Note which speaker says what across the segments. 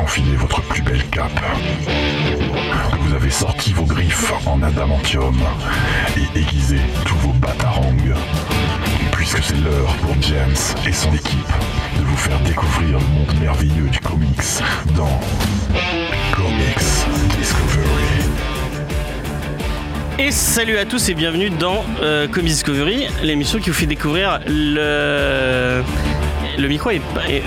Speaker 1: enfilé votre plus belle cape, que vous avez sorti vos griffes en adamantium et aiguisé tous vos batarangs, puisque c'est l'heure pour James et son équipe de vous faire découvrir le monde merveilleux du comics dans Comics Discovery.
Speaker 2: Et salut à tous et bienvenue dans euh, Comics Discovery, l'émission qui vous fait découvrir le. Le micro est pas. est-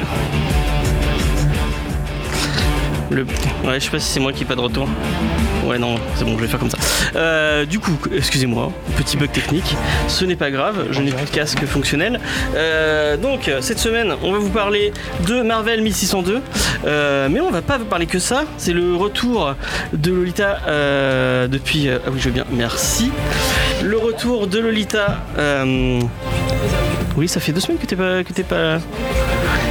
Speaker 2: Le... Ouais, je sais pas si c'est moi qui ai pas de retour. Ouais, non, c'est bon, je vais faire comme ça. Euh, du coup, excusez-moi, petit bug technique. Ce n'est pas grave, je n'ai plus de casque fonctionnel. Euh, donc, cette semaine, on va vous parler de Marvel 1602. Euh, mais on va pas vous parler que ça. C'est le retour de Lolita euh, depuis. euh, ah oui, je veux bien, merci. Le retour de Lolita. euh, oui, ça fait deux semaines que t'es pas. Que t'es pas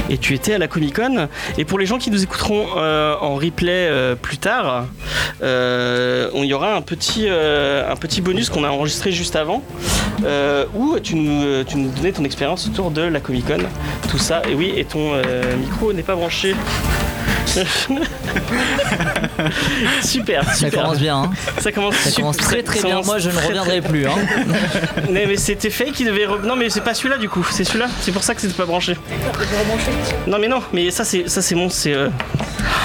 Speaker 2: et tu étais à la Comic Con. Et pour les gens qui nous écouteront euh, en replay euh, plus tard, euh, on y aura un petit, euh, un petit bonus qu'on a enregistré juste avant, euh, où tu nous, tu nous donnais ton expérience autour de la Comic Con. Tout ça, et oui, et ton euh, micro n'est pas branché. super, super.
Speaker 3: Ça commence bien, hein.
Speaker 2: Ça commence,
Speaker 3: ça
Speaker 2: sup-
Speaker 3: commence très
Speaker 2: ça-
Speaker 3: très
Speaker 2: ça
Speaker 3: bien.
Speaker 2: commence
Speaker 3: Moi je ne
Speaker 2: très,
Speaker 3: reviendrai
Speaker 2: très-
Speaker 3: plus. Hein.
Speaker 2: Mais, mais c'était fake qui devait. re- Non, mais c'est pas celui-là du coup, c'est celui-là. C'est pour ça que c'était pas branché. Non, mais non, mais ça c'est ça c'est mon. C'est, euh,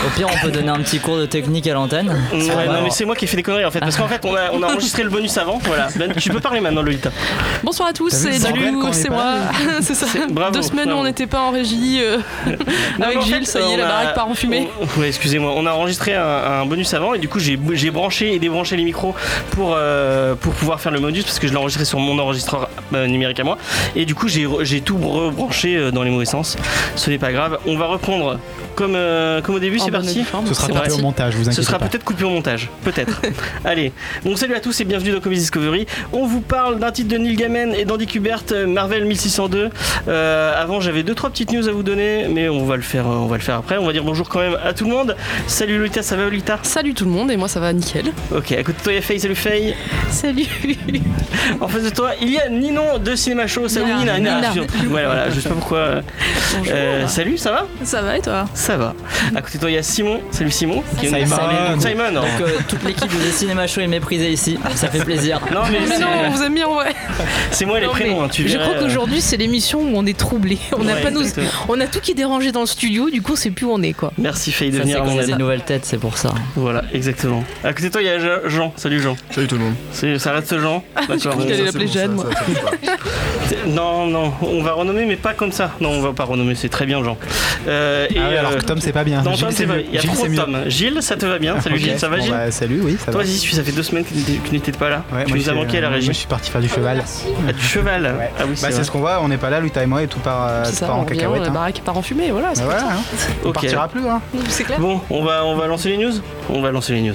Speaker 3: Au pire, on peut donner un petit cours de technique à l'antenne.
Speaker 2: Ouais,
Speaker 3: Ça va.
Speaker 2: non, mais c'est moi qui ai fait des conneries en fait. Parce qu'en fait, on a, on a enregistré le bonus avant. Voilà. Ben, tu peux parler maintenant, Lolita.
Speaker 4: Bonsoir à tous,
Speaker 5: T'as vu
Speaker 4: et
Speaker 5: le
Speaker 4: du
Speaker 5: bordel quand on
Speaker 4: coup, c'est
Speaker 5: est
Speaker 4: moi. c'est ça.
Speaker 2: C'est- bravo,
Speaker 4: Deux semaines où
Speaker 2: bravo.
Speaker 4: on n'était pas en régie euh,
Speaker 2: Non, mais
Speaker 4: avec
Speaker 2: en
Speaker 4: Gilles,
Speaker 2: fait,
Speaker 4: ça y est,
Speaker 2: on
Speaker 4: la
Speaker 2: a-
Speaker 4: baraque part en fumée.
Speaker 2: on- ouais, excusez-moi, on a enregistré un, un bonus avant et du coup j'ai, j'ai branché et débranché les micros pour, euh, pour pouvoir faire le bonus parce que je l'ai enregistré sur mon enregistreur euh, numérique à moi. Et du coup j'ai, re- j'ai tout rebranché euh, dans les mauvais sens. Ce n'est pas grave, on va reprendre comme, euh, comme au début,
Speaker 4: En
Speaker 2: c'est
Speaker 4: bonne et
Speaker 2: parti.
Speaker 4: due forme.
Speaker 5: Ce sera
Speaker 2: C'est
Speaker 5: tapé
Speaker 2: parti.
Speaker 5: au montage, vous inquiétez
Speaker 2: Ce sera
Speaker 5: pas.
Speaker 2: peut-être coupé au montage, peut-être. Allez, bon salut à tous et bienvenue dans Comics Discovery. On vous parle d'un titre de Neil Gaiman et d'Andy Kubert, euh, Marvel 1602. Euh, avant, j'avais deux trois petites news à vous donner, mais on va le faire, euh, on va le faire après. On va dire bonjour quand même à tout le monde. Salut Lolita, ça va Lolita
Speaker 4: Salut tout le monde, et moi ça va nickel.
Speaker 2: Ok, à côté de toi, il y a Faye, salut Faye.
Speaker 4: Salut
Speaker 2: En face de toi, il y a Ninon de Cinéma Show. Salut
Speaker 4: Nina,
Speaker 2: Nina. Nina.
Speaker 4: Nina.
Speaker 2: Ouais, voilà, je sais pas pourquoi. euh,
Speaker 4: Bonjour.
Speaker 2: euh, salut, ça va
Speaker 4: Ça va et toi Mm.
Speaker 2: Ça va. À côté de toi, il y a Simon. Salut Simon. Qui est-
Speaker 3: Simon.
Speaker 2: Simon.
Speaker 3: Donc euh, toute l'équipe de Cinéma Show est méprisée ici. Ça fait plaisir.
Speaker 2: Non, mais,
Speaker 4: Mais
Speaker 2: c'est-
Speaker 4: non, on vous aime bien, ouais.
Speaker 2: c'est moi les
Speaker 6: Non,
Speaker 2: prénoms.
Speaker 6: mais
Speaker 2: hein, tu
Speaker 6: je
Speaker 2: verrais,
Speaker 6: crois
Speaker 2: euh,
Speaker 6: qu'aujourd'hui c'est l'émission où on est troublé. On n'a
Speaker 2: Ouais,
Speaker 6: pas nos...
Speaker 2: exactement.
Speaker 6: on a tout qui est dérangé dans le studio, du coup on sait plus où on est quoi.
Speaker 2: Merci Faye de
Speaker 3: Ça, c'est
Speaker 2: venir à
Speaker 3: qu'on
Speaker 2: mon
Speaker 3: a des
Speaker 2: aide.
Speaker 3: nouvelles têtes, c'est pour ça.
Speaker 2: Voilà, exactement. À côté de toi, il y a Je- Jean. Salut Jean.
Speaker 7: Salut tout le monde.
Speaker 2: C'est- Ça reste Jean. D'accord.
Speaker 4: cru que t'allais
Speaker 7: Ça, c'est
Speaker 4: l'appeler
Speaker 7: bon,
Speaker 4: Jeanne,
Speaker 7: ça,
Speaker 4: moi.
Speaker 7: ça, ça, ça, ça.
Speaker 2: C'est- Non, non, on va renommer, mais pas comme ça. Non, on va pas renommer, c'est très bien Jean. Euh, et
Speaker 5: Ah ouais, alors
Speaker 2: euh,
Speaker 5: que Tom, c'est pas bien.
Speaker 2: dans
Speaker 5: Gilles,
Speaker 2: Tom,
Speaker 5: c'est
Speaker 2: c'est pas-
Speaker 5: mieux.
Speaker 2: il y a
Speaker 5: Gilles,
Speaker 2: trop
Speaker 5: c'est
Speaker 2: de
Speaker 5: mieux.
Speaker 2: Tom. Gilles, ça te va bien Salut
Speaker 5: Ok,
Speaker 2: Gilles, ça va
Speaker 5: bon,
Speaker 2: Gilles
Speaker 5: bah, Salut, oui, ça
Speaker 2: Toi,
Speaker 5: va.
Speaker 2: Zizou, ça fait deux semaines que tu que tu n'étais pas là.
Speaker 5: Ouais,
Speaker 2: tu
Speaker 5: moi,
Speaker 2: nous as
Speaker 5: je-
Speaker 2: manqué à la
Speaker 5: euh,
Speaker 2: régie.
Speaker 5: Moi, je suis parti faire du cheval.
Speaker 2: Ah, du cheval
Speaker 5: Ouais.
Speaker 2: Ah oui, c'est
Speaker 5: Bah,
Speaker 2: vrai.
Speaker 5: c'est ce qu'on voit, on n'est pas là, Luta et moi, et tout part euh,
Speaker 4: C'est
Speaker 5: tout
Speaker 4: ça,
Speaker 5: part
Speaker 4: on
Speaker 5: en
Speaker 4: revient, la
Speaker 5: cacahuète. hein.
Speaker 4: baraque part en fumée, voilà.
Speaker 5: Bah,
Speaker 4: c'est
Speaker 5: voilà, hein. on
Speaker 2: Ok.
Speaker 5: partira plus. Hein.
Speaker 4: tout. C'est clair.
Speaker 2: Bon, on va, on va lancer les news On va lancer les news.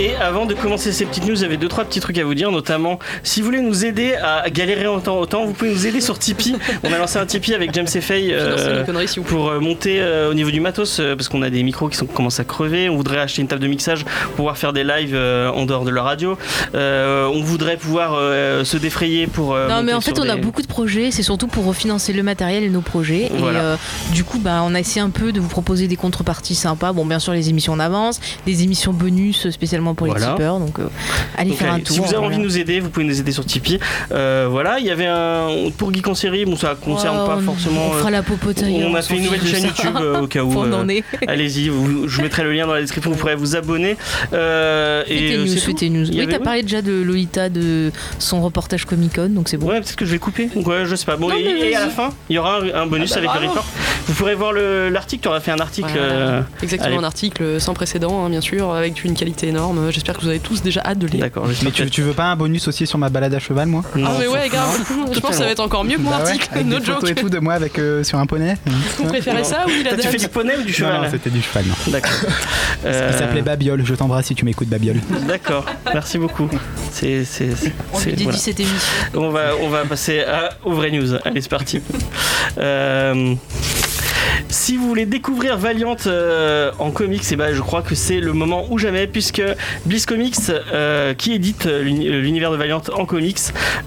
Speaker 2: Et avant de commencer ces petites news, j'avais deux trois petits trucs à vous dire, notamment si vous voulez nous aider à galérer autant, autant vous pouvez nous aider sur Tipeee. On a lancé un Tipeee avec James et Faye. euh,
Speaker 4: Financez les conneries, s'il vous plaît.
Speaker 2: pour euh, monter euh, au niveau du matos euh, parce qu'on a des micros qui sont, commencent à crever on voudrait acheter une table de mixage pour pouvoir faire des lives euh, en dehors de la radio Euh, on voudrait pouvoir euh, se défrayer pour euh,
Speaker 6: non mais
Speaker 2: monter
Speaker 6: en fait
Speaker 2: sur
Speaker 6: on a
Speaker 2: des-
Speaker 6: beaucoup de projets, c'est surtout pour refinancer le matériel et nos projets.
Speaker 2: Voilà.
Speaker 6: Et euh, du coup bah on a essayé un peu de vous proposer des contreparties sympas. Bon bien sûr les émissions en avance, des émissions bonus euh, spécialement pour les
Speaker 2: Voilà.
Speaker 6: tipeurs. Donc euh, allez
Speaker 2: Donc,
Speaker 6: faire un
Speaker 2: allez,
Speaker 6: tour.
Speaker 2: Si vous avez
Speaker 6: voilà.
Speaker 2: envie de nous aider, vous pouvez nous aider sur Tipeee. Euh, voilà, il y avait un pour Geek en série, bon ça concerne
Speaker 6: Ouais,
Speaker 2: pas
Speaker 6: on-
Speaker 2: forcément.
Speaker 6: On
Speaker 2: euh,
Speaker 6: fera la popote ailleurs,
Speaker 2: on a
Speaker 6: s'en
Speaker 2: fait une nouvelle
Speaker 6: fiche de
Speaker 2: chaîne
Speaker 6: ça.
Speaker 2: YouTube euh, au cas où.
Speaker 6: Faut
Speaker 2: euh,
Speaker 6: en est.
Speaker 2: Allez-y, vous- je vous mettrai le lien dans la description, vous pourrez vous abonner. Euh,
Speaker 6: Fais
Speaker 2: et
Speaker 6: tes
Speaker 2: euh,
Speaker 6: news,
Speaker 2: c'est
Speaker 6: fais
Speaker 2: tout.
Speaker 6: tes news.
Speaker 2: Il y
Speaker 6: Oui,
Speaker 2: avait-
Speaker 6: t'as parlé déjà de Lolita, de son reportage Comic Con, donc c'est bon.
Speaker 2: Ouais, peut-être que je vais couper. Donc, Ouais, je sais pas. Bon,
Speaker 6: Non,
Speaker 2: et,
Speaker 6: mais
Speaker 2: et à
Speaker 6: vas-y. Ah bah
Speaker 2: la fin, il y aura un, un bonus avec le report. Vous pourrez voir le- l'article. Tu auras fait un article.
Speaker 4: Voilà.
Speaker 2: euh,
Speaker 4: Exactement,
Speaker 2: allez.
Speaker 4: un article sans précédent, hein, bien sûr, avec une qualité énorme. J'espère que vous avez tous déjà hâte de lire.
Speaker 2: D'accord. j'espère
Speaker 5: Mais tu,
Speaker 2: que-
Speaker 5: tu veux pas un bonus aussi sur ma balade à cheval, moi
Speaker 4: bah. Ah,
Speaker 2: Non,
Speaker 4: mais
Speaker 2: faut-
Speaker 4: ouais, grave. Je pense que ça va être encore mieux que mon
Speaker 5: Bah ouais,
Speaker 4: article,
Speaker 5: avec
Speaker 4: no
Speaker 5: des photos et
Speaker 4: joke.
Speaker 5: tout de moi avec euh, sur un poney.
Speaker 4: Vous préférez ça ou il a
Speaker 2: Toi, tu fais du poney ou du
Speaker 5: Non, non,
Speaker 2: cheval
Speaker 5: c'était du cheval. Non.
Speaker 2: D'accord.
Speaker 5: Il
Speaker 2: Euh,
Speaker 5: s'appelait Babiole. Je t'embrasse si tu m'écoutes, Babiole.
Speaker 2: D'accord. Merci beaucoup. C'est c'est c'est-
Speaker 6: On
Speaker 2: c'est-
Speaker 6: lui dédie
Speaker 2: voilà.
Speaker 6: cette émission.
Speaker 2: On va, on va passer à, aux vraies news. Allez, c'est parti. Euh, Si vous voulez découvrir Valiant euh, en comics, eh ben, je crois que c'est le moment ou jamais, puisque Bliss Comics, euh, qui édite euh, l'uni- l'univers de Valiant en comics,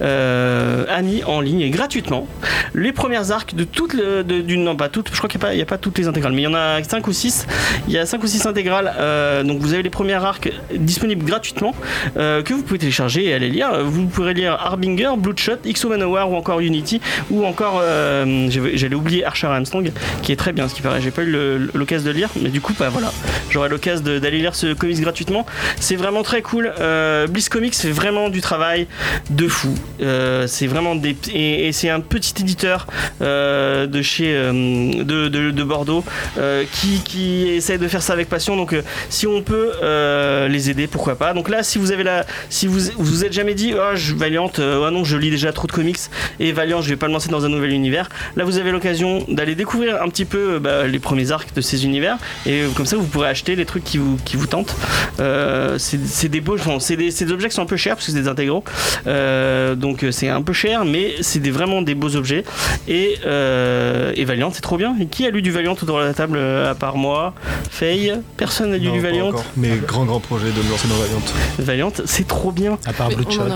Speaker 2: euh, a mis en ligne gratuitement les premières arcs de toutes le- de- d'une non pas toutes je crois qu'il n'y a, pas- il y a pas toutes les intégrales mais il y en a 5 ou 6 il y a 5 ou 6 intégrales euh, donc vous avez les premières arcs disponibles gratuitement euh, que vous pouvez télécharger et aller lire vous pourrez lire Harbinger Bloodshot XO Manowar ou encore Unity ou encore euh, j'avais- j'allais oublier Archer Armstrong qui est très bien ce qui paraît j'ai pas eu le- l'occasion de le lire mais du coup bah voilà j'aurai l'occasion de- d'aller lire ce comics gratuitement c'est vraiment très cool Euh, Bliss Comics fait vraiment du travail de fou Euh, c'est vraiment des et, et c'est un petit éditeur euh, de chez euh, de, de- de Bordeaux euh, qui, qui essaie de faire ça avec passion donc euh, si on peut euh, les aider pourquoi pas donc là si vous avez la si vous vous êtes jamais dit oh je Valiant euh, ah non je lis déjà trop de comics et Valiant je vais pas le lancer dans un nouvel univers là vous avez l'occasion d'aller découvrir un petit peu euh, bah, les premiers arcs de ces univers et euh, comme ça vous pourrez acheter les trucs qui vous, qui vous tentent Euh, c'est c'est des beaux enfin, c'est des, c'est des objets qui sont un peu chers parce que c'est des intégraux Euh, donc euh, c'est un peu cher mais c'est des, vraiment des beaux objets et, euh, et Valiant, c'est trop bien. Et qui a lu du Valiant autour de la table euh, à part moi Faye Personne n'a lu
Speaker 7: Non,
Speaker 2: du
Speaker 7: pas
Speaker 2: Valiant
Speaker 7: encore, Mais grand grand projet de me lancer dans Valiant.
Speaker 2: Valiant, c'est trop bien.
Speaker 5: À part
Speaker 4: Mais on,
Speaker 5: Bloodshot.
Speaker 4: en a,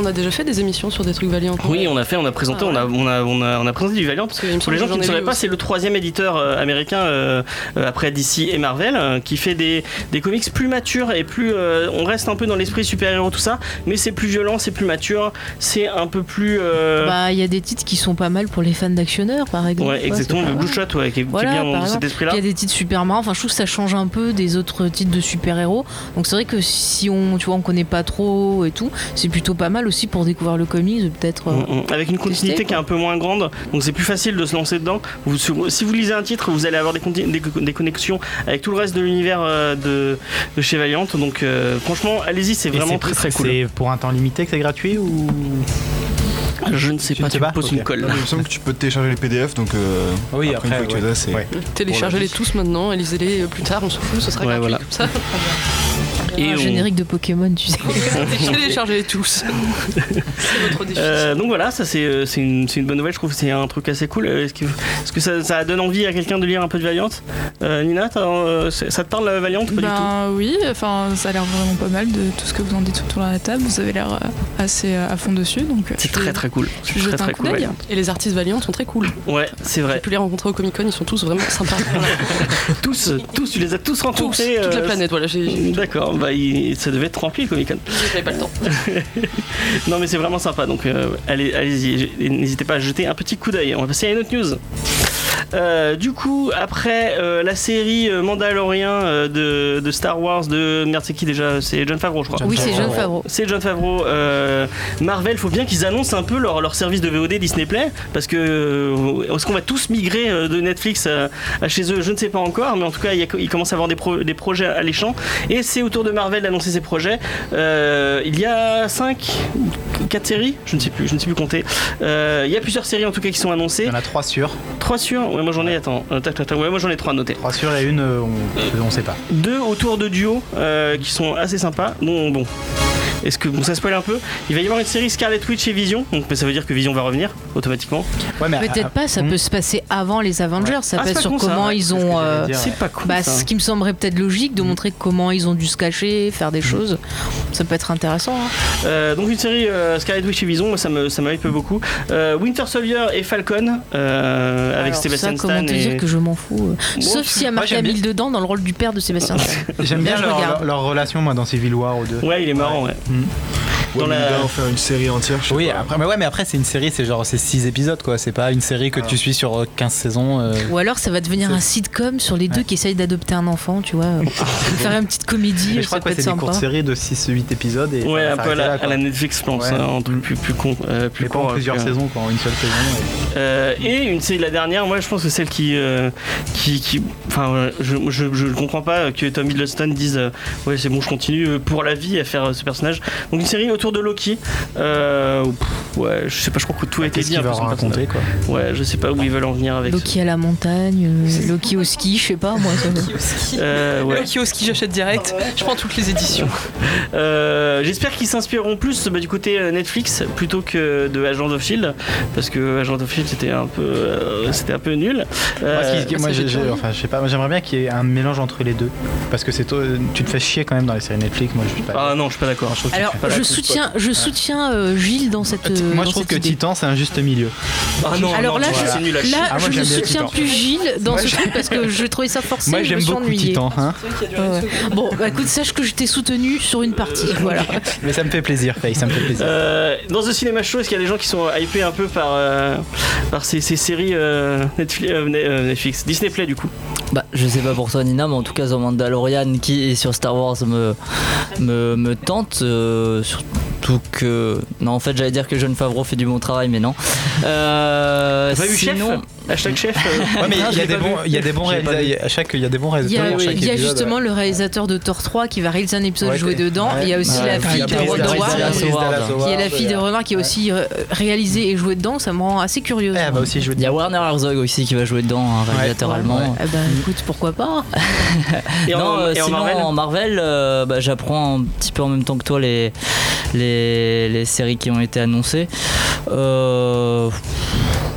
Speaker 4: on a déjà fait des émissions sur des trucs Valiant.
Speaker 5: Oh,
Speaker 2: Oui, on a fait, on a présenté,
Speaker 4: Ah ouais.
Speaker 2: on, a, on, a, on, a, on a présenté du Valiant.
Speaker 4: Parce que il me
Speaker 2: Pour les gens
Speaker 4: semble
Speaker 2: qui ne
Speaker 4: que j'en
Speaker 2: sauraient
Speaker 4: ai lu
Speaker 2: pas,
Speaker 4: aussi.
Speaker 2: c'est le troisième éditeur euh, américain euh, euh, après DC et Marvel euh, qui fait des, des comics plus matures et plus. euh, on reste un peu dans l'esprit super-héros, tout ça, mais c'est plus violent, c'est plus mature, c'est un peu plus. euh,
Speaker 6: Bah, il y a des titres qui sont pas mal pour les fans d'actionneurs, par exemple.
Speaker 2: ouais, exactement,
Speaker 6: c'est pas
Speaker 2: le
Speaker 6: mal.
Speaker 2: Blue Shot, ouais, qui est, qui est
Speaker 6: Voilà,
Speaker 2: bien
Speaker 6: par
Speaker 2: dans cet
Speaker 6: exemple.
Speaker 2: esprit-là.
Speaker 6: Il y a des titres super marrants. Enfin, je trouve que ça change un peu des autres titres de super-héros. Donc, c'est vrai que si on, tu vois, on connaît pas trop et tout, c'est plutôt pas mal aussi pour découvrir le comics, peut-être. euh,
Speaker 2: Mm, mm. Avec une continuité
Speaker 6: Tester,
Speaker 2: qui est un peu moins grande, donc c'est plus facile de se lancer dedans. Vous, sur- si vous lisez un titre, vous allez avoir des, conti- des co- des connexions avec tout le reste de l'univers euh, de, de chez Valiant. Donc euh, franchement, allez-y, c'est
Speaker 8: Et
Speaker 2: vraiment
Speaker 8: c'est-
Speaker 2: très très cool.
Speaker 8: C'est pour un temps limité que c'est gratuit ou
Speaker 2: Je ne sais
Speaker 8: Tu
Speaker 2: pas,
Speaker 8: ne sais
Speaker 2: tu
Speaker 8: pas
Speaker 2: me poses
Speaker 8: Ok.
Speaker 2: une colle.
Speaker 7: Non, mais Il me semble que tu peux télécharger les PDF donc euh,
Speaker 8: Oui,
Speaker 7: après, une fois que tu les as, c'est.
Speaker 8: Ouais.
Speaker 4: Téléchargez-les tous maintenant et lisez-les euh, plus tard, on s'en fout, ce sera
Speaker 2: Ouais,
Speaker 4: gratuit
Speaker 2: voilà.
Speaker 4: comme ça.
Speaker 2: Et
Speaker 6: un
Speaker 2: on-
Speaker 6: générique de Pokémon, tu sais.
Speaker 4: Téléchargez-les tous. c'est votre défi.
Speaker 2: Euh, donc voilà, ça c'est euh, c'est une, c'est une bonne nouvelle. Je trouve que c'est un truc assez cool. Euh, Est-ce que, est-ce que ça, ça donne envie à quelqu'un de lire un peu de Valiant Euh, Nina, t'as, euh, c'est- ça te parle euh, Valiant Pas du
Speaker 4: Bah,
Speaker 2: tout.
Speaker 9: Ben oui, enfin ça a l'air vraiment pas mal de tout ce que vous en dites autour de la table. Vous avez l'air euh, assez euh, à fond dessus, donc euh,
Speaker 2: C'est
Speaker 9: je
Speaker 2: très
Speaker 9: vais-
Speaker 2: très cool. C'est
Speaker 9: je jette
Speaker 2: très
Speaker 9: un
Speaker 2: très
Speaker 9: coup
Speaker 2: cool.
Speaker 9: d'œil.
Speaker 2: Valiant.
Speaker 4: Et les artistes Valiant sont très cool.
Speaker 2: Ouais, c'est
Speaker 4: J'ai
Speaker 2: vrai.
Speaker 4: pu les rencontrer au Comic Con, ils sont tous vraiment sympas. Voilà.
Speaker 2: Tous, tous, tu les as tous
Speaker 4: tous,
Speaker 2: rencontrés.
Speaker 4: toute la
Speaker 2: euh,
Speaker 4: planète, voilà, j'ai j'ai-
Speaker 2: D'accord, bah, il- ça devait être rempli le Comic Con.
Speaker 4: j'avais pas le temps.
Speaker 2: Non mais c'est vraiment sympa, donc euh, allez, allez-y, et n'hésitez pas à jeter un petit coup d'œil. On va passer à une autre news. Euh, du coup, après euh, la série euh, Mandalorian euh, de, de Star Wars, de merde, c'est qui déjà C'est John Favreau, je crois.
Speaker 6: Oui, c'est John Favreau.
Speaker 2: C'est John Favreau. Euh, Marvel, faut bien qu'ils annoncent un peu leur, leur service de VOD Disney Play, parce que euh, est-ce qu'on va tous migrer euh, de Netflix à, à chez eux Je ne sais pas encore, mais en tout cas, il, y a- il commence à avoir des, pro- des projets alléchants. Et c'est au tour de Marvel d'annoncer ses projets. Euh, il y a 5 4 séries, je ne sais plus, je ne sais plus compter. Euh, il y a plusieurs séries en tout cas qui sont
Speaker 8: Il
Speaker 2: annoncées.
Speaker 8: y en a trois sûrs.
Speaker 2: 3 sur, ouais, moi j'en ai, attends, euh, tac, tac, tac, ouais, moi j'en ai 3 à noter.
Speaker 8: Trois sûrs et une, euh, on, on sait pas.
Speaker 2: Deux autour de duos euh, qui sont assez sympas. Bon, bon. Est-ce que bon, ça spoil un peu Il va y avoir une série Scarlet Witch et Vision, donc ça veut dire que Vision va revenir automatiquement.
Speaker 8: Ouais, mais euh, Hmm.
Speaker 6: Peut-être pas, ça peut se passer avant les Avengers. Ça
Speaker 2: Ah,
Speaker 6: passe
Speaker 2: c'est pas
Speaker 6: sur
Speaker 2: con, ça,
Speaker 6: comment
Speaker 2: ouais.
Speaker 6: ils
Speaker 8: C'est ce que
Speaker 6: ont.
Speaker 8: j'allais
Speaker 6: euh,
Speaker 8: dire.
Speaker 2: C'est pas cool.
Speaker 6: Bah,
Speaker 2: ça.
Speaker 6: ce qui me semblerait peut-être logique de
Speaker 8: Hmm.
Speaker 6: montrer comment ils ont dû se cacher, faire des choses. Ça peut être intéressant. hein.
Speaker 2: Euh, donc une série euh, Scarlet Witch et Vision, moi ça me ça me hype beaucoup. Euh, Winter Soldier et Falcon euh, avec
Speaker 6: Alors
Speaker 2: Sébastien
Speaker 6: ça, comment
Speaker 2: Stan
Speaker 6: te
Speaker 2: et-
Speaker 6: dire que je m'en fous. euh. Sauf
Speaker 2: je-
Speaker 6: s'il y a
Speaker 8: moi,
Speaker 6: Marc
Speaker 8: j'aime
Speaker 6: Hamill dedans dans le rôle du père de Sébastien Stan.
Speaker 8: J'aime
Speaker 6: Là,
Speaker 8: bien
Speaker 6: je
Speaker 8: leur,
Speaker 6: regarde.
Speaker 8: leur- leur relation moi dans Civil War ou deux. Mm.
Speaker 2: Ouais, il est marrant, ouais.
Speaker 7: Ouais,
Speaker 2: Dans
Speaker 7: mais
Speaker 2: la-
Speaker 7: là, en faire une série entière, je sais
Speaker 10: Oui,
Speaker 7: pas.
Speaker 10: après, mais ouais, mais après c'est une série, c'est genre c'est 6 épisodes quoi, c'est pas une série
Speaker 7: Ah.
Speaker 10: que tu suis sur euh, 15 saisons. euh.
Speaker 6: Ou alors ça va devenir un sitcom sur les deux qui essayent d'adopter un enfant, tu vois. Faire une petite comédie,
Speaker 8: Mais je
Speaker 6: ça
Speaker 8: crois que
Speaker 6: peut
Speaker 8: ouais,
Speaker 6: être
Speaker 8: c'est des
Speaker 6: sympa.
Speaker 8: courtes séries de 6-8 épisodes. Et
Speaker 2: Ouais,
Speaker 8: ça va
Speaker 2: un peu à
Speaker 8: s'arrêter
Speaker 2: la,
Speaker 8: là,
Speaker 2: à
Speaker 8: quoi.
Speaker 2: la Netflix, je pense,
Speaker 8: Ouais. Mm.
Speaker 2: hein, un truc plus, plus con. euh, plus
Speaker 8: Mais pas en
Speaker 2: court,
Speaker 8: plusieurs
Speaker 2: plus-
Speaker 8: saisons, quoi, en une seule saison. et-
Speaker 2: Euh, et une série, la dernière, moi je pense que celle qui. euh, qui, qui- enfin, euh, je, je, je ne comprends pas que Tom Hiddleston dise euh, Ouais, c'est bon, je continue euh, pour la vie à faire euh, ce personnage. Donc une série autour autour de Loki. Euh, pff, ouais, je sais pas, je crois que
Speaker 8: Bah,
Speaker 2: tout a été
Speaker 10: qu'est-ce
Speaker 2: dit.
Speaker 10: qu'il
Speaker 2: un peu
Speaker 10: va
Speaker 2: sur le
Speaker 10: raconter,
Speaker 2: personnage. Ouais, je sais pas où ils veulent en venir avec.
Speaker 6: Loki à la montagne, euh, Loki au ski, je sais pas moi. ça va.
Speaker 2: ce- Euh, ouais.
Speaker 4: Loki au ski, j'achète
Speaker 2: Ah
Speaker 4: direct. Je prends toutes les éditions.
Speaker 2: Euh, J'espère qu'ils s'inspireront plus bah, du côté euh, Netflix plutôt que de Agent of Shield E parce que Agent of Shield E c'était un peu euh, c'était un peu nul. Euh,
Speaker 8: Moi, ce qui- moi, j'ai- j'ai- enfin, je sais pas, moi, j'aimerais bien qu'il y ait un mélange entre les deux. Parce que c'est toi- tu te fais chier quand même dans les séries Netflix. Moi, je suis pas.
Speaker 2: Ah non, je suis pas d'accord.
Speaker 6: Alors, je soutiens, je soutiens euh, Gilles dans cette. euh,
Speaker 8: Moi, je
Speaker 6: dans
Speaker 8: trouve
Speaker 6: cette
Speaker 8: que
Speaker 6: idée.
Speaker 8: Titan, c'est un juste milieu.
Speaker 2: Ah non,
Speaker 6: Alors là,
Speaker 8: Voilà.
Speaker 6: je, là,
Speaker 8: Ah, moi,
Speaker 6: je
Speaker 8: j'aime
Speaker 6: ne
Speaker 8: bien
Speaker 6: soutiens
Speaker 8: Titan.
Speaker 6: plus Gilles dans
Speaker 8: Moi,
Speaker 6: ce
Speaker 8: je-
Speaker 6: truc parce que je trouvais ça forcé.
Speaker 8: Moi,
Speaker 6: je
Speaker 8: j'aime
Speaker 6: me suis
Speaker 8: beaucoup
Speaker 6: ennuyée.
Speaker 8: Titan, hein.
Speaker 6: Ouais. Bon, bah, écoute, sache que je t'ai soutenu sur une partie.
Speaker 10: Euh,
Speaker 6: Voilà.
Speaker 8: Mais ça me fait plaisir, Faye, ça me fait plaisir.
Speaker 2: Euh, dans ce cinéma show, est-ce qu'il y a des gens qui sont hypés un peu par, euh, par ces, ces séries euh, Netflix, euh, Ne- euh, Netflix, Disney Play du coup
Speaker 3: Bah, je sais pas pour toi, Nina, mais en tout cas, The Mandalorian qui est sur Star Wars me, me, me tente. euh, surtout que. Non, en fait, j'allais dire que John Favreau fait du bon travail, mais non. Euh,
Speaker 2: T'as pas vu Chef
Speaker 3: sinon-
Speaker 2: Hashtag Chef euh,
Speaker 10: Ouais, mais
Speaker 3: Non,
Speaker 10: il y a
Speaker 3: j'ai
Speaker 10: des
Speaker 3: pas
Speaker 10: bons,
Speaker 3: vu.
Speaker 10: il y a des bons
Speaker 3: J'ai pas
Speaker 10: réalisateurs.
Speaker 3: vu.
Speaker 10: il y a- à chaque, il y a des bons
Speaker 6: Il y
Speaker 10: réalisateurs
Speaker 6: a, euh,
Speaker 10: pour chaque
Speaker 6: il y a
Speaker 10: épisode.
Speaker 6: justement le réalisateur de Thor 3 qui va réaliser un épisode
Speaker 10: Ouais,
Speaker 6: joué
Speaker 10: t'es-
Speaker 6: dedans. Il y a aussi
Speaker 3: Ouais,
Speaker 6: la
Speaker 3: t'as
Speaker 6: fille
Speaker 3: raison,
Speaker 6: de
Speaker 3: t'as
Speaker 6: Ron
Speaker 3: raison,
Speaker 6: Howard,
Speaker 3: t'as raison.
Speaker 6: qui est la fille de Renard qui a aussi euh, réalisé et joué dedans. Ça me rend assez curieuse.
Speaker 8: Elle va Ah, bah aussi jouer
Speaker 3: Il y a Warner Herzog aussi qui va jouer dedans, un réalisateur allemand.
Speaker 6: Eh ben, écoute, pourquoi pas
Speaker 2: et en-
Speaker 3: non, euh,
Speaker 2: et en
Speaker 3: sinon
Speaker 2: Marvel
Speaker 3: en Marvel, euh, bah, j'apprends un petit peu en même temps que toi les, les, les séries qui ont été annoncées. Euh,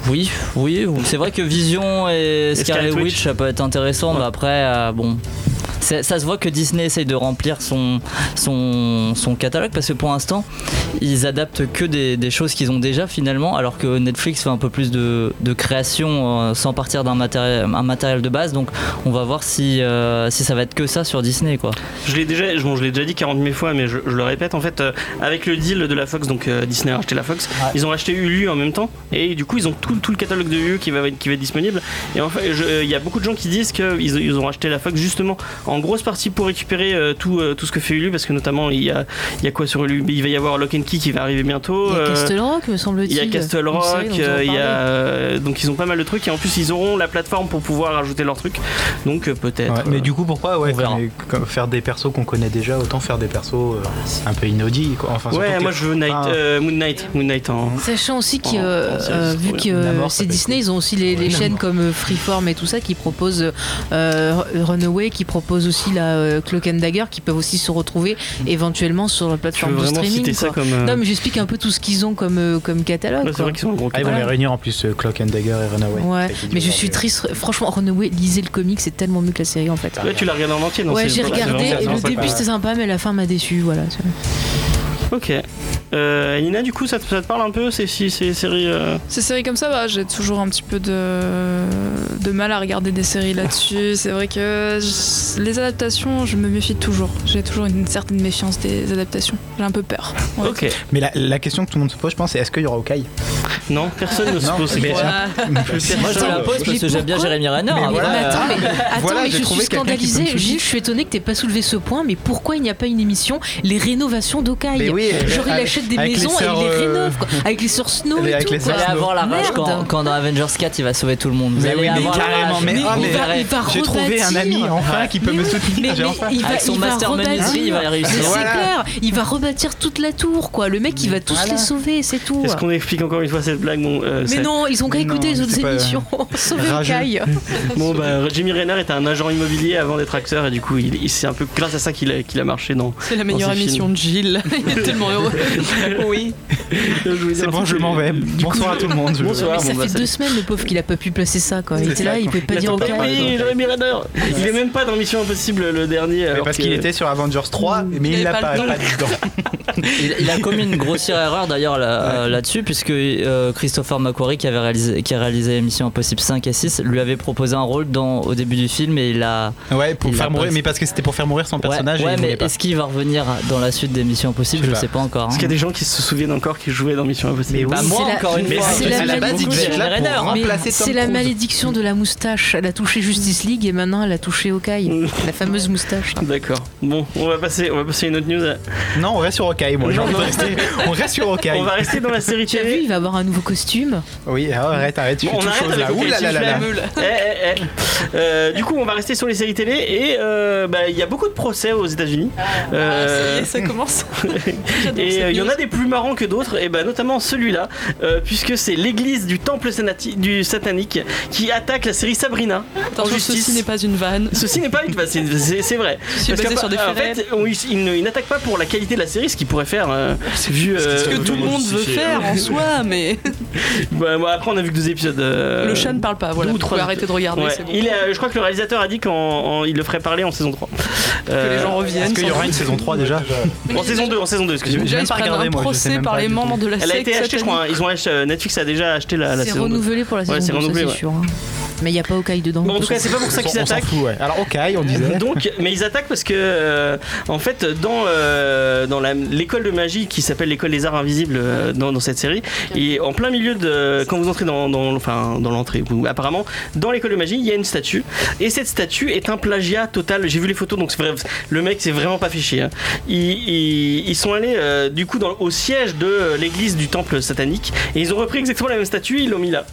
Speaker 3: oui, oui, c'est vrai que Vision et Scarlet
Speaker 2: Scarlet Witch.
Speaker 3: Witch, ça peut être intéressant, mais après, euh, bon. c'est- Ça se voit que Disney essaye de remplir son, son, son catalogue parce que pour l'instant, ils adaptent que des, des choses qu'ils ont déjà finalement, alors que Netflix fait un peu plus de, de création euh, sans partir d'un matéri- un matériel de base. Donc on va voir si, euh, si ça va être que ça sur Disney. quoi.
Speaker 2: Je l'ai déjà, je- bon, je l'ai déjà dit 40 000 fois, mais je, je le répète. En fait, euh, avec le deal de la Fox, donc euh, Disney a racheté la Fox, ils ont racheté Hulu en même temps, et du coup, ils ont tout, tout le catalogue de Hulu qui va, être- qui va être disponible. Et enfin, je- euh, il y a beaucoup de gens qui disent qu'ils ils ont racheté la Fox justement en grosse partie pour récupérer euh, tout, euh, tout ce que fait Hulu, parce que notamment, il y a, il y a quoi sur Hulu Il va y avoir Lock and Key qui va arriver bientôt.
Speaker 6: Il y a
Speaker 2: euh,
Speaker 6: Castle Rock, me
Speaker 2: il
Speaker 6: semble-t-il.
Speaker 2: y a Castle
Speaker 6: une
Speaker 2: Rock,
Speaker 6: série dont on
Speaker 2: euh, il y a
Speaker 6: parlait.
Speaker 2: euh, donc ils ont pas mal de trucs et en plus ils auront la plateforme pour pouvoir rajouter leurs trucs donc euh, peut-être.
Speaker 8: Ouais, mais
Speaker 2: euh,
Speaker 8: du coup, pourquoi ouais,
Speaker 3: verra.
Speaker 8: comme- comme faire des persos qu'on connaît déjà, autant faire des persos euh, un peu inaudits. Quoi. Enfin, surtout
Speaker 2: ouais,
Speaker 8: que-
Speaker 2: moi je veux Night,
Speaker 8: Ah.
Speaker 2: euh, Moon Knight. Moon Knight en.
Speaker 6: Sachant aussi que,
Speaker 2: En- en
Speaker 6: euh,
Speaker 2: série,
Speaker 6: euh,
Speaker 2: c'est
Speaker 6: vu
Speaker 2: trop
Speaker 6: que
Speaker 8: bien. Namor, ça
Speaker 6: c'est
Speaker 8: peut être
Speaker 6: Disney, ils ont aussi les, les chaînes comme euh, Freeform et tout ça qui proposent euh, Runaway, qui proposent aussi la euh, Cloak and Dagger, qui peuvent aussi se retrouver éventuellement sur la
Speaker 2: Mm. Tu veux
Speaker 6: plateforme de
Speaker 2: vraiment
Speaker 6: streaming.
Speaker 2: citer ça
Speaker 6: quoi.
Speaker 2: comme. euh,
Speaker 6: Non, mais j'explique un peu tout ce qu'ils ont comme, euh, comme catalogue.
Speaker 2: ouais, c'est
Speaker 6: quoi.
Speaker 2: vrai qu'ils sont en gros.
Speaker 8: Ah, ils vont
Speaker 6: Voilà.
Speaker 8: les réunir en plus, euh, Cloak and Dagger et Runaway.
Speaker 6: Ouais,
Speaker 8: C'est
Speaker 6: mais je
Speaker 8: idiot,
Speaker 6: suis
Speaker 8: mais-
Speaker 6: triste. Franchement, Runaway, lisez le comic, c'est tellement mieux que la série en fait.
Speaker 2: Ouais, tu l'as regardé en entier, non
Speaker 6: ouais,
Speaker 2: c'est-
Speaker 6: j'ai
Speaker 2: c'est
Speaker 6: regardé
Speaker 2: vraiment-
Speaker 6: et
Speaker 8: non,
Speaker 6: le
Speaker 8: c'est
Speaker 6: début
Speaker 8: pas-
Speaker 6: c'était sympa, mais la fin m'a déçu. Voilà.
Speaker 2: Ok. Euh, Nina, du coup, ça te, ça te parle un peu ces, ces, ces séries euh,
Speaker 9: Ces séries comme ça, bah, j'ai toujours un petit peu de... de mal à regarder des séries là-dessus. C'est vrai que je- les adaptations, je me méfie toujours. J'ai toujours une certaine méfiance des adaptations. J'ai un peu peur. Ouais.
Speaker 2: Ok.
Speaker 8: Mais la, la question que tout le monde se pose, je pense, c'est est-ce qu'il y aura Okai
Speaker 2: Non, personne ne se pose ces
Speaker 8: mais-
Speaker 2: questions.
Speaker 3: Moi je te la pose parce que j'aime bien Jérémy Renner.
Speaker 8: Mais
Speaker 3: hein,
Speaker 8: voilà. Ah,
Speaker 6: mais attends, mais, attends,
Speaker 8: Voilà,
Speaker 6: mais
Speaker 8: j'ai
Speaker 6: je
Speaker 8: trouvé
Speaker 6: suis
Speaker 8: quelqu'un qui peut me
Speaker 6: scandalisée.
Speaker 8: soutenir.
Speaker 6: Gilles, je suis étonnée que t'aies pas soulevé ce point, mais pourquoi il n'y a pas une émission Les rénovations d'Okai
Speaker 8: Mais Ben oui,
Speaker 6: Genre, il
Speaker 8: avec-
Speaker 6: achète des
Speaker 8: avec les
Speaker 6: maisons
Speaker 8: sœurs,
Speaker 6: et il les
Speaker 8: euh,
Speaker 6: rénove, quoi. Avec les sœurs Snow
Speaker 8: avec
Speaker 6: et tout.
Speaker 8: les
Speaker 3: Vous
Speaker 6: quoi.
Speaker 3: allez avoir la rage
Speaker 6: Merde.
Speaker 3: quand, quand dans Avengers 4 il va sauver tout le monde. Vous
Speaker 8: Mais
Speaker 3: allez
Speaker 8: oui, mais
Speaker 3: avoir la
Speaker 8: carrément,
Speaker 3: rage.
Speaker 8: mais-
Speaker 3: Vous
Speaker 8: ah, mais-
Speaker 3: verrez.
Speaker 6: Il va
Speaker 8: J'ai trouvé un ami
Speaker 6: rebâtir.
Speaker 8: enfin qui peut
Speaker 6: Mais
Speaker 8: me
Speaker 6: oui,
Speaker 8: soutenir.
Speaker 6: mais-
Speaker 8: Ah, J'ai
Speaker 6: mais
Speaker 8: enfin-
Speaker 6: il va,
Speaker 3: Avec son
Speaker 6: il va
Speaker 3: master
Speaker 6: rebâtir.
Speaker 3: ministry, il va y réussir.
Speaker 6: Mais C'est
Speaker 8: Voilà.
Speaker 6: clair, il va rebâtir toute la tour, quoi. Le mec, il va tous les sauver, c'est tout.
Speaker 2: Est-ce qu'on explique encore une fois cette blague bon, euh,
Speaker 6: Mais
Speaker 2: ça-
Speaker 6: non, ils ont qu'à
Speaker 8: Non,
Speaker 6: écouter les
Speaker 8: c'est
Speaker 6: autres
Speaker 8: pas-
Speaker 6: émissions. Sauver
Speaker 8: Rageux.
Speaker 6: Kai.
Speaker 2: Bon, bah, Jimmy Renner était un agent immobilier avant d'être acteur, et du coup, il, il- c'est un peu grâce à ça qu'il a, qu'il a marché dans.
Speaker 4: C'est la meilleure
Speaker 2: Dans ce
Speaker 4: émission de Gilles. Il est tellement heureux. oui.
Speaker 8: C'est bon, je m'en vais. Bonsoir à tout le monde. je-
Speaker 2: Bonsoir.
Speaker 6: Mais ça
Speaker 2: bon, bah,
Speaker 6: fait
Speaker 2: salut.
Speaker 6: deux semaines, le pauvre, qu'il a pas pu placer ça, quoi. Il
Speaker 8: C'est
Speaker 6: était
Speaker 8: ça,
Speaker 6: là, il
Speaker 8: quoi.
Speaker 6: pouvait pas
Speaker 2: Il a
Speaker 6: dire
Speaker 2: tout
Speaker 6: au Kai.
Speaker 2: payé, Jeremy Renner Il est même pas dans Mission Impossible le dernier.
Speaker 8: Mais
Speaker 2: alors
Speaker 8: parce
Speaker 2: que-
Speaker 8: qu'il était sur Avengers 3, mais il
Speaker 4: avait
Speaker 8: l'a
Speaker 4: pas
Speaker 8: pas,
Speaker 4: le temps.
Speaker 8: pas dit dedans.
Speaker 3: Il, il a commis une grossière erreur d'ailleurs là, euh, là-dessus, puisque euh, Christopher McQuarrie, qui, avait réalisé, qui a réalisé Mission Impossible 5 et 6, lui avait proposé un rôle dans, au début du film et il a.
Speaker 8: Ouais, pour
Speaker 3: Il l'a
Speaker 8: faire
Speaker 3: pas
Speaker 8: mourir,
Speaker 3: dit.
Speaker 8: mais parce que c'était pour faire mourir son personnage.
Speaker 3: ouais, ouais,
Speaker 8: et il voulait
Speaker 3: mais
Speaker 8: pas.
Speaker 3: est-ce qu'il va revenir dans la suite des Missions Impossibles
Speaker 8: Je
Speaker 3: Je
Speaker 8: sais
Speaker 3: sais pas encore. hein.
Speaker 2: Parce qu'il y a des gens qui se souviennent encore qu'il jouait dans Mission Impossible.
Speaker 8: Mais oui.
Speaker 3: Bah,
Speaker 6: C'est
Speaker 3: moi
Speaker 6: la-
Speaker 3: encore une
Speaker 6: mais
Speaker 3: fois. hein.
Speaker 6: c'est
Speaker 3: je
Speaker 6: la
Speaker 3: suis
Speaker 6: maladie
Speaker 3: beaucoup
Speaker 6: de
Speaker 3: chez
Speaker 6: Jack
Speaker 3: les Raiders, hein.
Speaker 6: Mais
Speaker 8: remplacer Tom
Speaker 6: C'est la
Speaker 8: Cruise.
Speaker 6: malédiction de la moustache. Elle a touché Justice League et maintenant elle a touché Hawkeye. La fameuse moustache.
Speaker 2: D'accord. Bon, on va passer, on va passer à une autre news.
Speaker 8: Non, on reste sur Hawkeye, moi. j'ai
Speaker 2: Non,
Speaker 8: envie de
Speaker 2: non.
Speaker 8: rester- On reste sur Hawkeye.
Speaker 2: On va rester dans la série
Speaker 6: Tu as vu,
Speaker 2: télé.
Speaker 6: il va avoir un nouveau costume.
Speaker 8: Oui, ah, arrête, arrête, tu
Speaker 2: Bon,
Speaker 8: fais
Speaker 2: on
Speaker 8: tout
Speaker 2: arrête
Speaker 8: chose
Speaker 2: avec
Speaker 8: là.
Speaker 2: Hawkeye,
Speaker 8: Ouh là
Speaker 2: tu
Speaker 8: là
Speaker 2: fais
Speaker 8: là
Speaker 2: la
Speaker 8: là.
Speaker 2: meule. Eh, eh, eh. Euh, du coup, on va rester sur les séries télé et
Speaker 4: Ah,
Speaker 2: euh, bah, il y a beaucoup de procès aux États-Unis. Euh,
Speaker 4: ça commence.
Speaker 2: et euh, il y en en a des plus marrants que d'autres, et ben notamment celui-là, euh, puisque c'est l'église du temple sanati- du satanique qui attaque la série Sabrina.
Speaker 4: Attention, ceci n'est pas une vanne.
Speaker 2: Ceci n'est pas une vanne, c'est- c'est c'est vrai.
Speaker 4: Ceci est basé
Speaker 2: qu'en
Speaker 4: sur des
Speaker 2: en
Speaker 4: faits
Speaker 2: fait, on- ils, ils ne- ils n'attaquent pas pour la qualité de la série, ce qu'ils pourraient faire, euh, vu
Speaker 4: ce que
Speaker 2: euh,
Speaker 4: tout le monde veut faire en soi, mais
Speaker 2: Bah, moi, après, on a vu que deux épisodes. euh,
Speaker 4: le chat ne parle pas. Voilà,
Speaker 2: deux
Speaker 4: vous pouvez arrêter de regarder.
Speaker 2: Ouais.
Speaker 4: c'est bon.
Speaker 2: Il est, euh, je crois que le réalisateur a dit qu'il le ferait parler en saison 3. Euh,
Speaker 4: les gens reviennent,
Speaker 8: Est-ce qu'il y aura une saison 3 déjà
Speaker 2: En saison 2, en saison 2, excusez-moi.
Speaker 4: Déjà,
Speaker 8: même
Speaker 4: ils
Speaker 8: pas
Speaker 4: prennent
Speaker 8: regardé,
Speaker 4: un
Speaker 8: moi, je sais
Speaker 4: procès
Speaker 8: même
Speaker 4: par
Speaker 8: pas
Speaker 4: les
Speaker 8: du tout.
Speaker 4: membres de la
Speaker 2: Elle a
Speaker 4: secte
Speaker 2: été achetée, je crois. hein.
Speaker 4: satanique.
Speaker 2: Ils ont acheté, euh, Netflix a déjà acheté la, la
Speaker 6: C'est
Speaker 2: saison deux.
Speaker 6: renouvelé pour la
Speaker 2: Ouais, c'est
Speaker 6: saison 2, ça,
Speaker 2: renouvelé,
Speaker 6: c'est
Speaker 2: ouais.
Speaker 6: sûr. hein. Mais il n'y a pas Okai dedans.
Speaker 2: Bon, en tout cas, c'est pas pour ça qu'ils
Speaker 6: On s'en
Speaker 2: attaquent.
Speaker 6: fout, ouais.
Speaker 2: Alors, ok, on
Speaker 6: disait.
Speaker 2: Donc, mais ils attaquent parce que, euh, en fait, dans, euh, dans la- l'école de magie qui s'appelle l'école des arts invisibles euh, dans, dans cette série, et en plein milieu de. Quand vous entrez dans, dans, enfin, dans l'entrée, ou apparemment, dans l'école de magie, il y a une statue. Et cette statue est un plagiat total. J'ai vu les photos, donc c'est vrai, le mec s'est vraiment pas fiché. hein. Ils, ils- ils sont allés, euh, du coup, dans, au siège de l'église du temple satanique, et ils ont repris exactement la même statue, ils l'ont mis là.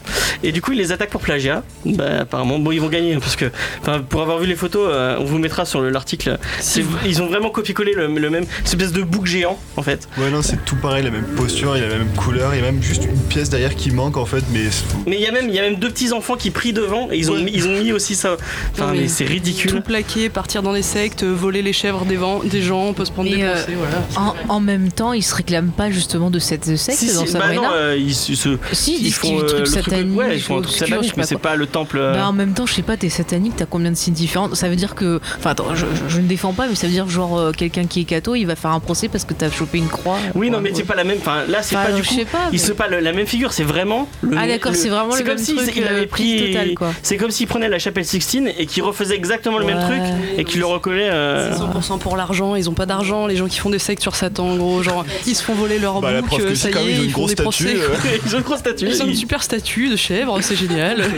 Speaker 2: Et du coup, ils les attaquent pour plagiat. Bah, apparemment, bon, ils vont gagner, hein, parce que, enfin, pour avoir vu les photos, euh, on vous mettra sur le- l'article. C'est- Ils ont vraiment copié-collé le, le même, cette espèce de bouc géant, en fait.
Speaker 7: Ouais, non, c'est tout pareil, la même posture, il a la même couleur, il y a même juste une pièce derrière qui manque en fait, mais c'est-
Speaker 2: Mais il y a même, il y a même deux petits enfants qui prient devant, et ils ont, mis- ils ont mis aussi ça. Enfin,
Speaker 4: Non, mais
Speaker 2: mais c'est
Speaker 4: Tout
Speaker 2: ridicule.
Speaker 4: plaquer, partir dans les sectes, voler les chèvres des, vents- des gens, on peut se prendre des
Speaker 6: Mais, euh,
Speaker 4: pensées, voilà.
Speaker 6: En, en même temps, ils se réclament pas justement de cette secte
Speaker 2: Si, si,
Speaker 6: dans
Speaker 2: bah
Speaker 6: Sabrina.
Speaker 2: non, euh, ils, se- se-
Speaker 6: Si, ils
Speaker 2: ils
Speaker 6: disent
Speaker 2: font
Speaker 6: qu'ils
Speaker 2: euh,
Speaker 6: truc
Speaker 2: le truc-
Speaker 6: satanique,
Speaker 2: ouais, ils font un truc
Speaker 6: obscur, je sais
Speaker 2: satanique,
Speaker 6: pas
Speaker 2: mais c'est
Speaker 6: quoi.
Speaker 2: pas le temple. euh,
Speaker 6: Bah, en même temps, je sais pas, t'es satanique, t'as combien de signes différents Ça veut dire que. Enfin, attends, je, je- je ne défends pas, mais ça veut dire genre euh, quelqu'un qui est catho, il va faire un procès parce que t'as chopé une croix.
Speaker 2: Oui, non, mais c'est pas la même. Enfin, là, c'est
Speaker 6: Enfin,
Speaker 2: pas du
Speaker 6: je
Speaker 2: coup.
Speaker 6: sais pas,
Speaker 2: Ils
Speaker 6: mais-
Speaker 2: se pas le- la même figure. C'est vraiment. Le,
Speaker 6: Ah, d'accord, c'est vraiment le
Speaker 2: comme
Speaker 6: même
Speaker 2: s'il-
Speaker 6: truc,
Speaker 2: il
Speaker 6: euh,
Speaker 2: avait
Speaker 6: prise
Speaker 2: pris.
Speaker 6: totale, quoi.
Speaker 2: C'est comme s'il prenait la chapelle Sixtine et qu'il refaisait exactement le même
Speaker 4: Ouais.
Speaker 2: truc et qu'il le recollait. euh,
Speaker 4: C'est 100% pour l'argent, ils ont pas d'argent, les gens qui font des sectes sur Satan, en gros, genre, ils se font voler leur
Speaker 2: Bah, la
Speaker 4: bouc,
Speaker 2: preuve que
Speaker 4: euh,
Speaker 2: c'est
Speaker 4: ça y
Speaker 2: quand même,
Speaker 4: est,
Speaker 2: ils ont une
Speaker 4: ils font
Speaker 2: grosse
Speaker 4: des procès.
Speaker 2: statue, euh. Ils ont une grosse statue.
Speaker 4: Ils ont une
Speaker 2: Ils-
Speaker 4: super statue de chèvre, c'est génial.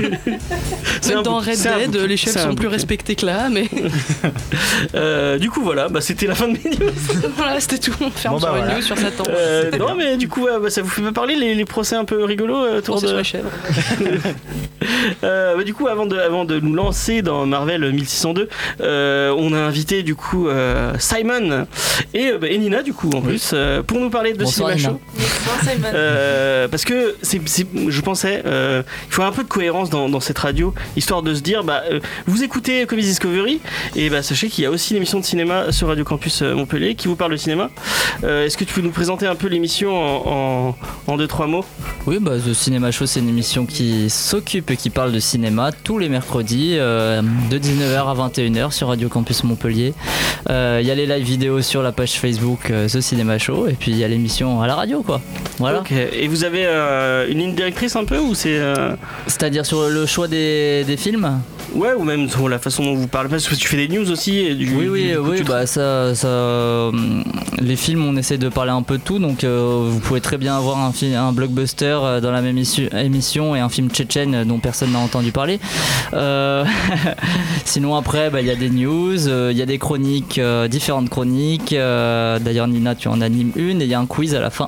Speaker 2: C'est un
Speaker 4: Même dans
Speaker 2: bouc,
Speaker 4: Red
Speaker 2: c'est un
Speaker 4: Dead,
Speaker 2: bouc,
Speaker 4: les
Speaker 2: c'est
Speaker 4: chèvres
Speaker 2: un
Speaker 4: sont plus
Speaker 2: bouc.
Speaker 4: respectées que là, mais
Speaker 2: euh, du coup, voilà. Bah, c'était la fin de mes news.
Speaker 4: voilà, c'était tout, on ferme
Speaker 2: Bon, bah,
Speaker 4: sur une
Speaker 2: voilà.
Speaker 4: news sur Satan.
Speaker 2: Euh, non, mais du coup, ouais, bah, ça vous fait pas parler les, les procès un peu rigolos euh, autour
Speaker 4: Procès
Speaker 2: de.
Speaker 4: sur la chèvre.
Speaker 2: Euh, bah, du coup, avant de, avant de nous lancer dans Marvel 1602, euh, on a invité du coup euh, Simon et, euh, bah, et Nina du coup en plus euh, pour nous parler de
Speaker 3: Bonsoir,
Speaker 2: Cinema
Speaker 3: Nina.
Speaker 2: Show. Euh, parce que c'est, c'est- je pensais, euh, il faut un peu de cohérence dans, dans cette radio, histoire de se dire, bah, euh, vous écoutez Comedy Discovery, et bah, sachez qu'il y a aussi une émission de cinéma sur Radio Campus euh, Montpellier qui vous parle de cinéma. Euh, est-ce que tu peux nous présenter un peu l'émission en, en, en deux trois mots
Speaker 3: Oui, bah, The Cinema Show, c'est une émission qui s'occupe et qui parle de cinéma tous les mercredis euh, de 19h à 21h sur Radio Campus Montpellier. Euh, Il y a les live vidéos sur la page Facebook euh, The Cinema Show et puis il y a l'émission à la radio, quoi. Voilà.
Speaker 2: Ok. Et vous avez euh, une ligne directrice un peu ou c'est euh,
Speaker 3: C'est-à-dire sur le choix des, des films
Speaker 2: Ouais, ou même sur la façon dont vous parlez, parce que tu fais des news aussi. Et du,
Speaker 3: Oui, oui,
Speaker 2: du-
Speaker 3: oui, bah ça, ça, euh, les films, on essaie de parler un peu de tout, donc euh, vous pouvez très bien avoir un, fi- un blockbuster euh, dans la même issu- émission et un film tchétchène euh, dont personne n'a entendu parler. Euh, sinon après, bah, il y a des news, euh, il y a des chroniques, euh, différentes chroniques. euh, D'ailleurs, Nina, tu en animes une et il y a un quiz à la fin.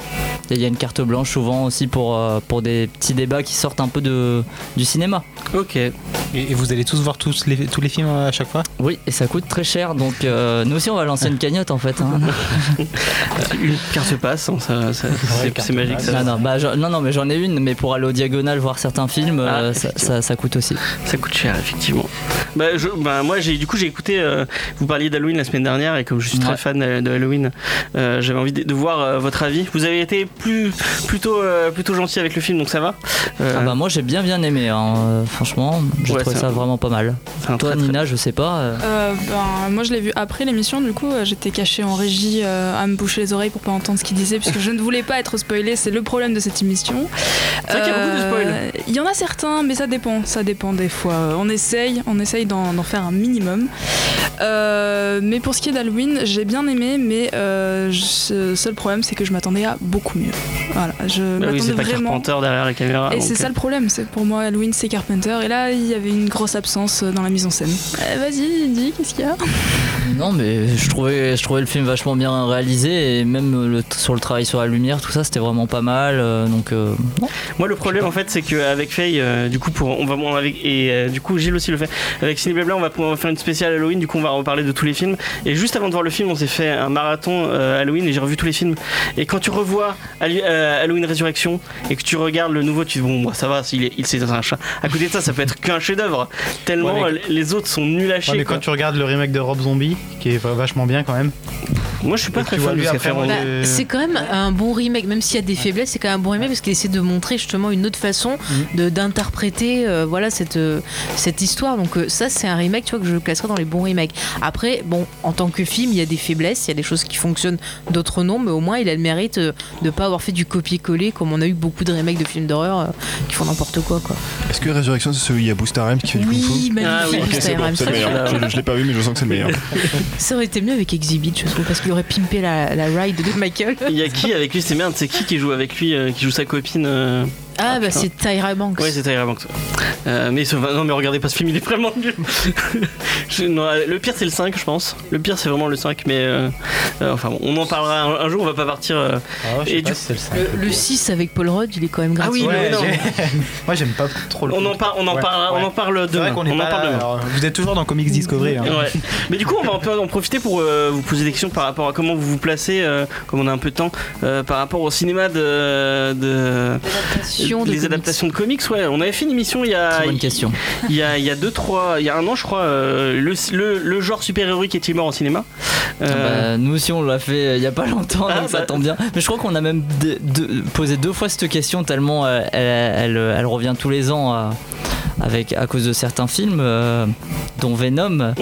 Speaker 3: Et il y a une carte blanche souvent aussi pour, euh, pour des petits débats qui sortent un peu de, du cinéma.
Speaker 2: Ok. Et,
Speaker 10: et vous allez tous voir tous les, tous les films euh, à chaque fois
Speaker 3: Oui, et ça coûte très cher, donc euh, nous aussi on va lancer une cagnotte en fait. hein.
Speaker 2: Une carte passe, hein, ça, ça- c'est- c'est magique ça.
Speaker 3: Non, non, bah, j'en- non, non, mais j'en ai une, mais pour aller au diagonal voir certains films, euh, ça, ça- ça coûte aussi.
Speaker 2: Ah, Ça coûte cher, effectivement. Bah, je- bah, moi, j'ai, du coup, j'ai écouté. euh, vous parliez d'Halloween la semaine dernière, et comme je suis très fan euh, de Halloween, euh, j'avais envie de, de voir euh, votre avis. Vous avez été plus, plutôt, euh, plutôt gentil avec le film, donc ça va. Euh,
Speaker 3: Ah bah, moi j'ai bien bien aimé, hein, euh, franchement, j'ai
Speaker 2: Ouais,
Speaker 3: trouvé
Speaker 2: c'est
Speaker 3: ça
Speaker 2: un-
Speaker 3: vraiment pas mal. Toi, Nina, je sais pas. euh,
Speaker 9: Euh, ben, moi je l'ai vu après l'émission, du coup euh, j'étais cachée en régie euh, à me boucher les oreilles pour pas entendre ce qu'il disait, puisque je ne voulais pas être spoilée, c'est le problème de cette émission.
Speaker 2: C'est vrai qu'il y a beaucoup de spoil.
Speaker 9: Euh, Il y en a certains, mais ça dépend, ça dépend des fois. Euh, On essaye, on essaye d'en d'en faire un minimum. Euh, mais pour ce qui est d'Halloween, j'ai bien aimé, mais euh, je- seul problème c'est que je m'attendais à beaucoup mieux. Voilà, je
Speaker 2: bah oui, c'est
Speaker 9: m'attendais
Speaker 2: pas
Speaker 9: vraiment.
Speaker 2: Carpenter derrière la caméra.
Speaker 9: Et
Speaker 2: donc,
Speaker 9: c'est ça
Speaker 2: euh,
Speaker 9: le problème, c'est que pour moi Halloween c'est Carpenter et là il y avait une grosse absence euh, dans la mise en scène. Euh, Vas-y, dis, qu'est-ce qu'il y a
Speaker 3: Non, mais je trouvais, je trouvais le film vachement bien réalisé et même le- sur le travail sur la lumière, tout ça, c'était vraiment pas mal. euh, donc, euh, non.
Speaker 2: Moi, le problème, en fait, c'est qu'avec Faye, euh, du coup, pour, on va, on- avec, et euh, du coup, Gilles aussi le fait. Avec Ciné Blabla, on va pouvoir faire une spéciale Halloween. Du coup, on va reparler de tous les films. Et juste avant de voir le film, on s'est fait un marathon euh, Halloween et j'ai revu tous les films. Et quand tu revois Halli- euh, Halloween Résurrection et que tu regardes le nouveau, tu te dis, bon, moi, ça va, il est- il c'est un chat. À côté de ça, ça peut être qu'un chef-d'œuvre. Tellement
Speaker 8: Ouais,
Speaker 2: euh, les autres sont nuls à chier.
Speaker 8: Ouais, mais
Speaker 2: quoi.
Speaker 8: quand tu regardes le remake de Rob Zombie, qui est vachement bien quand même.
Speaker 2: Moi, je suis pas très fan de ce qu'a fait Rob
Speaker 6: Bah, c'est quand même un bon remake, même s'il y a des faiblesses, c'est quand même un bon remake parce qu'il essaie de montrer justement une autre façon
Speaker 2: Mm.
Speaker 6: de- d'interpréter euh, voilà cette euh, cette histoire. Donc euh, ça, c'est un remake, tu vois, que je classerais dans les bons remakes. Après, bon, en tant que film, il y a des faiblesses, il y a des choses qui fonctionnent, d'autres non, mais au moins il a le mérite euh, de pas avoir fait du copier-coller comme on a eu beaucoup de remakes de films d'horreur euh, qui font n'importe quoi, quoi.
Speaker 7: Est-ce que Résurrection, c'est celui où il y a Booster Rhymes qui fait du
Speaker 6: Oui,
Speaker 7: kung-fu
Speaker 6: magnifique, Ah oui.
Speaker 7: Ok,
Speaker 6: Booster
Speaker 7: c'est bon,
Speaker 6: Rhymes,
Speaker 7: c'est le
Speaker 6: ça,
Speaker 7: meilleur.
Speaker 6: c'est-
Speaker 7: Je, je l'ai pas vu, mais je sens que c'est le meilleur.
Speaker 6: Ça aurait été mieux avec Exhibit, je trouve, parce qu'il aurait pimpé la, la ride de Michael.
Speaker 2: Il y a qui avec lui C'est merde, c'est qui qui joue avec lui, euh, qui joue sa copine euh,
Speaker 6: Ah, bah
Speaker 2: putain.
Speaker 6: c'est Tyra Banks.
Speaker 2: Ouais, c'est Tyra Banks. Euh, mais ce- non, mais regardez pas ce film, il est vraiment nul. Je- non, euh, le pire, c'est le 5, je pense. Le pire, c'est vraiment le 5, mais euh, euh, enfin bon, on en parlera un, un jour, on va pas partir. euh,
Speaker 8: Ah
Speaker 2: et du-
Speaker 6: Le, le 6 avec Paul Rudd, il est quand même
Speaker 2: Ah
Speaker 6: gratuit.
Speaker 2: oui, mais non.
Speaker 8: Moi j'aime pas trop le
Speaker 2: On en par- on en parlera- on en parle
Speaker 8: C'est vrai
Speaker 2: demain.
Speaker 8: qu'on est
Speaker 2: On en
Speaker 8: pas
Speaker 2: parle
Speaker 8: là,
Speaker 2: demain.
Speaker 8: alors, Vous êtes toujours dans Comics Discovery. hein.
Speaker 2: Ouais. Mais du coup, on va un peu en profiter pour euh, vous poser des questions par rapport à comment vous vous placez, euh, comme on a un peu de temps, euh, par rapport au cinéma de, de-
Speaker 6: Adaptation de
Speaker 2: les
Speaker 6: comics.
Speaker 2: adaptations de comics. Ouais, on avait fait une émission il y a
Speaker 3: Très bonne question.
Speaker 2: Il y a il y a deux trois, il y a un an, je crois, euh, le, le, le genre super-héroïque est-il mort en cinéma Euh,
Speaker 3: Bah, nous aussi on l'a fait euh, il y a pas longtemps
Speaker 2: Ah,
Speaker 3: donc ça
Speaker 2: bah.
Speaker 3: tombe bien mais je crois qu'on a même dé- de- posé deux fois cette question tellement euh, elle, elle- elle revient tous les ans à- avec à cause de certains films euh, dont Venom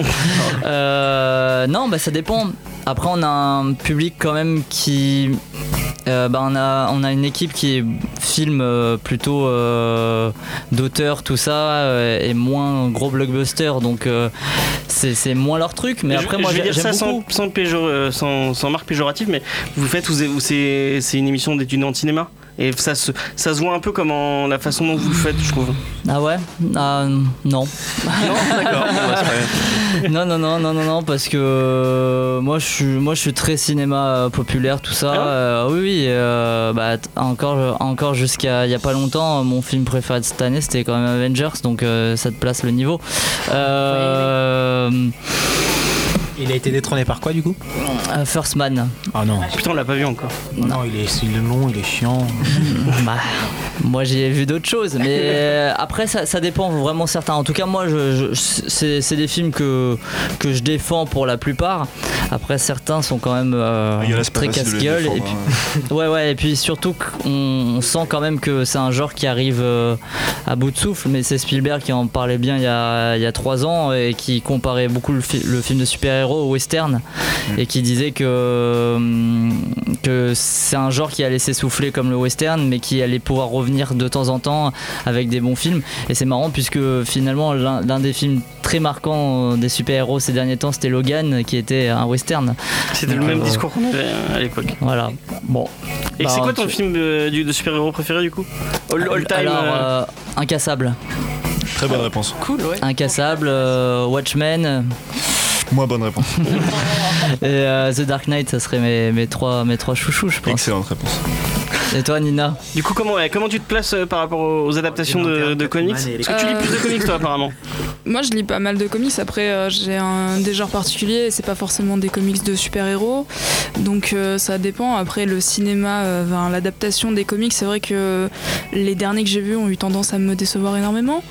Speaker 3: Euh, non bah ça dépend après on a un public quand même qui euh, bah, on, a, on a une équipe qui filme euh, plutôt euh, d'auteurs, tout ça, euh, et moins gros blockbuster, donc euh, c'est c'est moins leur truc. Mais
Speaker 2: je-
Speaker 3: après, moi,
Speaker 2: je vais
Speaker 3: j'ai-
Speaker 2: dire ça
Speaker 3: j'aime
Speaker 2: sans,
Speaker 3: beaucoup.
Speaker 2: sans, péjor- euh, sans, sans marque péjorative, mais vous faites, vous, vous- c'est c'est une émission d'étudiants de cinéma. Et ça se, ça se voit un peu comme en la façon dont vous le faites, je trouve.
Speaker 3: Ah ouais Ah euh, non.
Speaker 2: D'accord, bon, bah, c'est pas grave.
Speaker 3: non, non, non, non, non, non, parce que euh, moi je suis, moi je suis très cinéma euh, populaire, tout
Speaker 2: Ah
Speaker 3: ça. Euh, oui, oui. euh, bah, t- encore, encore jusqu'à il y a pas longtemps, euh, mon film préféré de cette année c'était quand même Avengers, donc euh, ça te place le niveau. Euh,
Speaker 10: Il a été détrôné par quoi du coup
Speaker 3: euh, First Man.
Speaker 10: Ah non.
Speaker 2: Putain, on l'a pas vu encore.
Speaker 10: Non, il est, il est long, il est chiant.
Speaker 3: Bah, moi j'ai vu d'autres choses, mais euh, après ça, ça dépend vraiment certains. En tout cas, moi, je, je- c'est c'est des films que, que je défends pour la plupart. Après, certains sont quand même euh,
Speaker 7: Il y en a, Ah, c'est pas
Speaker 3: très
Speaker 7: facile de les
Speaker 3: casse-gueule. Et
Speaker 7: défendre, hein.
Speaker 3: puis, ouais, ouais, et puis surtout qu'on on sent quand même que c'est un genre qui arrive euh, à bout de souffle, mais c'est Spielberg qui en parlait bien il y a, il y a trois ans et qui comparait beaucoup le, fi- le film de super-héros au western
Speaker 2: Mm.
Speaker 3: et qui disait que, hum, que c'est un genre qui allait s'essouffler comme le western mais qui allait pouvoir revenir de temps en temps avec des bons films et c'est marrant puisque finalement l'un l'un des films très marquants euh, des super-héros ces derniers temps c'était Logan qui était un western
Speaker 2: C'était le
Speaker 3: Donc,
Speaker 2: même
Speaker 3: euh,
Speaker 2: discours qu'on avait euh, à l'époque.
Speaker 3: voilà bon
Speaker 2: Et
Speaker 3: Bah,
Speaker 2: c'est quoi ton
Speaker 3: tu- Ah,
Speaker 2: film euh, du- de, super-héros préféré du coup All, all time
Speaker 3: alors
Speaker 2: euh,
Speaker 3: euh, incassable
Speaker 7: Très bonne réponse.
Speaker 4: Cool, ouais.
Speaker 3: incassable euh, Watchmen
Speaker 7: Moi, bonne réponse.
Speaker 3: et euh, The Dark Knight ça serait mes, mes trois mes trois chouchous je pense
Speaker 7: Excellente réponse.
Speaker 3: et toi Nina
Speaker 2: Du coup, comment, ouais, comment tu te places euh, par rapport aux, aux adaptations de, de comics Parce que tu lis plus de comics, toi, apparemment.
Speaker 9: Moi, je lis pas mal de comics. Après, euh, j'ai un des genres particuliers. et C'est pas forcément des comics de super-héros, donc euh, ça dépend. Après, le cinéma, euh, ben, l'adaptation des comics, c'est vrai que les derniers que j'ai vus ont eu tendance à me décevoir énormément.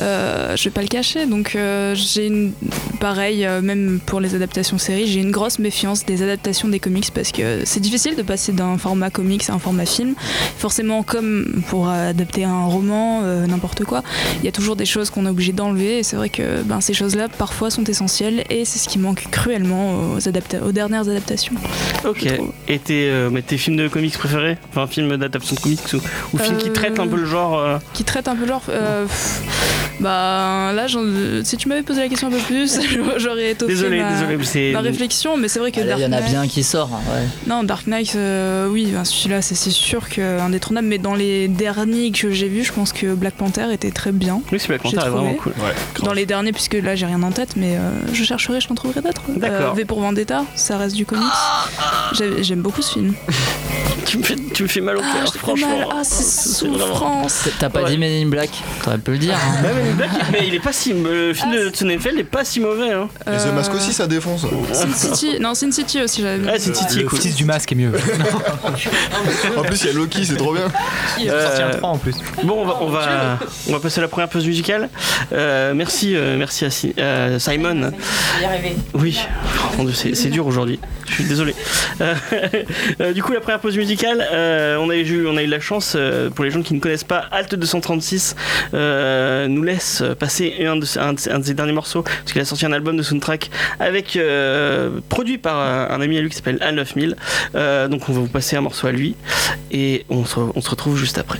Speaker 9: Euh, je vais pas le cacher. Donc, euh, j'ai une pareil, euh, même pour les adaptations séries, j'ai une grosse méfiance des adaptations des comics parce que c'est difficile de passer d'un format comics à un format film. Forcément, comme pour euh, adapter un roman, euh, n'importe quoi, il y a toujours des choses qu'on est obligé d'enlever et c'est vrai que ben, ces choses-là parfois sont essentielles et c'est ce qui manque cruellement aux, adapta- aux dernières adaptations.
Speaker 2: Ok. Et tes, euh, mais tes films de comics préférés Enfin, films d'adaptation de comics ou, ou films qui
Speaker 9: Euh,
Speaker 2: traitent un peu le genre euh,
Speaker 9: Qui traitent un peu leur. euh, pff, Bah là, j'en- si tu m'avais posé la question un peu plus, j'aurais étoffé
Speaker 3: Désolé,
Speaker 9: ma,
Speaker 3: désolé, mais c'est-
Speaker 9: ma réflexion, mais c'est vrai que
Speaker 3: Ah, là,
Speaker 9: Dark
Speaker 3: Il y en a
Speaker 9: Knight-
Speaker 3: bien qui sort. hein, ouais.
Speaker 9: Non, Dark Knight, euh, oui, ben, celui-là, c'est c'est sûr qu'indétrônable, mais dans les derniers que j'ai vus, je pense que Black Panther était très bien.
Speaker 2: Oui, c'est Black
Speaker 9: J'ai
Speaker 2: Panther est
Speaker 9: trouvé.
Speaker 2: vraiment cool.
Speaker 9: Dans les derniers, puisque là j'ai rien en tête, mais euh, je chercherai, je t'en trouverai d'autres. Euh,
Speaker 2: D'accord.
Speaker 9: v pour Vendetta, ça reste du comics. J'ai- J'aime beaucoup ce film.
Speaker 2: tu, me fais, tu me fais mal au
Speaker 9: Ah,
Speaker 2: cœur,
Speaker 9: je fais
Speaker 2: franchement.
Speaker 9: mal. Ah, c'est
Speaker 2: vraiment-
Speaker 9: souffrance.
Speaker 3: T'as pas
Speaker 2: Ouais. Bah
Speaker 3: dit Men in Black T'aurais pu le dire. hein.
Speaker 2: Ouais, mais, le Black, mais il est pas si. Le
Speaker 9: Ah,
Speaker 2: film de Sonnenfeld est pas si mauvais. Hein.
Speaker 9: Les The Mask aussi,
Speaker 7: ça défonce.
Speaker 9: Sin City, non, Sin City aussi, j'avais Euh, vu.
Speaker 2: Ah, Sin City est
Speaker 10: Le
Speaker 2: cool.
Speaker 10: fils du masque est mieux.
Speaker 7: En plus, il y a Loki, c'est trop bien.
Speaker 10: Il a sorti un
Speaker 2: Euh,
Speaker 10: 3 en plus.
Speaker 2: Bon, on va, on va, on va passer à la première pause musicale. Euh, merci, euh, merci à Si- euh, Simon. Oui, mon Dieu, c'est c'est dur aujourd'hui. Je suis désolé. Euh, euh, du coup, la première pause musicale, euh, on, a eu, on a eu la chance, euh, pour les gens qui ne connaissent pas, Alt 236 euh, nous laisse passer un de, ses- un de ses- un de ses derniers morceaux, parce qu'il a sorti un album de soundtrack avec, euh, produit par un, un ami à lui qui s'appelle Al 9000. Euh, donc, on va vous passer un morceau à lui, et on se, on se retrouve juste après.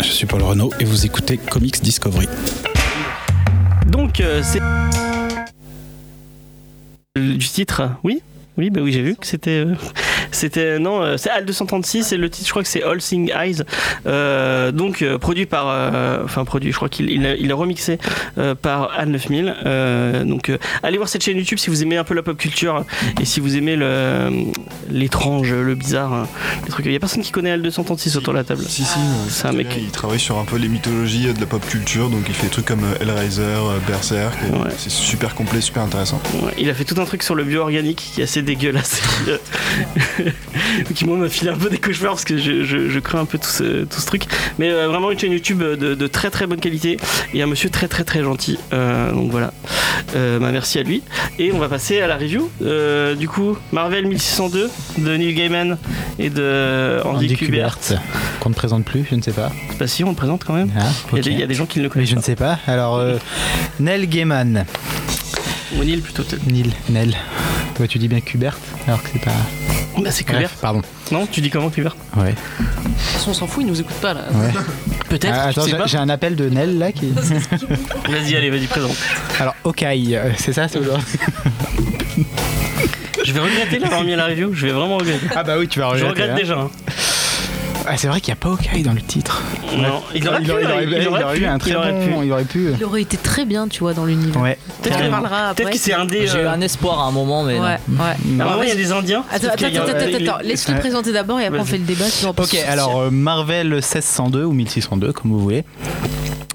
Speaker 11: Je suis Paul Renault et vous écoutez Comics Discovery.
Speaker 2: Donc, euh, c'est. Du titre, oui Oui, bah oui, j'ai vu que c'était. euh, C'était. Non, euh, c'est HAL 236 et le titre, je crois que c'est All Thing Eyes. Euh, donc, euh, produit par. euh, Enfin, produit, je crois qu'il il, a- il est remixé euh, par HAL 9000. Euh, donc, euh, allez voir cette chaîne YouTube si vous aimez un peu la pop culture et si vous aimez le- l'étrange, le, bizarre, hein, les trucs. Il y a personne qui connaît HAL 236 autour de la table.
Speaker 7: Si, si.
Speaker 2: C'est un mec.
Speaker 7: Il travaille sur un peu les mythologies euh, de la pop culture, donc il fait des trucs comme euh, Hellraiser, euh, Berserk. et C'est super complet, super intéressant.
Speaker 2: Ouais, Il a fait tout un truc sur le bio-organique qui est assez dégueulasse. Euh, qui moi m'a filé un peu des cauchemars parce que je, je, je crains un peu tout ce, tout ce truc. Mais euh, vraiment une chaîne YouTube de, de très très bonne qualité et un monsieur très très très gentil. Euh, donc voilà. Euh, bah, merci à lui. Et on va passer à la review. Euh, du coup, Marvel 1602 de Neil Gaiman et de Andy,
Speaker 10: Andy
Speaker 2: Kubert.
Speaker 10: Kubert, qu'on ne présente plus, je ne sais pas.
Speaker 2: Bah si, on le présente quand même. Il y a des- il y a des gens qui ne le
Speaker 10: connaissent. Mais je ne sais pas. Alors, euh, Neil Gaiman.
Speaker 2: Ou Neil plutôt. peut-être.
Speaker 10: Neil, Neil. Toi, tu dis bien Kubert, alors que c'est pas.
Speaker 2: Bah c'est
Speaker 10: Kubert.
Speaker 2: Kubert.
Speaker 10: pardon.
Speaker 2: Non, tu dis comment Kubert
Speaker 10: Ouais.
Speaker 4: De toute façon, on s'en fout, ils nous écoutent pas là.
Speaker 10: Ouais.
Speaker 2: Peut-être,
Speaker 10: Ah,
Speaker 2: tu
Speaker 10: attends,
Speaker 2: sais
Speaker 10: j'ai-
Speaker 2: pas.
Speaker 10: j'ai un appel de Nel là qui.
Speaker 2: Vas-y, allez, vas-y, présente.
Speaker 10: Alors, Okai, euh, c'est ça ce genre
Speaker 2: Je vais regretter l'avoir mis à la review. Je vais vraiment regretter.
Speaker 10: Ah bah oui, tu vas
Speaker 2: Je
Speaker 10: regretter,
Speaker 2: regrette
Speaker 10: hein.
Speaker 2: déjà. hein.
Speaker 10: Ah, c'est vrai qu'il n'y a pas Okai dans le titre.
Speaker 2: Non,
Speaker 10: Ouais.
Speaker 2: il aurait pu,
Speaker 10: il aurait, il
Speaker 2: il aurait
Speaker 10: aurait
Speaker 2: pu,
Speaker 10: eu un
Speaker 2: il
Speaker 10: très
Speaker 2: aurait
Speaker 10: bon.
Speaker 2: pu.
Speaker 10: Il aurait pu.
Speaker 6: Il aurait été très bien, tu vois, dans l'univers.
Speaker 10: Ouais.
Speaker 2: Peut-être
Speaker 6: On
Speaker 2: que-
Speaker 6: en parlera
Speaker 2: peut-être
Speaker 6: après.
Speaker 2: que c'est un des.
Speaker 3: J'ai eu
Speaker 2: euh,
Speaker 3: un espoir à un moment, mais.
Speaker 6: Ouais,
Speaker 3: non.
Speaker 6: ouais.
Speaker 2: à un moment, il y a des Indiens.
Speaker 6: Attends,
Speaker 2: sauf
Speaker 6: attends,
Speaker 2: qu'il y a-
Speaker 6: attends, attends,
Speaker 2: il-
Speaker 6: attends, laisse-le
Speaker 10: Ouais.
Speaker 6: présenter d'abord et après on
Speaker 2: Vas-y.
Speaker 6: fait le débat. sinon on peut
Speaker 10: Ok,
Speaker 6: se-
Speaker 10: alors euh, Marvel 1602 ou 1602, comme vous voulez.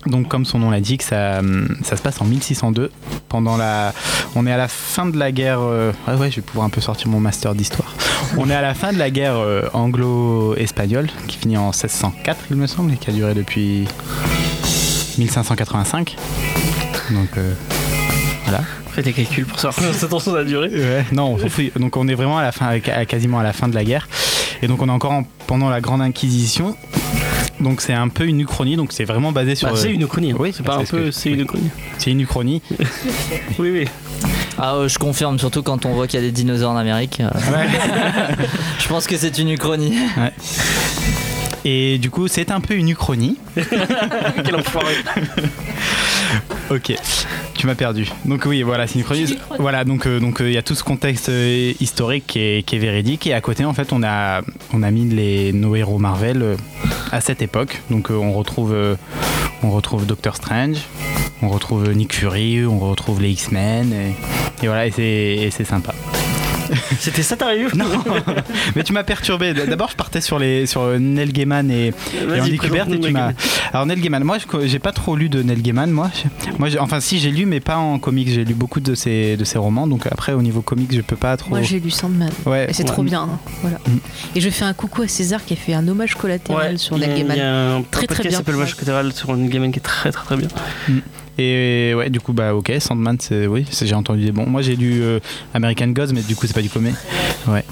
Speaker 10: Donc, comme son nom l'indique, ça, hum, ça se passe en 1602. Pendant la, on est à la fin de la guerre. euh, Ouais, ouais, je vais pouvoir un peu sortir mon master d'histoire. On est à la fin de la guerre euh, anglo-espagnole qui finit en 1604, il me semble, et qui a duré depuis 1585. Donc, euh, voilà.
Speaker 2: Fais des calculs pour savoir combien de temps ça a duré.
Speaker 10: Ouais, non, on s'en fout. Donc on est vraiment à la fin, à- quasiment à la fin de la guerre. Et donc on est encore en- pendant la Grande Inquisition. Donc c'est un peu une uchronie. Donc c'est vraiment basé sur. euh,
Speaker 2: Bah, c'est une uchronie.
Speaker 10: Oui,
Speaker 2: c'est pas un
Speaker 10: ce que
Speaker 2: peu,
Speaker 10: je-
Speaker 2: c'est une uchronie.
Speaker 10: C'est une uchronie.
Speaker 2: Oui, oui.
Speaker 3: Ah, euh, je confirme, surtout quand on voit qu'il y a des dinosaures en Amérique. euh, je pense que c'est une uchronie.
Speaker 10: Ouais. Et du coup, c'est un peu une uchronie.
Speaker 2: Quel enfoiré.
Speaker 10: Ok, tu m'as perdu. Donc oui, voilà, c'est une chronique. Voilà, donc euh, donc euh, il y a tout ce contexte euh, historique qui est, qui est véridique et à côté en fait on a on a mis les nos héros Marvel euh, à cette époque. Donc euh, on retrouve euh, on retrouve Doctor Strange, on retrouve euh, Nick Fury, on retrouve les X-Men et, et voilà et c'est et c'est sympa.
Speaker 2: C'était ça ta review
Speaker 10: Non, mais tu m'as perturbé. D'abord, je partais sur les sur euh, Neil Gaiman et, et
Speaker 2: Vas-y,
Speaker 10: Andy Kubert
Speaker 2: présente-nous
Speaker 10: et tu
Speaker 2: Neil
Speaker 10: m'as.
Speaker 2: Gaiman.
Speaker 10: Alors Neil Gaiman, moi je- j'ai pas trop lu de Neil Gaiman, moi. Je- moi j'ai- enfin si j'ai lu, mais pas en comics. J'ai lu beaucoup de ses de ses romans, donc après au niveau comics, je peux pas trop.
Speaker 6: Moi j'ai lu Sandman.
Speaker 10: Ouais. Mm.
Speaker 6: Et c'est trop
Speaker 10: Ouais.
Speaker 6: bien. hein. Voilà. Et je fais un coucou à César qui a fait un hommage collatéral sur Neil
Speaker 2: Il y a
Speaker 6: Gaiman.
Speaker 2: un
Speaker 6: Très très
Speaker 2: podcast qui
Speaker 6: bien.
Speaker 2: s'appelle Moche Collateral sur une Gaiman qui est très très très bien.
Speaker 10: Mm. Et ouais, du coup bah ok, Sandman, c'est oui, c'est- j'ai entendu des bons. Moi j'ai lu euh, American Gods, mais du coup c'est pas du comics. Ouais,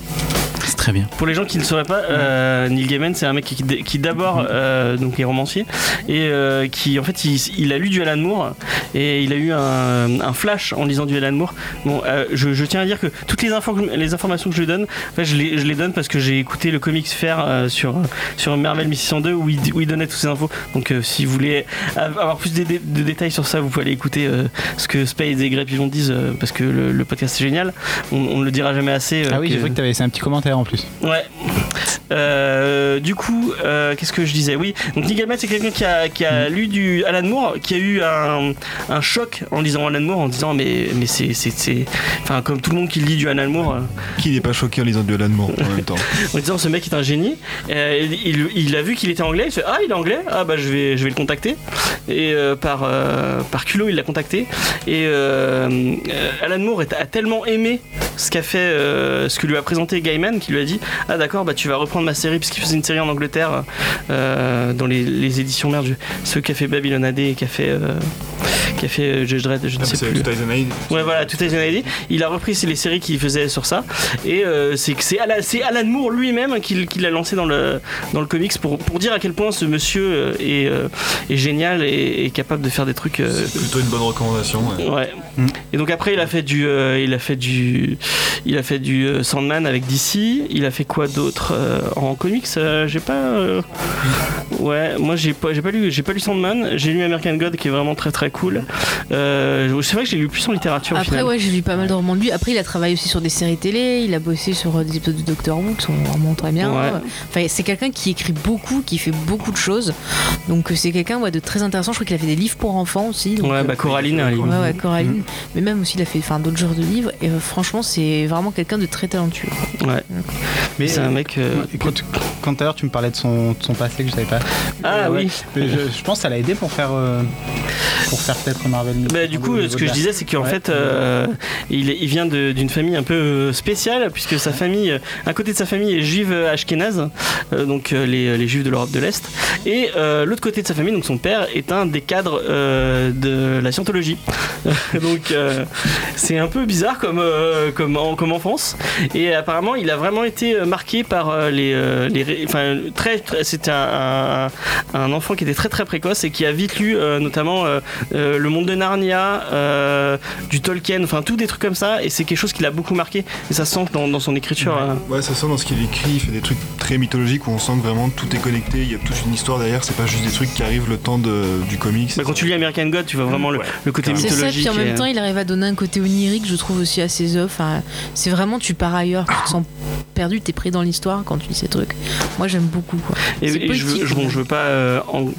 Speaker 10: c'est très bien.
Speaker 2: Pour les gens qui ne sauraient pas, euh, Neil Gaiman, c'est un mec qui, qui d'abord euh, donc est romancier et euh, qui en fait il, il a lu du Alan Moore et il a eu un, un flash en lisant du Alan Moore. Bon, euh, je, je tiens à dire que toutes les, infos, les informations que je lui donne, en fait, je, les, je les donne parce que j'ai écouté le comics faire euh, sur sur Marvel 1602 où il, où il donnait toutes ces infos. Donc euh, si vous voulez avoir plus de, dé- de détails sur ça, vous pouvez aller écouter euh, ce que Space et Grey Pigeon disent euh, parce que le, le podcast est génial. On, on ne le dira jamais assez. euh,
Speaker 10: Ah oui,
Speaker 2: que-
Speaker 10: j'ai vu que t'avais laissé un petit commentaire en plus.
Speaker 2: Ouais. Euh, du coup, euh, qu'est-ce que je disais Oui, donc Neil Gaiman, c'est quelqu'un qui a, qui a lu du Alan Moore, qui a eu un, un choc en lisant Alan Moore, en disant mais, mais c'est, c'est, c'est- Enfin, comme tout le monde qui lit du Alan Moore, euh,
Speaker 7: Qui n'est pas choqué en lisant du Alan Moore en même temps
Speaker 2: en disant ce mec est un génie. Euh, il, il a vu qu'il était anglais, il se fait Ah, il est anglais, ah bah je vais, je vais le contacter. Et euh, par, euh, par culot, il l'a contacté. Et euh, euh, Alan Moore est- a tellement aimé ce qu'a fait, euh, ce que lui a présenté Gaiman, qu'il lui a dit Ah d'accord, bah tu vas reprendre ma série, puisqu'il faisait une série en Angleterre euh, dans les, les éditions merde, je- ceux qu'a fait Babylon AD et qu'a fait. euh, qu'a fait euh, Judge Dredd, je ne
Speaker 7: Ah,
Speaker 2: sais
Speaker 7: c'est
Speaker 2: plus.
Speaker 7: 2008.
Speaker 2: Ouais, voilà, tout est analysé. Il a repris les séries qu'il faisait sur ça. Et euh, c'est que c'est Alan, c'est Alan Moore lui-même qui, l- qui l'a lancé dans le, dans le comics pour, pour dire à quel point ce monsieur euh, est, euh, est génial et, et capable de faire des trucs. euh,
Speaker 7: Plutôt une bonne recommandation. ouais. Mm.
Speaker 2: Ouais. Et donc après, il a fait du, euh, il a fait du, il a fait du euh, Sandman avec DC. Il a fait quoi d'autre euh, en comics euh, J'ai pas. euh, Ouais, moi j'ai pas, j'ai pas lu, j'ai pas lu Sandman. J'ai lu American God qui est vraiment très très cool. Euh, c'est vrai que j'ai lu plus en littérature. au
Speaker 6: Après,
Speaker 2: final.
Speaker 6: ouais, j'ai lu pas mal de romans de lui. Après, il a travaillé aussi sur des séries télé, il a bossé sur euh, des épisodes de Doctor Who qui sont vraiment très bien.
Speaker 2: Ouais.
Speaker 6: Enfin, c'est quelqu'un qui écrit beaucoup, qui fait beaucoup de choses. Donc, euh, c'est quelqu'un ouais, de très intéressant. Je crois qu'il a fait des livres pour enfants aussi. donc, euh,
Speaker 2: Ouais, bah Coraline, un livre.
Speaker 6: Ouais, ouais, Coraline. Mais même aussi, il a fait enfin, d'autres genres de livres. Et euh, franchement, c'est vraiment quelqu'un de très talentueux.
Speaker 2: Mm. Ouais.
Speaker 10: Mais
Speaker 2: C'est un mec, euh,
Speaker 10: Quand, quand tout à l'heure tu me parlais de son, de son passé que je savais pas.
Speaker 2: Ah
Speaker 10: Ouais.
Speaker 2: oui.
Speaker 10: Mais je, je pense que ça l'a aidé pour faire euh, pour faire peut-être Marvel.
Speaker 2: Bah, du coup, ce que je disais, c'est qu'en
Speaker 10: Ouais.
Speaker 2: fait, euh, il, est- il vient de- d'une famille un peu euh, spéciale, puisque sa famille, euh, un côté de sa famille est juive euh, ashkénaze, euh, donc euh, les, les juifs de l'Europe de l'Est, et euh, l'autre côté de sa famille, donc son père, est un des cadres euh, de la scientologie. donc, euh, c'est un peu bizarre comme, euh, comme, en, comme en France, et apparemment, il a vraiment été euh, marqué par euh, les. euh, les ré- enfin, très, très- c'était un, un- un enfant qui était très très précoce et qui a vite lu euh, notamment euh, euh, Le Monde de Narnia, euh, du Tolkien, enfin tous des trucs comme ça, et c'est quelque chose qui l'a beaucoup marqué, et ça se sent dans, dans son écriture. euh.
Speaker 7: Ouais, ça sent dans ce qu'il écrit, il fait des trucs très mythologiques où on sent que vraiment tout est connecté, il y a toute une histoire derrière, c'est pas juste des trucs qui arrivent le temps de- du comics.
Speaker 2: Bah, quand tu lis American God, tu vois vraiment le, le côté
Speaker 6: C'est ça,
Speaker 2: mythologique.
Speaker 6: puis en
Speaker 2: et,
Speaker 6: même
Speaker 2: euh,
Speaker 6: temps, il arrive à donner un côté onirique, je trouve aussi à ses œuvres. Enfin, c'est vraiment, tu pars ailleurs, tu te sens perdu, t'es pris dans l'histoire quand tu lis ces trucs. Moi, j'aime beaucoup. quoi.
Speaker 2: Et,
Speaker 6: C'est
Speaker 2: et je, veux,
Speaker 6: poétique.
Speaker 2: je- bon, je veux pas euh, en- en-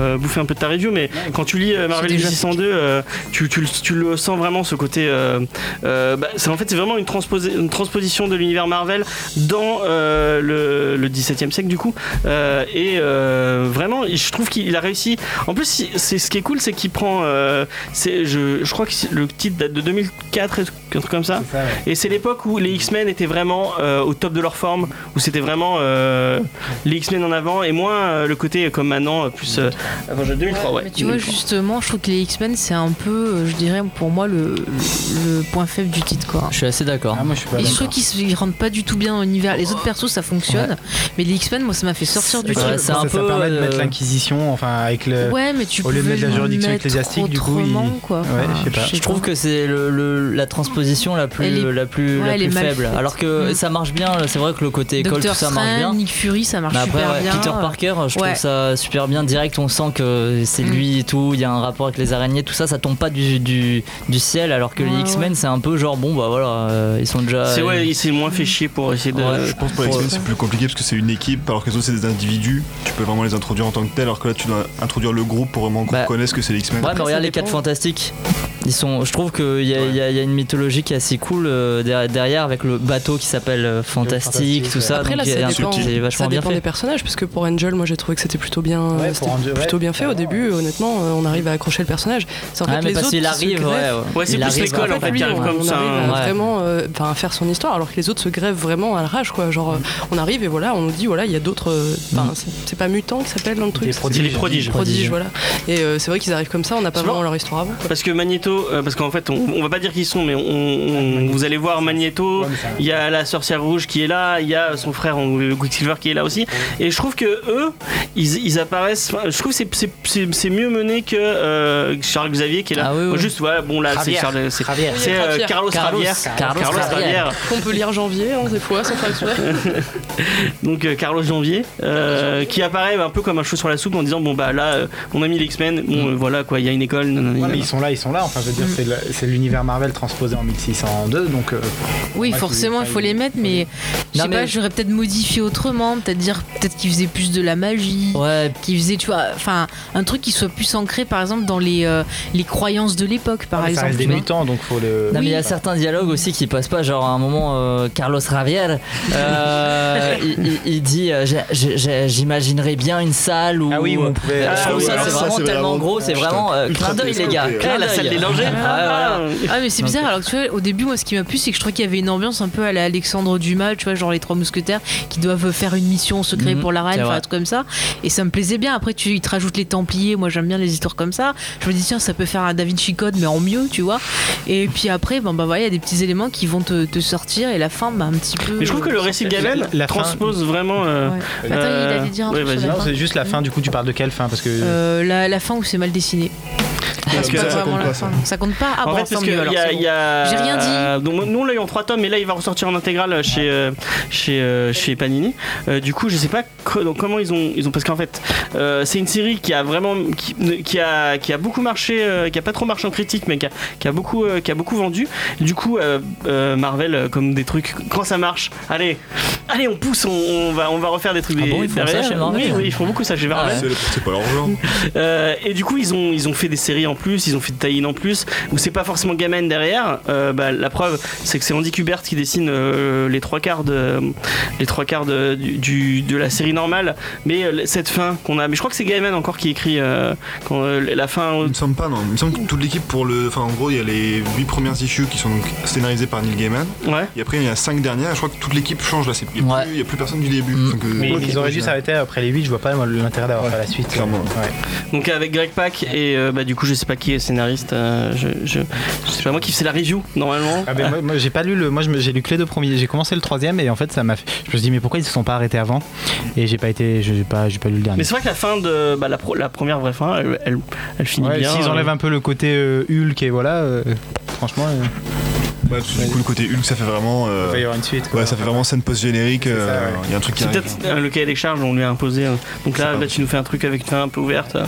Speaker 2: euh, bouffer un peu de ta review, mais quand tu lis euh, Marvel
Speaker 6: C'est déjà
Speaker 2: 602, euh, tu, tu le- tu le sens vraiment ce côté. euh, euh, bah, c'est- en fait, c'est vraiment une, transposé- une transposition de l'univers Marvel dans euh, le, le 17e siècle, du coup. Euh, et euh, vraiment, je trouve qu'il a réussi. En plus, il- c'est ce qui est cool, c'est qu'il prend. euh, c'est- je, je crois que c'est- le titre date de 2004, et un truc comme ça. Et c'est l'époque où les X-Men étaient vraiment euh, au top de leur forme, où c'était vraiment euh, les X-Men en avant et moins euh, le côté euh, comme maintenant, euh, plus. euh, avant, je- 2003, ouais.
Speaker 6: Mais tu vois,
Speaker 2: 2003.
Speaker 6: justement, je trouve que les X-Men, c'est un peu, euh, je dirais, pour moi, le, le point faible du titre. Quoi.
Speaker 3: Je suis assez d'accord.
Speaker 10: Ah, moi, je suis
Speaker 6: Et je trouve qu'ils se- ils rentrent pas du tout bien dans l'univers. Les autres persos, ça fonctionne. Mais les X-Men, moi, ça m'a fait sortir du
Speaker 10: Ouais,
Speaker 6: truc.
Speaker 10: ça, ça permet de
Speaker 3: euh,
Speaker 10: mettre l'inquisition, enfin avec le.
Speaker 6: euh, Ouais, mais tu
Speaker 10: au lieu de
Speaker 6: pouvais
Speaker 10: mettre la
Speaker 6: le
Speaker 10: juridiction
Speaker 6: mettre
Speaker 10: ecclésiastique, du coup, il-
Speaker 6: autrement, quoi. Ah,
Speaker 10: Ouais, je sais pas.
Speaker 3: Je trouve que c'est le, le- la transposition la plus,
Speaker 6: Elle est-
Speaker 3: la plus,
Speaker 6: ouais,
Speaker 3: la
Speaker 6: elle est
Speaker 3: plus
Speaker 6: mal
Speaker 3: faible.
Speaker 6: faite.
Speaker 3: Alors que
Speaker 6: Mm.
Speaker 3: ça marche bien, c'est vrai que le côté école,
Speaker 6: Doctor
Speaker 3: tout ça marche bien.
Speaker 6: Strange, Nick Fury, ça marche
Speaker 3: Mais après,
Speaker 6: super
Speaker 3: ouais,
Speaker 6: bien.
Speaker 3: Peter Parker, je
Speaker 6: Ouais. Mm.
Speaker 3: trouve ça super bien. Direct, on sent que c'est lui et tout. Il y a un rapport avec les araignées, tout ça. Ça tombe pas du, du, du ciel. Alors que les
Speaker 2: Ouais,
Speaker 3: X-Men, c'est un peu genre, bon, bah voilà, euh, ils sont déjà.
Speaker 2: C'est ouais, il s'est moins fait chier pour essayer de.
Speaker 3: Ouais,
Speaker 7: Je pense pour les X-Men c'est plus compliqué parce que c'est une équipe alors que les autres c'est des individus, tu peux vraiment les introduire en tant que tel alors que là tu dois introduire le groupe pour vraiment qu'on reconnaisse que c'est les X-Men.
Speaker 3: Ouais, mais regarde les 4 fantastiques. Ils sont, je trouve qu'il y, a- il y a il y a une mythologie qui est assez cool euh, derrière, derrière avec le bateau qui s'appelle euh, Fantastique, tout ça.
Speaker 4: Après,
Speaker 3: donc
Speaker 4: là,
Speaker 3: il y a
Speaker 4: ça
Speaker 3: un truc
Speaker 4: dépend,
Speaker 3: qui est vachement
Speaker 4: ça
Speaker 3: bien
Speaker 4: dépend
Speaker 3: fait.
Speaker 4: des personnages, parce que pour Angel, moi j'ai trouvé que c'était plutôt bien, euh, c'était
Speaker 3: Angel,
Speaker 4: plutôt bien fait au début. Honnêtement, euh, on arrive à accrocher le personnage. C'est en
Speaker 3: Ouais,
Speaker 4: fait
Speaker 3: Ah, mais
Speaker 4: les
Speaker 3: parce
Speaker 4: autres
Speaker 3: qu'il
Speaker 4: qui
Speaker 3: arrive,
Speaker 4: se greffent.
Speaker 3: ouais, ouais. Ouais, c'est Il plus arrive, l'école, en fait,
Speaker 4: lui,
Speaker 3: qui arrive
Speaker 4: on-
Speaker 3: comme
Speaker 4: on
Speaker 3: ça,
Speaker 4: arrive à
Speaker 3: hein.
Speaker 4: vraiment, euh, enfin, à faire son histoire, alors que les autres se grèvent vraiment à la rage, quoi. Genre, euh, on arrive et voilà, on nous dit voilà, il y a d'autres. euh,
Speaker 3: Mm.
Speaker 4: Enfin, c'est- c'est pas mutant qui s'appelle dans le truc.
Speaker 2: Des
Speaker 4: c'est-
Speaker 2: prodiges.
Speaker 4: c'est-
Speaker 2: Les prodiges.
Speaker 4: Prodiges, voilà. Et euh, c'est vrai qu'ils arrivent comme ça. On n'a pas
Speaker 2: Souvent-
Speaker 4: vraiment leur histoire avant.
Speaker 2: Parce que Magneto, euh, parce qu'en fait, on, on va pas dire qui ils sont, mais on, on- vous allez voir Magneto. Il y a la sorcière rouge qui est là, il y a son frère on- le Quicksilver qui est là aussi. Et je trouve que eux, ils, ils apparaissent. enfin, Je trouve que c'est- c'est- c'est c'est mieux mené que euh, Charles Xavier qui est là. Moi, Juste, voilà, bon là, c'est
Speaker 3: Ah Javier.
Speaker 2: Charles, c'est
Speaker 3: Javier.
Speaker 2: c'est, euh,
Speaker 4: Javier.
Speaker 2: Carlos
Speaker 3: Carlos.
Speaker 2: Javier.
Speaker 3: Carlos Javier.
Speaker 4: Qu'on peut lire janvier, hein, des fois, sans faire exprès.
Speaker 2: Donc euh, Carlos Janvier, euh, qui apparaît un peu comme un cheveu sur la soupe en disant bon bah là, euh, on a mis les X-Men, bon euh, voilà quoi, il y a une école. nanani,
Speaker 10: Mm. Ouais, mais
Speaker 2: nanana.
Speaker 10: ils sont là, ils sont là. Enfin, je veux dire, c'est le- c'est l'univers Marvel transposé en 1602, donc. euh,
Speaker 6: Oui,
Speaker 10: moi,
Speaker 6: forcément, il faut les mettre, mais je
Speaker 10: Non,
Speaker 6: sais
Speaker 10: mais-
Speaker 6: pas, j'aurais peut-être modifié autrement, peut-être dire peut-être qu'ils faisaient plus de la magie, qu'ils faisaient, tu vois, enfin, un truc qui soit plus ancré, par exemple, dans les, euh, les croyances de l'époque, par
Speaker 10: Ah, Ça
Speaker 6: exemple.
Speaker 10: reste des
Speaker 6: tu vois.
Speaker 10: mutants, donc euh, faut le.
Speaker 3: Non, mais il y a certains dialogues aussi qui passent pas. Genre, à un moment, euh, Carlos Javier, euh, il, il- il dit euh, J'ai- j'ai- j'ai- J'imaginerais bien une salle où. Ah oui, on pouvait.
Speaker 10: Ah
Speaker 3: je trouve
Speaker 10: oui,
Speaker 3: ça,
Speaker 10: alors
Speaker 3: c'est
Speaker 10: ça,
Speaker 3: vraiment
Speaker 10: c'est
Speaker 3: tellement
Speaker 10: vraiment-
Speaker 3: gros. C'est vraiment. euh,
Speaker 10: Ultra
Speaker 3: clin d'œil, les gars.
Speaker 10: télescopé, ouais.
Speaker 3: clin
Speaker 10: Ah, la
Speaker 3: d'œil.
Speaker 10: salle des dangers.
Speaker 3: Ouais, voilà.
Speaker 6: Ah mais c'est bizarre alors que tu vois au début moi ce qui m'a plu c'est que je trouvais qu'il y avait une ambiance un peu à la Alexandre Dumas tu vois genre les trois mousquetaires qui doivent faire une mission secrète
Speaker 3: Mhm,
Speaker 6: pour la
Speaker 3: c'est
Speaker 6: reine enfin
Speaker 3: vrai.
Speaker 6: un truc comme ça et ça me plaisait bien après tu ils te rajoutes les Templiers moi j'aime bien les histoires comme ça je me dis tiens ça peut faire un David Chicode mais en mieux tu vois et puis après ben bah voilà il y a des petits éléments qui vont te, te sortir et la fin bah un petit peu
Speaker 2: Mais je trouve que le récit de Gabel
Speaker 10: La- la fin-
Speaker 2: transpose vraiment. euh,
Speaker 6: Attends, il allait dire un
Speaker 2: ouais,
Speaker 6: truc sur
Speaker 2: vas-y.
Speaker 6: la
Speaker 10: Non,
Speaker 6: fin.
Speaker 10: c'est juste la fin. Du coup, tu parles de quelle fin Parce que.
Speaker 6: Euh, la, la fin où c'est mal dessiné
Speaker 10: Parce que-
Speaker 6: C'est pas
Speaker 10: ça compte
Speaker 6: vraiment la
Speaker 10: pas,
Speaker 6: fin. ça compte pas ah
Speaker 2: en
Speaker 6: bon,
Speaker 2: fait, parce
Speaker 6: tant
Speaker 2: que
Speaker 6: mieux, alors,
Speaker 2: y a-
Speaker 6: c'est bon.
Speaker 2: y a- euh,
Speaker 6: j'ai rien dit
Speaker 2: Donc, nous on l'a eu en trois tomes, mais là il va ressortir en intégrale chez euh, chez euh, chez Panini. Euh, du coup, je sais pas que- donc, comment ils ont ils ont parce qu'en fait euh, c'est une série qui a vraiment qui, qui a qui a beaucoup marché, euh, qui a pas trop marché en critique, mais qui a, qui a beaucoup euh, qui a beaucoup vendu. Du coup, euh, euh, Marvel euh, comme des trucs quand ça marche, allez allez, on pousse, on, on va, on va refaire des trucs.
Speaker 3: Ah
Speaker 2: des-
Speaker 3: bon, ils font ça
Speaker 2: derrière.
Speaker 3: chez Marvel
Speaker 2: Oui, oui, ils font beaucoup ça chez Marvel.
Speaker 7: C'est c'est pas l'argent.
Speaker 2: Euh, et du coup, ils ont, ils ont fait des séries en plus, ils ont fait des tie en plus, où c'est pas forcément Gamen derrière. Euh, bah, la preuve, c'est que c'est Andy Kubert qui dessine euh, les trois quarts, de, les trois quarts de, du- du- de la série normale. Mais euh, cette fin qu'on a, mais je crois que c'est Gamen encore qui écrit euh, quand, euh, la fin.
Speaker 7: Il me semble pas, non. Il me semble que toute l'équipe pour le. Enfin, en gros, il y a les 8 premières issues qui sont donc scénarisées par Neil Gaiman.
Speaker 2: Ouais.
Speaker 7: Et après, il y en a 5 dernières. Je crois que toute l'équipe change là. C'est- Il n'y a, plus- il y a plus personne du début. euh, Enfin, que-
Speaker 8: Mais
Speaker 7: Ok.
Speaker 8: ils auraient dû s'arrêter après les 8, je vois pas moi, l'intérêt d'avoir fait la suite.
Speaker 7: Clairement.
Speaker 2: Donc avec Greg Pak et euh, bah, du coup, je sais pas qui est scénariste. euh, je, je, je sais pas moi qui fait la review normalement.
Speaker 10: Ah ben, moi, moi, j'ai pas lu le moi je me- j'ai lu que les deux premiers j'ai commencé le troisième et en fait ça m'a fait je me suis dit mais pourquoi ils se sont pas arrêtés avant et j'ai pas été je- j'ai pas j'ai pas lu le dernier
Speaker 2: Mais c'est vrai que la fin de bah, la, pro- la première vraie fin, elle, elle, elle finit
Speaker 10: Ouais,
Speaker 2: bien.
Speaker 10: s'ils
Speaker 3: hein.
Speaker 2: euh,
Speaker 10: enlèvent un peu le côté euh, Hulk et voilà euh, franchement euh,
Speaker 7: Ouais, parce que du coup, le côté Hulk, ça fait vraiment. euh,
Speaker 10: Il va y avoir une suite,
Speaker 7: Ouais, ça fait vraiment scène post-générique. euh, Il y a un truc qui
Speaker 2: C'est
Speaker 7: arrive.
Speaker 2: peut-être euh, le cahier des charges, on lui a imposé. hein. Donc là, là, tu nous fais un truc avec une fin un peu ouverte. hein.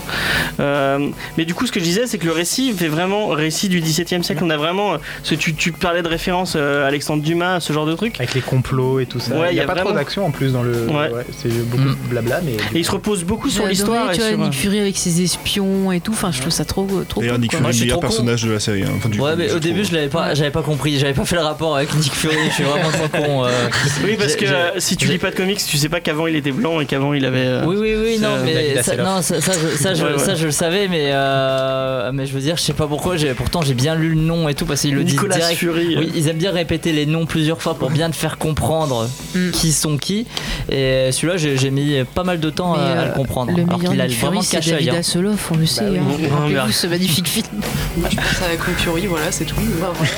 Speaker 2: Euh, mais du coup, ce que je disais, c'est que le récit fait vraiment récit du XVIIe siècle. On a vraiment. euh, ce- tu, tu parlais de référence euh, Alexandre Dumas, ce genre de truc.
Speaker 10: Avec les complots et tout
Speaker 8: Ça, il y a, pas trop d'action en plus dans le.
Speaker 2: Ouais.
Speaker 8: ouais, c'est beaucoup
Speaker 3: Mm.
Speaker 8: de blabla, mais.
Speaker 2: Et il se repose beaucoup sur
Speaker 6: J'ai
Speaker 2: l'histoire.
Speaker 6: adoré,
Speaker 2: et
Speaker 6: Tu vois,
Speaker 2: sur- euh,
Speaker 6: Nick Fury avec ses espions et tout. Enfin, je trouve ça trop, trop.
Speaker 7: D'ailleurs, Nick
Speaker 6: cool, quoi.
Speaker 7: Fury, le meilleur personnage de la série. hein. Enfin, du-
Speaker 3: Ouais, mais
Speaker 7: du-
Speaker 3: au début, je l'avais pas, j'avais pas compris, j'avais pas fait le rapport avec Nick Fury, je suis vraiment trop con. euh.
Speaker 2: Oui, parce que
Speaker 3: J'ai-
Speaker 2: euh, si tu lis pas de comics, tu sais pas qu'avant il était blanc et qu'avant il avait. euh,
Speaker 3: Oui, oui, oui, non,
Speaker 2: euh,
Speaker 3: mais
Speaker 2: David
Speaker 3: ça,
Speaker 2: Hasselhoff.
Speaker 3: non, ça, ça, je, ça, je,
Speaker 2: Ouais, ouais.
Speaker 3: ça, je le savais, mais, euh, mais je veux dire, je sais pas pourquoi, j'ai, pourtant j'ai bien lu le nom et tout, parce qu'ils le
Speaker 2: Nicolas
Speaker 3: disent direct.
Speaker 2: Fury.
Speaker 3: Oui, ils aiment bien répéter les noms plusieurs fois pour bien te faire comprendre
Speaker 6: Mm.
Speaker 3: qui sont qui. Et celui-là, j'ai, j'ai mis pas mal de temps
Speaker 6: Mais,
Speaker 3: à, à
Speaker 6: euh,
Speaker 3: le comprendre.
Speaker 6: Le
Speaker 3: alors
Speaker 6: meilleur
Speaker 3: qu'il a
Speaker 6: Nick Fury,
Speaker 3: vraiment
Speaker 6: c'est
Speaker 3: caché
Speaker 6: David Hasselhoff, on le sait. hein.
Speaker 3: oui.
Speaker 6: Rappelez-vous ce magnifique film.
Speaker 4: Je pense à Confury, voilà, c'est tout. Bah, voilà.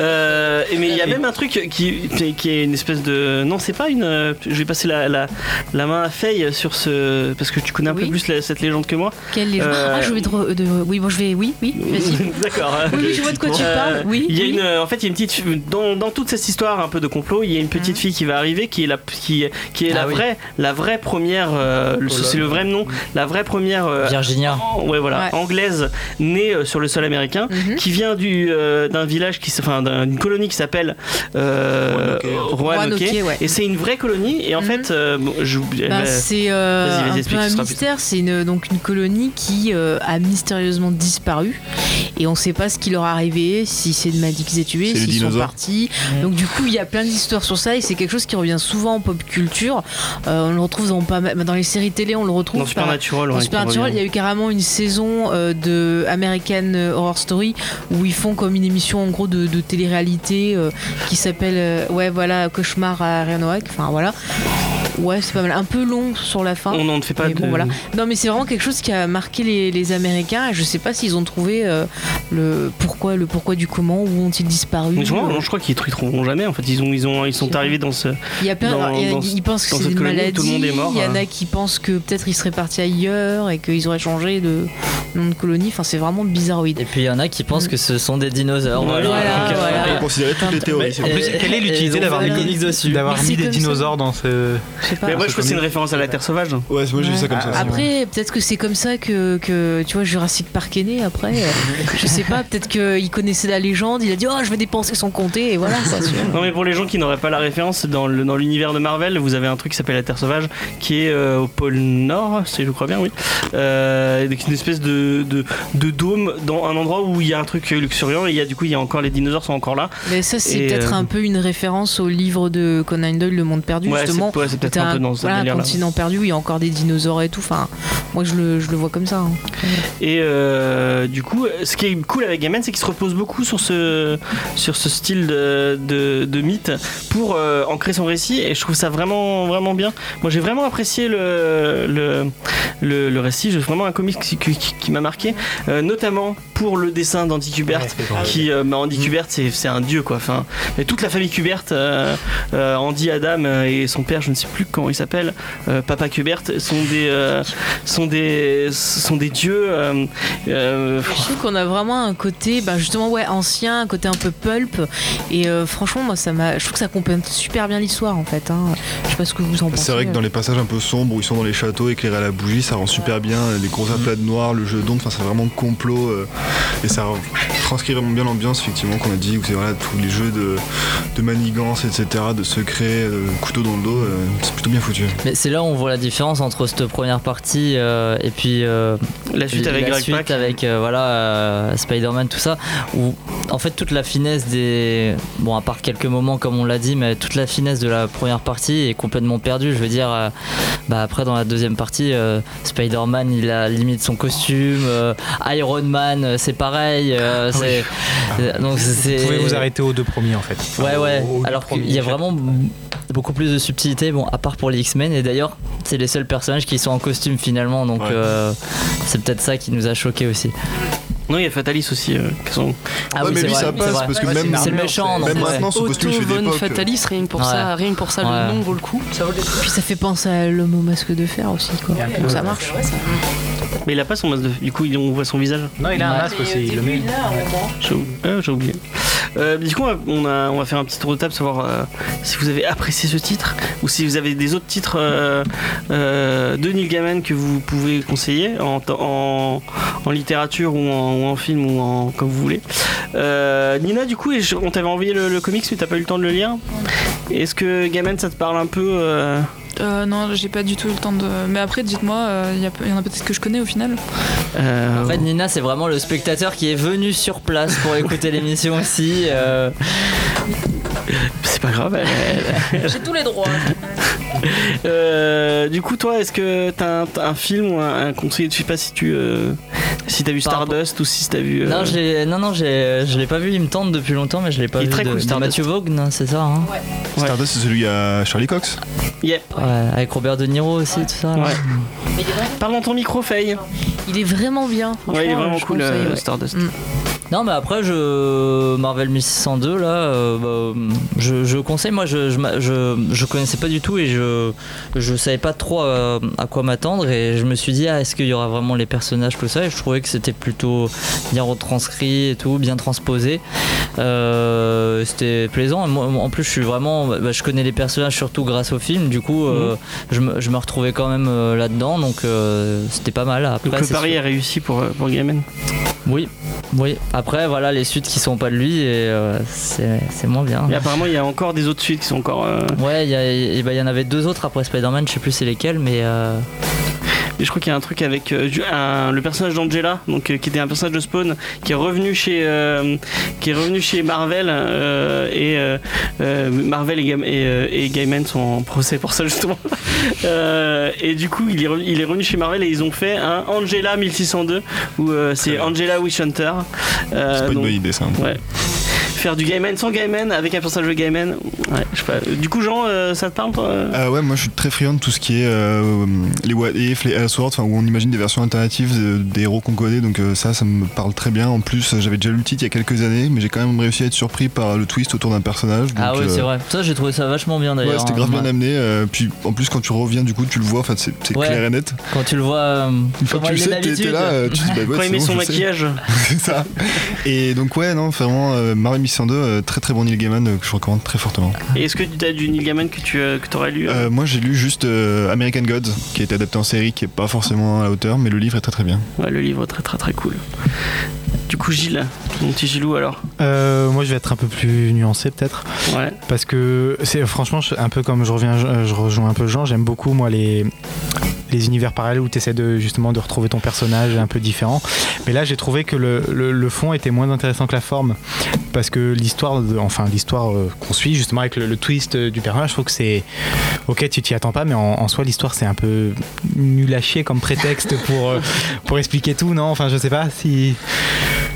Speaker 2: Euh, et mais il y a même un truc qui, qui est une espèce de. Non, c'est pas une. euh, Je vais passer la, la, la main à Faye sur ce. Parce que tu connais un peu plus la- cette légende que moi.
Speaker 6: Quelle légende
Speaker 2: Euh,
Speaker 6: Ah, je vais de, de- Oui, bon, je vais. Oui, oui, vas-y.
Speaker 2: D'accord. Euh,
Speaker 6: Oui, oui, je vois de quoi tu parles. Oui,
Speaker 2: Il y a
Speaker 6: oui.
Speaker 2: une, euh, en fait, il y a une petite fi- dans, dans toute cette histoire un peu de complot, il y a une
Speaker 6: Hein.
Speaker 2: petite fille qui va arriver, qui est la qui, qui est la
Speaker 3: Ah oui.
Speaker 2: vraie, la vraie première. euh, le- c'est le vrai nom, la vraie première. euh,
Speaker 3: Virginia.
Speaker 2: an- ouais, voilà,
Speaker 3: Ouais.
Speaker 2: anglaise née euh, sur le sol américain,
Speaker 6: Mm-hmm.
Speaker 2: qui vient du euh, d'un village qui, s- enfin, d'un- d'une colonie qui s'appelle euh, Roanoke.
Speaker 6: Roanoke, ouais. Mm-hmm.
Speaker 2: Et c'est une vraie colonie. Et en fait, euh, bon, je-
Speaker 6: Bah,
Speaker 2: euh,
Speaker 6: c'est euh,
Speaker 2: vas-y, vas-y,
Speaker 6: un peu
Speaker 2: explique, ce
Speaker 6: un
Speaker 2: sera plus-
Speaker 6: mystère. C'est une, donc une colonie qui euh, a mystérieusement disparu et on ne sait pas ce qui leur est arrivé, si c'est de maladie qu'ils ont tué,
Speaker 12: C'est les
Speaker 6: s'ils sont
Speaker 12: dinosaures.
Speaker 6: partis. Donc du coup, il y a plein d'histoires sur ça et c'est quelque chose qui revient souvent en pop culture. Euh, on le retrouve dans pas mal- dans les séries télé, on le retrouve.
Speaker 2: Dans Supernatural,
Speaker 6: dans
Speaker 2: ouais, qui
Speaker 6: Supernatural,
Speaker 2: revient.
Speaker 6: il y a eu carrément une saison euh, de American Horror Story où ils font comme une émission en gros de, de télé-réalité euh, qui s'appelle euh, ouais voilà cauchemar à Renoir. Enfin voilà. Ouais, c'est pas mal. Un peu long sur la fin.
Speaker 2: On n'en fait pas
Speaker 6: hein. mais bon,
Speaker 2: de-
Speaker 6: voilà. Non, mais c'est vraiment quelque chose qui a marqué les, les Américains. et Je sais pas s'ils ont trouvé euh, le pourquoi, le pourquoi du comment, où ont-ils disparu.
Speaker 2: Mais je, crois,
Speaker 6: euh,
Speaker 2: non, je crois qu'ils tr- ils trouveront jamais. En fait, ils ont, ils ont, ils sont arrivés dans ce.
Speaker 6: Il y a plein,
Speaker 2: dans-
Speaker 6: il y a-
Speaker 2: dans-
Speaker 6: ils pensent que
Speaker 2: dans
Speaker 6: c'est
Speaker 2: cette
Speaker 6: une
Speaker 2: colonie où
Speaker 6: maladie.
Speaker 2: Tout le monde est mort.
Speaker 6: Il y en
Speaker 2: euh.
Speaker 6: a qui pensent que peut-être ils seraient partis ailleurs et qu'ils auraient changé de nom de colonie. Enfin, c'est vraiment bizarroïde.
Speaker 3: Et puis il y en a qui pensent que ce sont des dinosaures.
Speaker 6: Voilà,
Speaker 3: Donc, euh,
Speaker 6: voilà.
Speaker 7: Considérez toutes les théories. c'est
Speaker 3: en
Speaker 7: bon.
Speaker 3: plus, quelle est l'utilité d'avoir mis-
Speaker 10: d'avoir
Speaker 6: Mais c'est
Speaker 10: mis des
Speaker 6: comme ça.
Speaker 10: dinosaures dans ce
Speaker 6: pas. Ah,
Speaker 2: Mais moi,
Speaker 10: dans
Speaker 2: je
Speaker 10: ce
Speaker 2: crois que c'est une
Speaker 10: comic.
Speaker 2: référence à la Terre sauvage.
Speaker 7: Ouais, moi j'ai vu ça comme ça.
Speaker 6: Après, peut-être que c'est comme ça que, que, tu vois Jurassic Park est né. Après, euh, je sais pas. Peut-être qu'il connaissait la légende. Il a dit oh je vais dépenser son comté et voilà. quoi, tu vois.
Speaker 2: Non mais pour les gens qui n'auraient pas la référence, dans le- dans l'univers de Marvel, vous avez un truc qui s'appelle la Terre Sauvage, qui est euh, au pôle Nord, si je crois bien, oui. Euh, donc une espèce de, de, de dôme dans un endroit où il y a un truc luxuriant et il y a du coup il y a encore les dinosaures sont encore là.
Speaker 6: Mais ça, c'est
Speaker 2: Et,
Speaker 6: peut-être
Speaker 2: euh,
Speaker 6: un peu une référence au livre de Conan Doyle, Le Monde Perdu,
Speaker 2: Ouais,
Speaker 6: justement.
Speaker 2: c'est- ouais, c'est peut-être
Speaker 6: T'as
Speaker 2: un peu dans ce
Speaker 6: voilà, un
Speaker 2: délire-là.
Speaker 6: continent perdu où il y a encore des dinosaures et tout. Enfin, moi, je le, je le vois comme ça. hein.
Speaker 2: Et euh, du coup, ce qui est cool avec Gamen, c'est qu'il se repose beaucoup sur ce, sur ce style de, de, de mythe pour euh, ancrer son récit. Et je trouve ça vraiment, vraiment bien. Moi, j'ai vraiment apprécié le, le, le, le récit. J'ai vraiment un comic qui, qui- qui- qui m'a marqué, Euh, notamment pour le dessin d'Andy Kubert. qui, euh, bah, Andy Kubert, c'est c'est un dieu, quoi. Enfin, mais toute la famille Kubert, euh, euh, Andy, Adam euh, et son père, je ne sais plus comment il s'appelle, euh, Papa Kubert, sont des, euh, sont des, sont des dieux. euh, euh,
Speaker 6: Je trouve qu'on a vraiment un côté, bah, justement, ouais, ancien, un côté un peu pulp. Et euh, franchement, moi, ça m'a. Je trouve que ça complète super bien l'histoire, en fait. hein. Je sais pas ce que vous en pensez.
Speaker 7: C'est vrai que dans les passages un peu sombres où ils sont dans les châteaux éclairés à la
Speaker 10: Mm.
Speaker 7: bougie, ça rend super bien euh, les gros aplats de noir, le jeu d'ombre, enfin c'est vraiment complot euh, et ça, transcrit vraiment bien l'ambiance, effectivement, qu'on a dit, où c'est voilà, tous les jeux de, de manigance, etc., de secrets, de couteau dans le dos, euh, c'est plutôt bien foutu.
Speaker 3: Mais c'est là où on voit la différence entre cette première partie euh, et puis euh,
Speaker 2: La suite avec Greg
Speaker 3: suite
Speaker 2: Pak.
Speaker 3: avec, euh, voilà euh, Spider-Man tout ça où en fait toute la finesse des bon à part quelques moments comme on l'a dit mais toute la finesse de la première partie est complètement perdue je veux dire euh, bah après dans la deuxième partie euh, Spider-Man il a limite son costume euh, Iron Man euh, c'est pareil euh,
Speaker 2: Ah
Speaker 3: c'est- euh, donc c'est
Speaker 10: Vous pouvez vous arrêter aux deux premiers en fait.
Speaker 3: Ouais, ouais.
Speaker 10: Aux deux
Speaker 3: Alors qu'il
Speaker 10: premiers.
Speaker 3: y a vraiment b- beaucoup plus de subtilité, bon, à part pour les X-Men. Et d'ailleurs, c'est les seuls personnages qui sont en costume finalement. Donc, euh, c'est peut-être ça qui nous a choqué aussi.
Speaker 2: Non, il y a Fatalis aussi. euh, qui sont-
Speaker 3: Ah oui,
Speaker 7: mais
Speaker 3: c'est
Speaker 7: lui,
Speaker 3: vrai,
Speaker 7: ça
Speaker 3: c'est
Speaker 7: passe,
Speaker 3: vrai.
Speaker 7: parce que
Speaker 3: Ouais,
Speaker 7: même,
Speaker 3: c'est c'est le méchant, non,
Speaker 7: même
Speaker 3: c'est vrai.
Speaker 7: maintenant, son costume, il fait
Speaker 4: Auto Von
Speaker 7: d'époque.
Speaker 4: Fatalis, rien que pour ça, rien que pour ça,
Speaker 3: Ouais.
Speaker 4: le nom vaut le coup. Ça vaut le coup.
Speaker 6: Puis ça fait penser à l'homme au masque de fer aussi, quoi. Donc ça marche.
Speaker 2: Mais il a pas son masque de. Du coup, il- on voit son visage.
Speaker 10: Non, il a un masque aussi, il le met.
Speaker 2: J'ai ou- ah, j'ai oublié. Euh, du coup, on va- on, a, on va faire un petit tour de table, savoir euh, si vous avez apprécié ce titre ou si vous avez des autres titres euh, euh, de Neil Gaiman que vous pouvez conseiller en, t- en, en littérature ou en, ou en film ou en, comme vous voulez. Euh, Nina, du coup, et je- on t'avait envoyé le, le comics, mais t'as pas eu le temps de le lire. Est-ce que Gaiman, ça te parle un peu euh,
Speaker 9: Euh, non, j'ai pas du tout eu le temps de. Mais après, dites-moi, il y, a- y en a peut-être que je connais au final.
Speaker 2: euh,
Speaker 3: En fait, Nina, c'est vraiment le spectateur qui est venu sur place pour écouter l'émission aussi. euh.
Speaker 2: C'est pas grave. elle- elle-
Speaker 12: J'ai tous les droits.
Speaker 2: Euh, du coup, toi, est-ce que t'as un, t'as un film ou un, un conseil Je sais pas si tu euh, si t'as vu Stardust ou si t'as vu. euh,
Speaker 3: Non, j'ai- non, non, j'ai- euh, je l'ai pas vu. Il me tente depuis longtemps, mais je l'ai pas
Speaker 2: Il est
Speaker 3: vu.
Speaker 2: très
Speaker 3: de,
Speaker 2: cool,
Speaker 3: de
Speaker 2: Stardust.
Speaker 3: Matthew Vaughn, c'est ça hein
Speaker 7: Stardust, c'est celui à Charlie Cox.
Speaker 2: Yeah.
Speaker 3: Ouais, Avec Robert De Niro aussi, tout ça. là.
Speaker 2: Parle dans ton micro, Faye.
Speaker 6: Il est vraiment bien. franchement,
Speaker 2: Ouais, il est vraiment
Speaker 6: je
Speaker 2: cool,
Speaker 6: conseille,
Speaker 2: euh,
Speaker 6: ouais.
Speaker 2: Stardust.
Speaker 3: Non, mais après, je Marvel 1602, là, euh, bah, je, je conseille. Moi, je, je, m'a- je, je connaissais pas du tout et je, je savais pas trop euh, à quoi m'attendre. Et je me suis dit, ah, est-ce qu'il y aura vraiment les personnages, tout ça Et je trouvais que c'était plutôt bien retranscrit et tout, bien transposé. Euh, c'était plaisant. Et moi, en plus, je suis vraiment. bah, je connais les personnages surtout grâce au film. Du coup,
Speaker 2: Mm.
Speaker 3: euh, je, me, je me retrouvais quand même euh, là-dedans. Donc, euh, c'était pas mal. Après,
Speaker 2: Donc le
Speaker 3: c'est
Speaker 2: pari
Speaker 3: sûr-
Speaker 2: est réussi pour euh, pour Gaiman.
Speaker 3: oui, oui. Après, voilà, les suites qui sont pas de lui, et, euh, c'est c'est moins bien.
Speaker 2: Et apparemment, il y a encore des autres suites qui sont encore. euh,
Speaker 3: Ouais, il y, a- eh ben, il y en avait deux autres après Spider-Man, je sais plus c'est lesquels, mais. euh,
Speaker 2: Mais je crois qu'il y a un truc avec euh, ju- un- le personnage d'Angela, donc euh, qui était un personnage de Spawn, qui est revenu chez, euh, qui est revenu chez Marvel euh, et euh, euh, Marvel et, Gam- et, euh, et Gaiman sont en procès pour ça justement. Euh, et du coup, il est, re- il est revenu chez Marvel et ils ont fait un Angela 1602 où euh, c'est Angela Wishhunter. Euh,
Speaker 7: C'est pas une
Speaker 2: donc-
Speaker 7: bonne idée, ça. hein.
Speaker 2: Ouais. Faire du Gaiman sans Gaiman avec un personnage de Gaiman. Ouais, je sais pas. Du coup, Jean, euh, ça te parle toi
Speaker 7: Ah ouais, moi je suis très friand de tout ce qui est euh, les what if, les Elseworlds, enfin, où on imagine des versions alternatives de- des héros qu'on connaît, donc euh, ça, ça me parle très bien. En plus, euh, j'avais déjà lu le titre il y a quelques années, mais j'ai quand même réussi à être surpris par le twist autour d'un personnage. donc,
Speaker 3: Ah ouais,
Speaker 7: euh,
Speaker 3: c'est vrai. Ça, j'ai trouvé ça vachement bien d'ailleurs.
Speaker 7: Ouais, c'était
Speaker 3: hein.
Speaker 7: grave bien
Speaker 3: Ouais.
Speaker 7: amené. euh, puis en plus, quand tu reviens, du coup, tu le vois, enfin, c'est c'est
Speaker 3: Ouais.
Speaker 7: clair et net.
Speaker 3: Quand tu le vois, euh,
Speaker 7: Une fois
Speaker 3: comment
Speaker 7: que tu le
Speaker 3: il est
Speaker 7: sais, t'es- t'es
Speaker 3: d'habitude.
Speaker 7: là, euh, tu te dis, bah ouais,
Speaker 2: Quand
Speaker 7: c'est
Speaker 2: il met
Speaker 7: bon,
Speaker 2: son
Speaker 7: je le sais.
Speaker 2: maquillage.
Speaker 7: c'est ça. Et donc, ouais, non, vraiment, euh, Marie 1102, euh, très très bon Neil Gaiman euh, que je recommande très fortement.
Speaker 2: Et Est-ce que tu as du Neil Gaiman que tu euh, que t'aurais lu
Speaker 7: Euh, moi, j'ai lu juste euh, American Gods, qui a été adapté en série, qui est pas forcément à la hauteur, mais le livre est très très bien.
Speaker 2: Ouais, le livre est très très très cool. Du coup, Gilles, mon petit Gilou alors.
Speaker 10: Euh, moi, je vais être un peu plus nuancé peut-être.
Speaker 2: Ouais.
Speaker 10: Parce que c'est franchement je- un peu comme je reviens, je, je rejoins un peu Jean. J'aime beaucoup moi les les univers parallèles où tu essaies de justement de retrouver ton personnage un peu différent. Mais là, j'ai trouvé que le, le- le fond était moins intéressant que la forme parce que l'histoire, de- enfin l'histoire euh, qu'on suit justement avec le, le twist euh, du personnage, je trouve que c'est ok, tu t'y attends pas, mais en, en soi l'histoire c'est un peu nul à chier comme prétexte pour euh, pour expliquer tout, non Enfin, je sais pas si.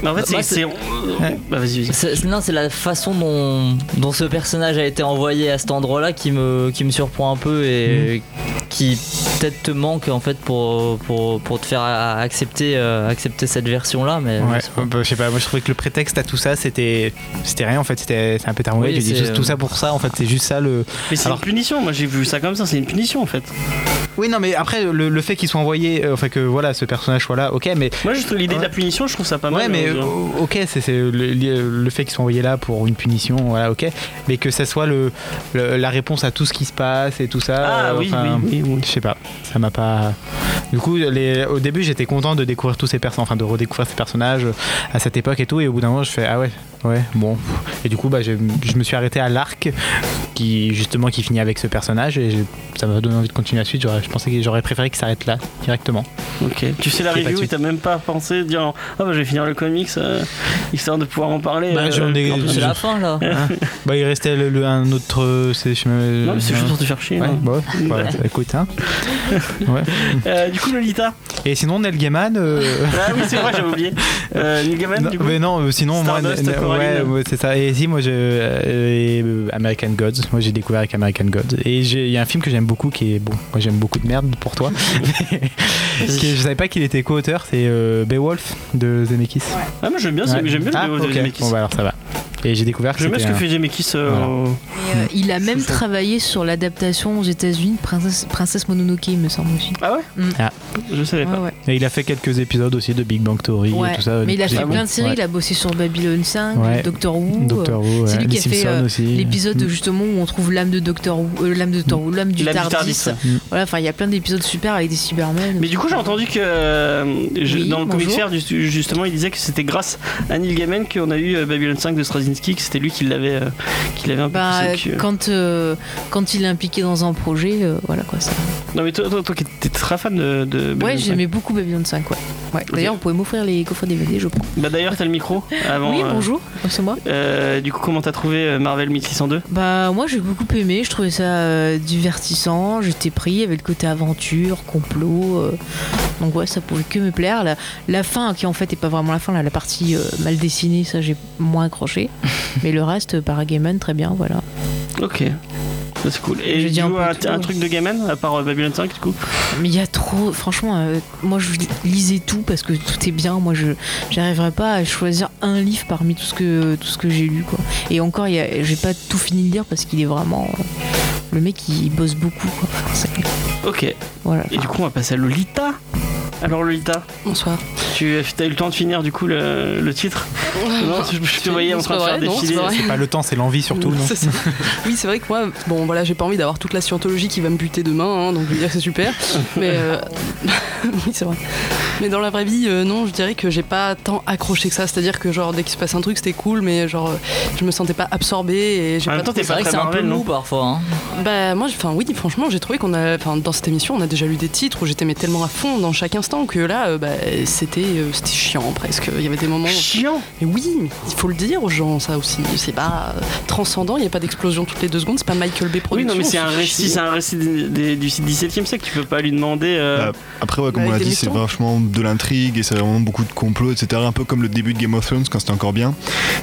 Speaker 2: Mais en fait, c'est-
Speaker 3: Moi,
Speaker 2: c'est.
Speaker 3: Bah, c'est-
Speaker 2: euh, Bah vas-y, vas-y.
Speaker 3: C'est- c'est- Non, c'est la façon dont, dont ce personnage a été envoyé à cet endroit-là qui me, qui me surprend un peu et
Speaker 2: Mhm.
Speaker 3: qui peut-être te manque en fait pour, pour, pour te faire a- accepter, euh, accepter cette version-là. Mais
Speaker 10: Ouais, bah, je sais pas, moi je trouvais que le prétexte à tout ça c'était c'était rien en fait, c'était c'est un peu terminé.
Speaker 3: Oui,
Speaker 10: J'ai dit
Speaker 3: c'est,
Speaker 10: tout, tout ça pour ça en fait, c'est juste ça le.
Speaker 2: euh, Mais c'est
Speaker 10: Alors-
Speaker 2: une punition, moi j'ai vu ça comme ça, c'est une punition en fait.
Speaker 10: Oui, non, mais après le, le fait qu'ils soient envoyés, euh, enfin que voilà, ce personnage soit là, ok, mais.
Speaker 2: Moi, juste l'idée de la
Speaker 10: Ouais.
Speaker 2: punition, je trouve ça pas
Speaker 10: Ouais,
Speaker 2: mal.
Speaker 10: mais
Speaker 2: euh,
Speaker 10: euh, ok, c'est c'est le, le fait qu'ils soient envoyés là pour une punition, voilà, ok, mais que ça soit le, le- la réponse à tout ce qui se passe et tout ça. euh,
Speaker 2: Ah, oui, oui, oui,
Speaker 10: Je sais pas, ça m'a pas. Du coup, les- au début, j'étais content de découvrir tous ces personnages, enfin de redécouvrir ces personnages euh, à cette époque et tout. Et au bout d'un moment, je fais ah ouais, ouais, bon. Et du coup, bah, j'ai- je me suis arrêté à l'arc qui justement qui finit avec ce personnage et j'ai- ça m'a donné envie de continuer la suite. J'aurais- Je pensais que j'aurais préféré qu'il s'arrête là directement.
Speaker 2: Ok. Tu sais la
Speaker 10: Qu'il y ait pas de
Speaker 2: review et
Speaker 10: suite.
Speaker 2: t'as même pas pensé de dire ah bah je vais finir le comics euh, histoire de pouvoir en parler.
Speaker 10: Bah,
Speaker 2: euh,
Speaker 10: j'en ai-
Speaker 2: en plus,
Speaker 10: j'ai-
Speaker 2: je-
Speaker 10: Hein bah, il restait le, le- un autre. euh, C'est, je sais même-
Speaker 2: Non, mais c'est
Speaker 10: euh,
Speaker 2: juste pour te faire chier,
Speaker 10: Ouais,
Speaker 2: hein.
Speaker 10: bah ouais, bah,
Speaker 2: Ouais.
Speaker 10: écoute, hein. Ouais.
Speaker 2: Euh, du coup, Lolita.
Speaker 10: Et sinon, Neil Gaiman. euh,
Speaker 2: Ah oui, c'est vrai, j'avais oublié. Euh, Neil Gaiman,
Speaker 10: Non,
Speaker 2: du coup.
Speaker 10: mais non, euh, sinon moi,
Speaker 2: Stardust,
Speaker 10: n- n- ouais,
Speaker 2: Coraline.
Speaker 10: ouais, c'est ça. Et si moi, je, euh, euh, American Gods, moi j'ai découvert avec American Gods. Et j'ai- il y a un film que j'aime beaucoup qui est bon. Moi j'aime beaucoup de merde pour toi. qui, je savais pas qu'il était co-auteur. C'est euh, Beowulf de Zemeckis.
Speaker 2: Ah, moi j'aime bien, ce-
Speaker 10: Ouais.
Speaker 2: j'aime bien
Speaker 10: Ah,
Speaker 2: le BO de
Speaker 10: ok.
Speaker 2: Zemeckis.
Speaker 10: Bon bah alors ça va. Et j'ai découvert que
Speaker 2: J'aime bien ce
Speaker 10: c'était
Speaker 2: que
Speaker 10: un-
Speaker 2: fait Zemeckis. euh,
Speaker 10: Voilà.
Speaker 2: au-
Speaker 6: Euh, il a même travaillé sur l'adaptation aux États-Unis de Princesse, Princesse Mononoke, il me semble aussi.
Speaker 2: Ah ouais
Speaker 10: Ah.
Speaker 2: Je savais
Speaker 6: pas. Mm. Ouais, ouais.
Speaker 10: Et il a fait quelques épisodes aussi de Big Bang Theory
Speaker 6: Ouais,
Speaker 10: et tout ça.
Speaker 6: mais il a
Speaker 10: Des-
Speaker 6: fait plein de séries,
Speaker 10: Ouais.
Speaker 6: il a bossé sur Babylone 5,
Speaker 10: Ouais.
Speaker 6: Doctor Who.
Speaker 10: Doctor
Speaker 6: euh,
Speaker 10: Who,
Speaker 6: c'est
Speaker 10: ouais.
Speaker 6: lui qui
Speaker 10: Les
Speaker 6: a fait
Speaker 10: Simpsons
Speaker 6: euh,
Speaker 10: aussi.
Speaker 6: l'épisode
Speaker 10: Mm.
Speaker 6: justement où on trouve l'âme de Doctor Who, euh, l'âme de Doctor Who, l'âme du
Speaker 2: L'âme du
Speaker 6: Tardis.
Speaker 2: Tardis, ouais. Mm.
Speaker 6: Voilà, enfin il y a plein d'épisodes super avec des Cybermen.
Speaker 2: Mais du coup, j'ai entendu que euh, je-
Speaker 6: Oui,
Speaker 2: dans le
Speaker 6: bonjour.
Speaker 2: comics Fair, ju- justement, il disait que c'était grâce à Neil Gaiman qu'on a eu euh, Babylon 5 de Straczynski, que c'était lui qui l'avait euh, qui l'avait un peu
Speaker 6: Bah,
Speaker 2: poussé au cul.
Speaker 6: quand euh, quand il est impliqué dans un projet, euh, voilà quoi. Ça...
Speaker 2: Non, mais toi, toi, toi qui étais très fan de, de Babylon
Speaker 6: Ouais,
Speaker 2: 5.
Speaker 6: j'aimais beaucoup Babylon 5. Ouais. Ouais. D'ailleurs, vous pouvez m'offrir les coffrets DVD, je prends.
Speaker 2: Bah d'ailleurs, t'as le micro avant.
Speaker 6: oui,
Speaker 2: euh,
Speaker 6: bonjour,
Speaker 10: Oh,
Speaker 6: c'est moi.
Speaker 2: euh, du coup, comment t'as trouvé euh, Marvel 1602
Speaker 6: Bah moi j'ai beaucoup aimé, je trouvais ça euh, divertissant, j'étais pris, il y avait le côté aventure, complot, euh, donc ouais ça pouvait que me plaire. La, la fin qui en fait est pas vraiment la fin, là, la partie euh, mal dessinée, ça j'ai moins accroché, mais le reste euh, par Gaiman très bien, voilà.
Speaker 2: Ok. Ça, C'est cool. Et du
Speaker 6: dit un
Speaker 2: coup,
Speaker 6: peu
Speaker 2: un,
Speaker 6: tout,
Speaker 2: un
Speaker 6: ouais.
Speaker 2: truc de Gaiman, à part euh, Babylon 5, du coup
Speaker 6: Mais il y a trop, franchement, euh, moi je lisais tout parce que tout est bien, moi je j'arriverais pas à choisir un livre parmi tout ce que tout ce que j'ai lu quoi. Et encore il y a- j'ai pas tout fini de lire parce qu'il est vraiment euh, le mec il bosse beaucoup quoi. C'est-
Speaker 2: Ok.
Speaker 6: Voilà.
Speaker 2: Et du coup, on va passer à Lolita. Alors, Lolita.
Speaker 4: Bonsoir.
Speaker 2: Tu as eu le temps de finir, du coup, le, le titre Non, je, je te voyais en
Speaker 4: C'est
Speaker 2: train de
Speaker 4: pas
Speaker 2: faire
Speaker 4: vrai, non,
Speaker 2: défiler.
Speaker 4: c'est pas vrai.
Speaker 10: C'est pas le temps, c'est l'envie
Speaker 2: Mm.
Speaker 10: surtout. non
Speaker 4: C'est ça. Oui, c'est vrai que moi, bon, voilà, j'ai pas envie d'avoir toute la scientologie qui va me buter demain, hein, donc je veux dire que c'est super. Mais euh, oui, c'est vrai. Mais dans la vraie vie, euh, non, je dirais que j'ai pas tant accroché que ça. C'est-à-dire que genre dès qu'il se passe un truc, c'était cool, mais genre euh, je me sentais pas absorbée et j'ai
Speaker 3: En
Speaker 4: pas
Speaker 3: même temps,
Speaker 4: trouvé
Speaker 3: t'es
Speaker 4: ça-
Speaker 3: pas très Marvel, non parfois. hein.
Speaker 4: Bah moi, j'ai- enfin oui, franchement, j'ai trouvé qu'on a, enfin dans cette émission, on a déjà lu des titres où j'étais mais tellement à fond dans chaque instant que là, euh, bah, c'était, euh, c'était chiant presque. Il y avait des moments
Speaker 2: chiant.
Speaker 4: Mais oui, mais il faut le dire aux gens, ça aussi. C'est pas euh, transcendant. Il n'y a pas d'explosion toutes les deux secondes. C'est pas Michael Bay
Speaker 2: Oui,
Speaker 4: production.
Speaker 2: non, mais c'est un récit, c'est un récit des- des- du 17 e siècle, tu peux pas lui demander. euh,
Speaker 7: Après,
Speaker 6: Bah,
Speaker 7: ouais, comme on l'a dit, c'est vachement de l'intrigue et c'est vraiment beaucoup de complots, etc. Un peu comme le début de Game of Thrones quand c'était encore bien.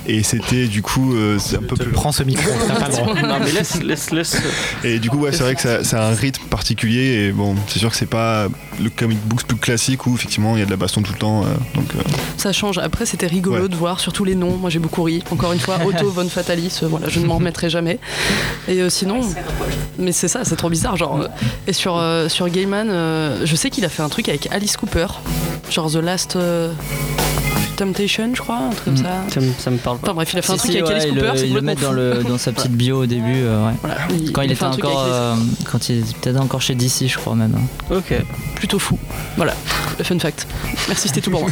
Speaker 7: Et c'était du coup. euh, c'est un peu plus...
Speaker 10: Prends ce
Speaker 3: Euh,
Speaker 10: micro, t'as pas le droit.
Speaker 2: Ah, Non, mais laisse, laisse, laisse. euh,
Speaker 7: Et du coup, ouais, c'est vrai que ça, ça a un rythme particulier. Et bon, c'est sûr que c'est pas le comic books plus classique où effectivement il y a de la baston tout le temps. euh, donc, euh,
Speaker 4: Ça change. Après, c'était rigolo
Speaker 7: Ouais.
Speaker 4: de voir, surtout les noms. Moi, j'ai beaucoup ri. Encore une fois, Otto von Fatalis. euh, voilà, je ne m'en remettrai jamais. Et euh, sinon, mais c'est ça, c'est trop bizarre. Genre, euh, et sur euh, sur Gaiman, euh, je sais qu'il a fait un truc avec Alice Cooper, genre The Last. euh, Temptation, je crois, un truc
Speaker 2: Mm.
Speaker 4: comme ça.
Speaker 2: Ça me, ça me parle
Speaker 4: Enfin bref, il a fait un
Speaker 3: Si,
Speaker 4: truc
Speaker 3: si,
Speaker 4: avec
Speaker 3: ouais,
Speaker 4: Alice
Speaker 3: il
Speaker 4: Cooper,
Speaker 3: le,
Speaker 4: c'est
Speaker 3: il le met
Speaker 4: complètement
Speaker 3: dans, le,
Speaker 4: fou.
Speaker 3: dans sa petite bio au début. euh, ouais.
Speaker 4: il-
Speaker 3: quand il,
Speaker 4: il
Speaker 3: était
Speaker 4: fait un truc
Speaker 3: encore,
Speaker 4: avec les-
Speaker 3: euh, quand il était peut-être encore chez DC, je crois même.
Speaker 2: Ok.
Speaker 4: Plutôt fou. Voilà, fun fact. Merci, c'était tout pour moi.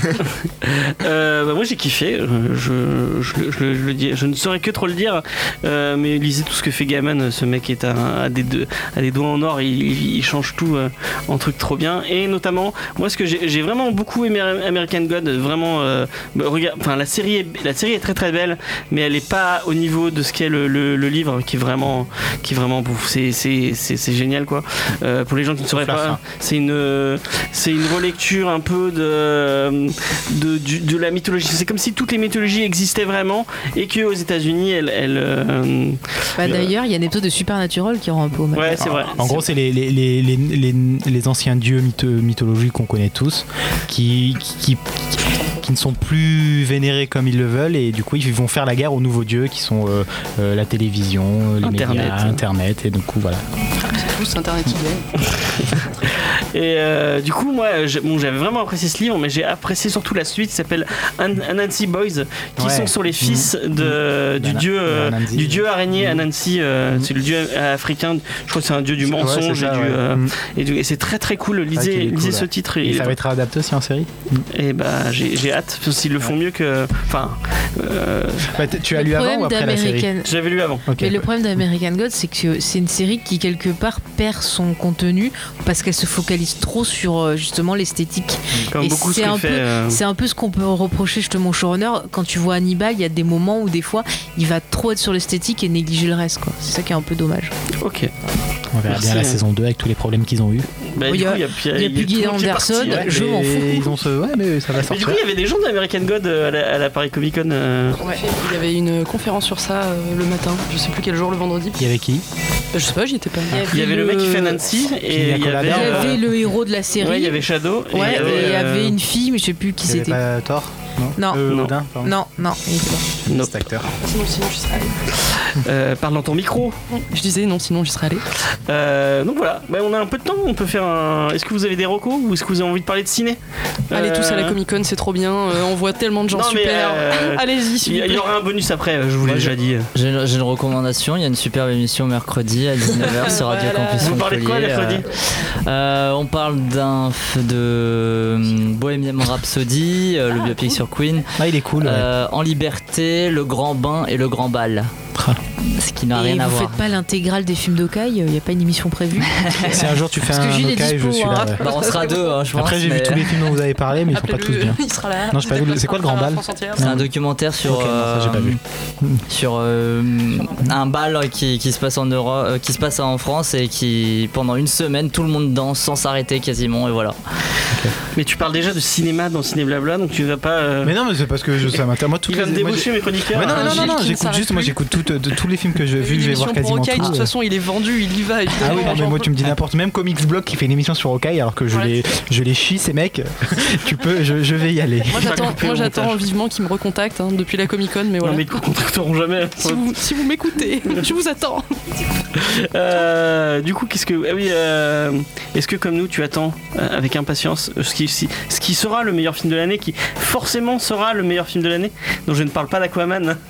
Speaker 2: Euh, bah, moi j'ai kiffé, euh, je, je, le- je le- je le dis, je ne saurais que trop le dire, euh, mais lisez tout ce que fait Gaiman, ce mec est un- à des, deux- à des doigts en or, il, il- il change tout euh, en truc trop bien, et notamment, moi ce que j'ai j'ai vraiment beaucoup aimé American God, vraiment, euh, bah, regarde, enfin la série, est, la série est très très belle, mais elle est pas au niveau de ce qu'est le, le- le livre, qui est vraiment, qui est vraiment, bouffe. c'est c'est- c'est- c'est génial quoi. Euh, pour les gens qui ne sauraient
Speaker 10: la
Speaker 2: pas,
Speaker 10: fin.
Speaker 2: c'est une, euh, c'est une relecture un peu de, de, du- de la mythologie. C'est comme si toutes les mythologies existaient vraiment et que aux États-Unis, elles. elles, euh,
Speaker 6: Bah,
Speaker 2: euh,
Speaker 6: D'ailleurs, il y a une épisode de Supernatural qui rend un peu hommage.
Speaker 2: Ouais, c'est vrai.
Speaker 10: En gros, c'est les, les, les, les, les- les anciens dieux mytho- mythologiques qu'on connaît tous, qui, qui, qui, qui ne sont plus vénérés comme ils le veulent, et du coup, ils vont faire la guerre aux nouveaux dieux qui sont euh, euh, la télévision, euh, les
Speaker 2: Internet.
Speaker 10: médias, Internet, et du coup, voilà.
Speaker 4: Tous internet
Speaker 2: Et euh, du coup, moi, je- bon, j'avais vraiment apprécié ce livre, mais j'ai apprécié surtout la suite qui s'appelle An- Anansi Boys, qui
Speaker 10: Ouais. Mm.
Speaker 2: sont sur les fils de, du, dieu, euh,
Speaker 10: Anansi.
Speaker 2: du dieu araignée Anansi. euh, C'est le dieu africain, je crois que c'est un dieu du
Speaker 10: Ouais,
Speaker 2: mensonge
Speaker 10: c'est ça,
Speaker 2: et du.
Speaker 10: ouais.
Speaker 2: euh,
Speaker 10: Mm. Ah,
Speaker 2: et du- et c'est très très cool, lisez,
Speaker 10: qu'il est cool,
Speaker 2: lisez ce
Speaker 10: ouais.
Speaker 2: titre.
Speaker 10: Et
Speaker 2: il est
Speaker 10: ça va être adapté aussi en série
Speaker 2: et bah j'ai j'ai hâte parce qu'ils le font mieux que. Enfin. euh,
Speaker 10: Bah, tu as lu
Speaker 6: avant ou problème après la série d'American-
Speaker 2: J'avais lu avant.
Speaker 6: Mais le problème d'American God, c'est que c'est une série qui, quelque part, perd son contenu parce qu'elle se focalise trop sur euh, justement l'esthétique.
Speaker 2: Comme
Speaker 6: Et
Speaker 2: beaucoup ce
Speaker 6: c'est
Speaker 2: que
Speaker 6: un,
Speaker 2: fait,
Speaker 6: peu-
Speaker 2: euh,
Speaker 6: c'est un peu ce qu'on peut reprocher justement au showrunner. Quand tu vois Hannibal, il y a des moments où, des fois, il va trop être sur l'esthétique et négliger le reste. quoi. C'est ça qui est un peu dommage.
Speaker 2: Ok.
Speaker 10: On verra
Speaker 2: Merci,
Speaker 10: bien
Speaker 2: hein.
Speaker 10: la saison 2 avec tous les problèmes qu'ils ont eu.
Speaker 2: Bah, du
Speaker 6: Il Oh, y a-
Speaker 2: coup,
Speaker 6: il y a
Speaker 2: il
Speaker 6: plus
Speaker 2: tout
Speaker 6: Guy
Speaker 2: le monde qui est
Speaker 6: Anderson,
Speaker 2: parti, ouais.
Speaker 6: je m'en fous.
Speaker 10: Ils ont ce. Ouais, mais ça va
Speaker 2: Mais du
Speaker 10: sortir.
Speaker 2: coup, il y avait des gens d'American God euh, à la, à la Paris Comic Con. euh,
Speaker 4: Il y avait une conférence sur ça euh, le matin, je sais plus quel jour, le vendredi.
Speaker 10: Il y avait qui
Speaker 4: Je sais pas, j'y étais pas.
Speaker 2: Il y avait le mec qui fait Nancy et il y
Speaker 6: Il
Speaker 2: avait,
Speaker 6: y
Speaker 2: euh,
Speaker 6: avait le héros de la série.
Speaker 2: ouais, il y avait Shadow. et
Speaker 6: Ouais,
Speaker 2: il y avait,
Speaker 6: et il y
Speaker 2: euh,
Speaker 6: avait une fille, mais je sais plus qui
Speaker 10: Il y avait
Speaker 6: c'était.
Speaker 10: pas Thor
Speaker 6: Non.
Speaker 10: Euh,
Speaker 2: Non.
Speaker 10: Odin, pardon.
Speaker 6: Non, non, il était pas.
Speaker 2: Nope.
Speaker 10: Cet acteur.
Speaker 4: Sinon, sinon, je serais allée.
Speaker 2: Euh, parle dans ton micro.
Speaker 4: Je disais non, sinon, je serais allée.
Speaker 2: Euh, donc voilà, Bah, on a un peu de temps, on peut faire un. Est-ce que vous avez des recos ou est-ce que vous avez envie de parler de ciné
Speaker 4: Allez tous à la
Speaker 2: Euh,
Speaker 4: Comic Con, c'est trop bien. euh, on voit tellement de gens
Speaker 2: Non, mais,
Speaker 4: super.
Speaker 2: euh,
Speaker 4: Allez-y,
Speaker 2: Il
Speaker 4: s'il
Speaker 2: y,
Speaker 4: vous
Speaker 2: il y
Speaker 4: plaît.
Speaker 2: aura un bonus après, je vous l'ai déjà dit.
Speaker 3: J'ai une, j'ai une recommandation, il y a une superbe émission mercredi à 19h sur Radio
Speaker 2: Voilà.
Speaker 3: Campus
Speaker 2: Vous parlez de quoi,
Speaker 3: Montpellier,
Speaker 2: mercredi
Speaker 3: euh, euh, On parle d'un f- de hum, Bohemian Rhapsody, euh, le biopic sur Queen.
Speaker 10: Ah, il est cool. ouais.
Speaker 3: Euh, en liberté, le grand bain et le grand bal. Ce qui
Speaker 10: Ah,
Speaker 3: n'a
Speaker 6: Et
Speaker 3: rien à
Speaker 6: vous
Speaker 3: voir.
Speaker 6: faites pas l'intégrale des films d'Okai, il n'y a pas une émission prévue.
Speaker 10: Si un jour tu fais
Speaker 6: Parce que
Speaker 10: un
Speaker 6: Jules est
Speaker 10: Okai, je
Speaker 6: dispo,
Speaker 10: suis là.
Speaker 6: hein.
Speaker 10: ouais.
Speaker 3: Bah, on sera deux, hein, je pense.
Speaker 10: Après, j'ai vu
Speaker 3: mais-
Speaker 10: tous les films dont vous avez parlé, mais ils sont pas tous bien.
Speaker 4: Il sera là.
Speaker 10: Non, j'ai pas vu le- c'est quoi le grand bal
Speaker 3: C'est un documentaire sur
Speaker 10: Ok, non, ça, j'ai pas
Speaker 3: euh,
Speaker 10: vu.
Speaker 3: sur euh, un bal qui, qui se passe en Europe, euh, qui se passe en France et qui pendant une semaine tout le monde danse sans s'arrêter quasiment et voilà.
Speaker 2: Mais tu parles déjà de cinéma dans Ciné Blabla, donc tu vas pas. euh,
Speaker 10: Mais non, mais c'est parce que je- ça m'intéresse. Moi, toutes
Speaker 2: Il va
Speaker 10: les-
Speaker 2: me
Speaker 10: moi,
Speaker 2: débaucher
Speaker 10: j'ai-
Speaker 2: mes chroniqueurs.
Speaker 10: Mais non, mais
Speaker 3: Ah,
Speaker 4: Un
Speaker 10: non, non,
Speaker 4: Gilles
Speaker 10: non,
Speaker 4: qui ne
Speaker 10: j'écoute
Speaker 4: s'arrête
Speaker 10: juste, moi
Speaker 4: plus.
Speaker 10: j'écoute tout, euh, de- tous les films que je vu, je vais voir quasiment
Speaker 4: Hawkeye, de
Speaker 10: tout.
Speaker 4: toute
Speaker 10: euh.
Speaker 4: façon, il est vendu, il y va.
Speaker 10: Ah oui,
Speaker 4: évidemment,
Speaker 10: non, mais
Speaker 4: genre,
Speaker 10: moi tu me dis n'importe même Comics Blog qui fait une émission sur Hawkeye alors que je les je les chie ces mecs. tu peux je, je vais y aller.
Speaker 4: Moi j'attends, moi, j'attends vivement qu'ils me recontactent hein, depuis la Comic Con, mais
Speaker 2: Non,
Speaker 4: voilà.
Speaker 2: mais ils ne contacteront jamais.
Speaker 4: Si vous, si vous m'écoutez, je vous attends.
Speaker 2: Euh, du coup, qu'est-ce que. Ah oui, euh, est-ce que comme nous, tu attends euh, avec impatience euh, ce qui, si- ce qui sera le meilleur film de l'année, qui forcément sera le meilleur film de l'année dont je ne parle pas d'Aquaman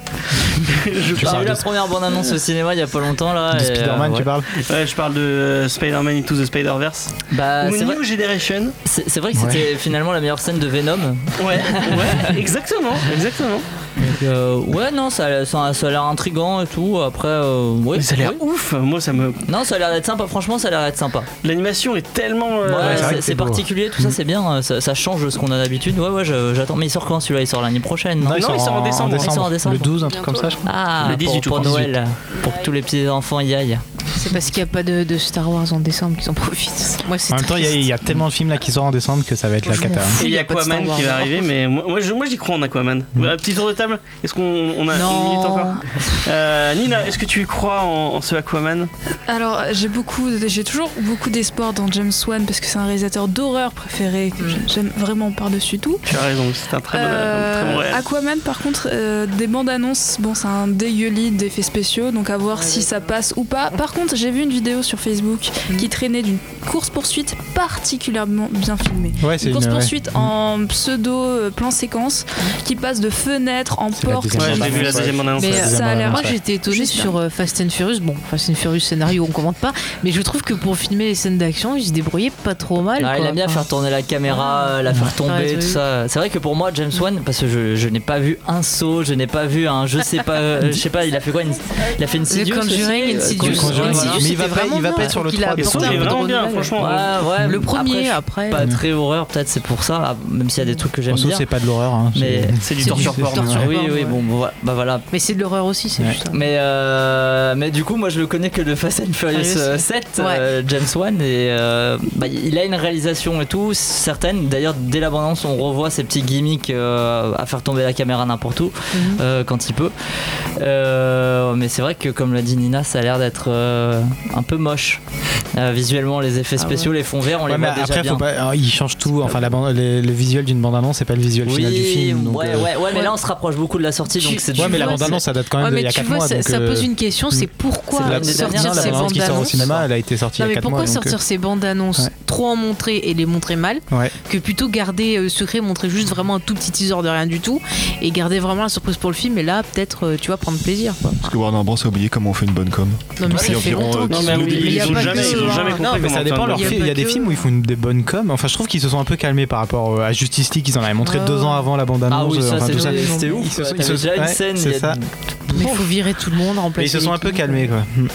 Speaker 2: Je
Speaker 3: J'ai eu
Speaker 2: parle
Speaker 3: la première bande annonce au cinéma il y a pas longtemps là.
Speaker 10: De
Speaker 3: et, euh,
Speaker 10: Spider-Man, tu
Speaker 3: ouais.
Speaker 10: parles
Speaker 2: Ouais, je parle de euh, Spider-Man Into the Spider-Verse.
Speaker 3: Bah,
Speaker 2: Ou
Speaker 3: c'est
Speaker 2: New
Speaker 3: vrai,
Speaker 2: Generation.
Speaker 3: c'est- c'est vrai que c'était finalement la meilleure scène de Venom.
Speaker 2: Ouais, ouais, exactement, exactement.
Speaker 3: Donc, euh, ouais non ça, a- ça, a- ça a l'air intrigant et tout. Après euh, ouais,
Speaker 2: Mais ça a l'air
Speaker 3: ouais.
Speaker 2: ouf. Moi, ça me.
Speaker 3: Non ça a l'air d'être sympa. Franchement ça a l'air d'être sympa.
Speaker 2: L'animation est tellement.
Speaker 3: Ouais,
Speaker 2: euh,
Speaker 10: c'est vrai
Speaker 3: c'est-
Speaker 10: que c'est
Speaker 3: c'est
Speaker 10: beau.
Speaker 3: particulier tout ça c'est bien. euh, Ça, ça change de ce qu'on a d'habitude. Ouais ouais je- j'attends. Mais il sort quand celui-là Il sort l'année prochaine. non
Speaker 2: il sort en décembre.
Speaker 3: Il sort en décembre.
Speaker 10: Le 12, un truc comme ça, je crois.
Speaker 3: Ah,
Speaker 2: Le 18,
Speaker 3: pour,
Speaker 2: je
Speaker 3: pour
Speaker 2: crois.
Speaker 3: Noël, pour que tous les petits enfants y aillent.
Speaker 6: C'est parce qu'il n'y a pas de, de Star Wars en décembre qu'ils en profitent. Moi, c'est
Speaker 10: En même temps, il y a-
Speaker 6: triste.
Speaker 10: il y, a tellement de films là qui sortent en décembre que ça va être la
Speaker 6: Je m'en
Speaker 10: cata. hein.
Speaker 6: fous.
Speaker 2: Et il y
Speaker 6: Y
Speaker 2: a
Speaker 6: a pas de
Speaker 2: Aquaman
Speaker 6: Star Wars.
Speaker 2: qui va arriver, mais moi, moi, je- moi, j'y crois en Aquaman.
Speaker 10: Mm.
Speaker 2: Un petit tour de table Est-ce qu'on on a
Speaker 6: Non.
Speaker 2: une minute encore Euh, Nina, est-ce que tu crois en, en ce Aquaman
Speaker 9: Alors, j'ai beaucoup, j'ai toujours beaucoup d'espoir dans James Wan parce que c'est un réalisateur d'horreur préféré que j'a- j'aime vraiment par-dessus tout.
Speaker 2: Tu as raison, c'est un Mm. très bon,
Speaker 9: Euh,
Speaker 2: très bon réel.
Speaker 9: Aquaman, par contre, euh, des bandes annonces, bon, c'est un dégueulis d'effets spéciaux, donc à voir si ça passe ou pas. Par contre, j'ai vu une vidéo sur Facebook
Speaker 2: Mm.
Speaker 9: qui traînait d'une course-poursuite particulièrement bien filmée.
Speaker 10: Ouais, c'est
Speaker 9: une
Speaker 10: une-
Speaker 9: course
Speaker 10: ouais.
Speaker 9: poursuite en pseudo euh, plan séquence qui passe de fenêtre en
Speaker 10: C'est la
Speaker 9: porte.
Speaker 10: deuxième
Speaker 2: Ouais,
Speaker 10: bande
Speaker 2: j'ai vu la
Speaker 10: annonce, ouais.
Speaker 2: deuxième bande annonce.
Speaker 6: Mais,
Speaker 2: ouais.
Speaker 9: Ça a l'air-
Speaker 6: Moi, j'étais étonnée
Speaker 9: J'espère.
Speaker 6: sur euh, Fast and Furious. Bon, Fast and Furious scénario, on commente pas, mais je trouve que pour filmer les scènes d'action, ils se débrouillaient pas trop mal.
Speaker 3: Ah, il
Speaker 6: quoi.
Speaker 3: aime bien
Speaker 6: Enfin,
Speaker 3: faire tourner la caméra, euh, la faire
Speaker 6: Ouais,
Speaker 3: tomber,
Speaker 6: j'ai
Speaker 3: tout
Speaker 6: vu.
Speaker 3: ça. C'est vrai que pour moi, James Wan, parce que je, je n'ai pas vu un saut, je n'ai pas vu un je sais pas, euh, je sais pas, il a fait quoi une- Il a fait une
Speaker 6: Le
Speaker 3: Sidious aussi,
Speaker 6: Conjuring,
Speaker 3: euh,
Speaker 6: Insidious.
Speaker 3: Conjuring, voilà.
Speaker 10: Insidious. Mais il va pas- il va pas être sur le trois,
Speaker 2: Et Saw, il est vraiment bien, franchement.
Speaker 3: Ouais, ouais,
Speaker 6: Le
Speaker 3: après, je
Speaker 6: premier,
Speaker 3: suis
Speaker 6: après. euh.
Speaker 3: Pas très horreur, peut-être c'est pour ça, ah, même s'il y a des trucs que j'aime
Speaker 10: En soi,
Speaker 3: bien.
Speaker 10: c'est pas de l'horreur. hein,
Speaker 3: Mais-
Speaker 10: c'est-
Speaker 2: C'est du
Speaker 6: C'est
Speaker 2: torture
Speaker 6: du
Speaker 2: porn.
Speaker 6: torture.
Speaker 3: Ah Oui,
Speaker 6: porn,
Speaker 3: oui,
Speaker 6: ouais.
Speaker 3: bon, voilà, bah voilà.
Speaker 6: Mais c'est de l'horreur aussi, c'est
Speaker 10: Ouais.
Speaker 6: juste. hein.
Speaker 3: Mais, euh, mais du coup, moi je le connais que de Fast and Furious
Speaker 6: Furious.
Speaker 3: euh, 7,
Speaker 6: Ouais.
Speaker 3: euh, James Wan, et euh, bah, il a une réalisation et tout, certaine. D'ailleurs, dès l'abondance, on revoit ces petits gimmicks euh, à faire tomber la caméra n'importe où
Speaker 6: Mhm.
Speaker 3: euh, quand il peut. Euh, mais c'est vrai que, comme l'a dit Nina, ça a l'air d'être euh, un peu moche. Euh, visuellement, les
Speaker 6: Ah
Speaker 3: effets spéciaux, les fonds verts, on
Speaker 10: Ouais,
Speaker 3: les
Speaker 10: mais
Speaker 3: voit déjà
Speaker 10: après,
Speaker 3: bien.
Speaker 10: faut pas, alors, il change tout. Enfin, la bande- le, le visuel d'une bande-annonce, c'est pas le visuel
Speaker 3: Oui,
Speaker 10: final du film. donc,
Speaker 3: ouais,
Speaker 10: euh,
Speaker 3: ouais, ouais, mais là on se rapproche beaucoup de la sortie,
Speaker 6: Tu-
Speaker 3: donc c'est
Speaker 10: ouais, mais la
Speaker 3: dur.
Speaker 10: bande-annonce, ça date quand
Speaker 9: Ouais,
Speaker 10: même. de-
Speaker 9: mais
Speaker 10: il y a
Speaker 9: tu
Speaker 6: tu
Speaker 10: quatre
Speaker 6: vois,
Speaker 10: mois,
Speaker 6: ça,
Speaker 10: donc,
Speaker 6: ça
Speaker 10: euh,
Speaker 6: pose une question, c'est pourquoi
Speaker 10: c'est la-
Speaker 6: sortir
Speaker 10: Non, la
Speaker 6: ces
Speaker 10: bande-annonce
Speaker 6: bandes
Speaker 10: qui sort au
Speaker 6: annonces
Speaker 10: cinéma, elle a été sortie
Speaker 6: Non,
Speaker 10: il y a
Speaker 6: mais
Speaker 10: quatre
Speaker 6: pourquoi
Speaker 10: mois, donc,
Speaker 6: sortir
Speaker 10: euh,
Speaker 6: ces bandes annonces
Speaker 10: ouais.
Speaker 6: trop en montrer et les montrer mal
Speaker 10: Ouais.
Speaker 6: que plutôt garder euh, secret, montrer juste vraiment un tout petit teaser de rien du tout et garder vraiment la surprise pour le film et là peut-être euh, tu vas prendre plaisir quoi.
Speaker 7: Parce que Warner Bros a oublié comment on fait une bonne com.
Speaker 6: Non, mais
Speaker 7: Depuis
Speaker 6: ça fait
Speaker 7: environ,
Speaker 6: longtemps
Speaker 7: euh,
Speaker 6: qu'ils
Speaker 7: dix-
Speaker 6: sont
Speaker 7: dix-
Speaker 6: oubliés.
Speaker 7: dix-
Speaker 6: Il y a
Speaker 7: dix-
Speaker 6: pas
Speaker 7: dix-
Speaker 6: que-
Speaker 7: dix-
Speaker 6: ils ont
Speaker 7: dix-
Speaker 6: jamais
Speaker 7: dix-
Speaker 6: compris
Speaker 10: Non, mais
Speaker 6: comment
Speaker 10: ça
Speaker 6: faire
Speaker 10: dépend.
Speaker 6: une
Speaker 10: Leur
Speaker 6: bonne
Speaker 10: film. Il y a
Speaker 6: com.
Speaker 10: des films où ils font une- des bonnes coms. Enfin, je trouve qu'ils se sont un peu calmés par rapport euh, à Justice League. Ils en avaient montré
Speaker 6: Ouais,
Speaker 10: deux
Speaker 6: ouais.
Speaker 10: ans avant la bande
Speaker 3: Ah
Speaker 10: annonce.
Speaker 3: oui, ça, c'est- c'était ouf,
Speaker 10: Ils se
Speaker 3: quoi.
Speaker 10: sont- ils se-
Speaker 3: T'avais déjà une
Speaker 10: ouais,
Speaker 3: scène, il y
Speaker 10: C'est
Speaker 3: a
Speaker 10: ça.
Speaker 6: Mais faut virer tout le monde, remplacer.
Speaker 10: Mais ils se sont un peu
Speaker 6: l'équipe.
Speaker 10: calmés quoi. Mm.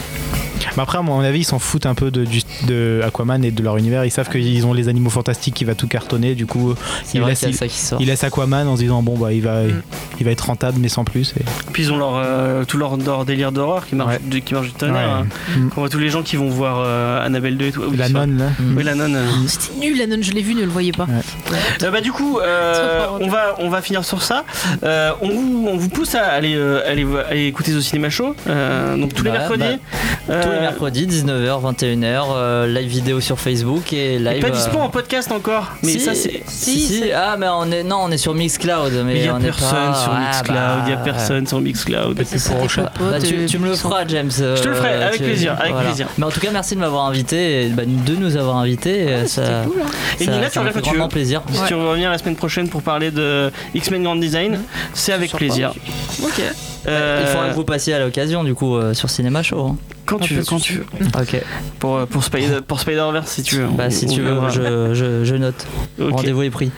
Speaker 10: Mais après, à mon avis, ils s'en foutent un peu de, du- de Aquaman et de leur univers. Ils savent qu'ils ont les animaux fantastiques qui va tout cartonner. Du coup, ils
Speaker 3: vrai
Speaker 10: laissent,
Speaker 3: qu'il y a
Speaker 10: ils-
Speaker 3: ça qui sort.
Speaker 10: ils laissent Aquaman en se disant bon bah il va,
Speaker 6: Hmm.
Speaker 10: il va être rentable mais sans plus. Et...
Speaker 2: Puis ils ont leur, euh, tout leur, leur délire d'horreur qui marche, de- qui marche du tonnerre.
Speaker 10: Ouais. Mm.
Speaker 2: hein. Quand On voit tous les gens qui vont voir euh, Annabelle 2 et tout. Ah oui,
Speaker 10: La
Speaker 2: ça.
Speaker 10: nonne là.
Speaker 2: Oui, la nonne. euh.
Speaker 6: C'était nul la nonne, je l'ai vu, ne le voyez pas.
Speaker 2: Euh, bah, du coup, euh, on, va, on va finir sur ça. Euh, on, vous, on vous pousse à aller, euh, aller, aller écouter The Cinéma Show. Euh, donc tous les
Speaker 3: Bah,
Speaker 2: mercredis.
Speaker 3: bah, Tous les
Speaker 2: Euh,
Speaker 3: mercredis, 19h, 21h, euh, live vidéo sur Facebook et
Speaker 10: Ah,
Speaker 2: et
Speaker 3: live.
Speaker 2: pas
Speaker 3: euh,
Speaker 2: dispo en podcast encore. Mais
Speaker 3: si,
Speaker 2: ça, c'est.
Speaker 3: Si, si. Ah, mais on est. Non, on est sur Mixcloud. Mais,
Speaker 2: Il y a
Speaker 3: on est
Speaker 2: personne
Speaker 3: pas-
Speaker 2: sur
Speaker 3: Ah,
Speaker 2: Mixcloud,
Speaker 3: bah,
Speaker 2: il y a personne sur Mixcloud.
Speaker 3: Bah, tu, tu me le feras, James. Je
Speaker 2: te le ferai, avec plaisir, avec plaisir.
Speaker 3: Mais en tout cas, merci de m'avoir invité, et, bah, de nous avoir invités. euh, ça,
Speaker 2: Et
Speaker 3: ça-
Speaker 2: Nina,
Speaker 3: ça
Speaker 2: tu
Speaker 3: m'a
Speaker 2: reviens
Speaker 3: fait
Speaker 2: quand tu
Speaker 3: vraiment
Speaker 2: veux.
Speaker 3: plaisir.
Speaker 2: Si tu veux revenir la semaine prochaine pour parler de X-Men Grand Design,
Speaker 3: Mmh.
Speaker 2: c'est avec plaisir.
Speaker 9: Ok.
Speaker 2: Euh,
Speaker 3: Il faudra que vous passiez à l'occasion, du coup, euh, sur Cinéma Show. hein.
Speaker 2: Quand tu veux, quand tu veux.
Speaker 3: Ok.
Speaker 2: Pour, euh, pour, Spider, pour Spider-Verse, si tu veux.
Speaker 3: Bah, si
Speaker 2: On-
Speaker 3: tu
Speaker 2: on
Speaker 3: veux,
Speaker 2: verra.
Speaker 3: je, je- je note.
Speaker 2: Ok.
Speaker 3: Rendez-vous est pris.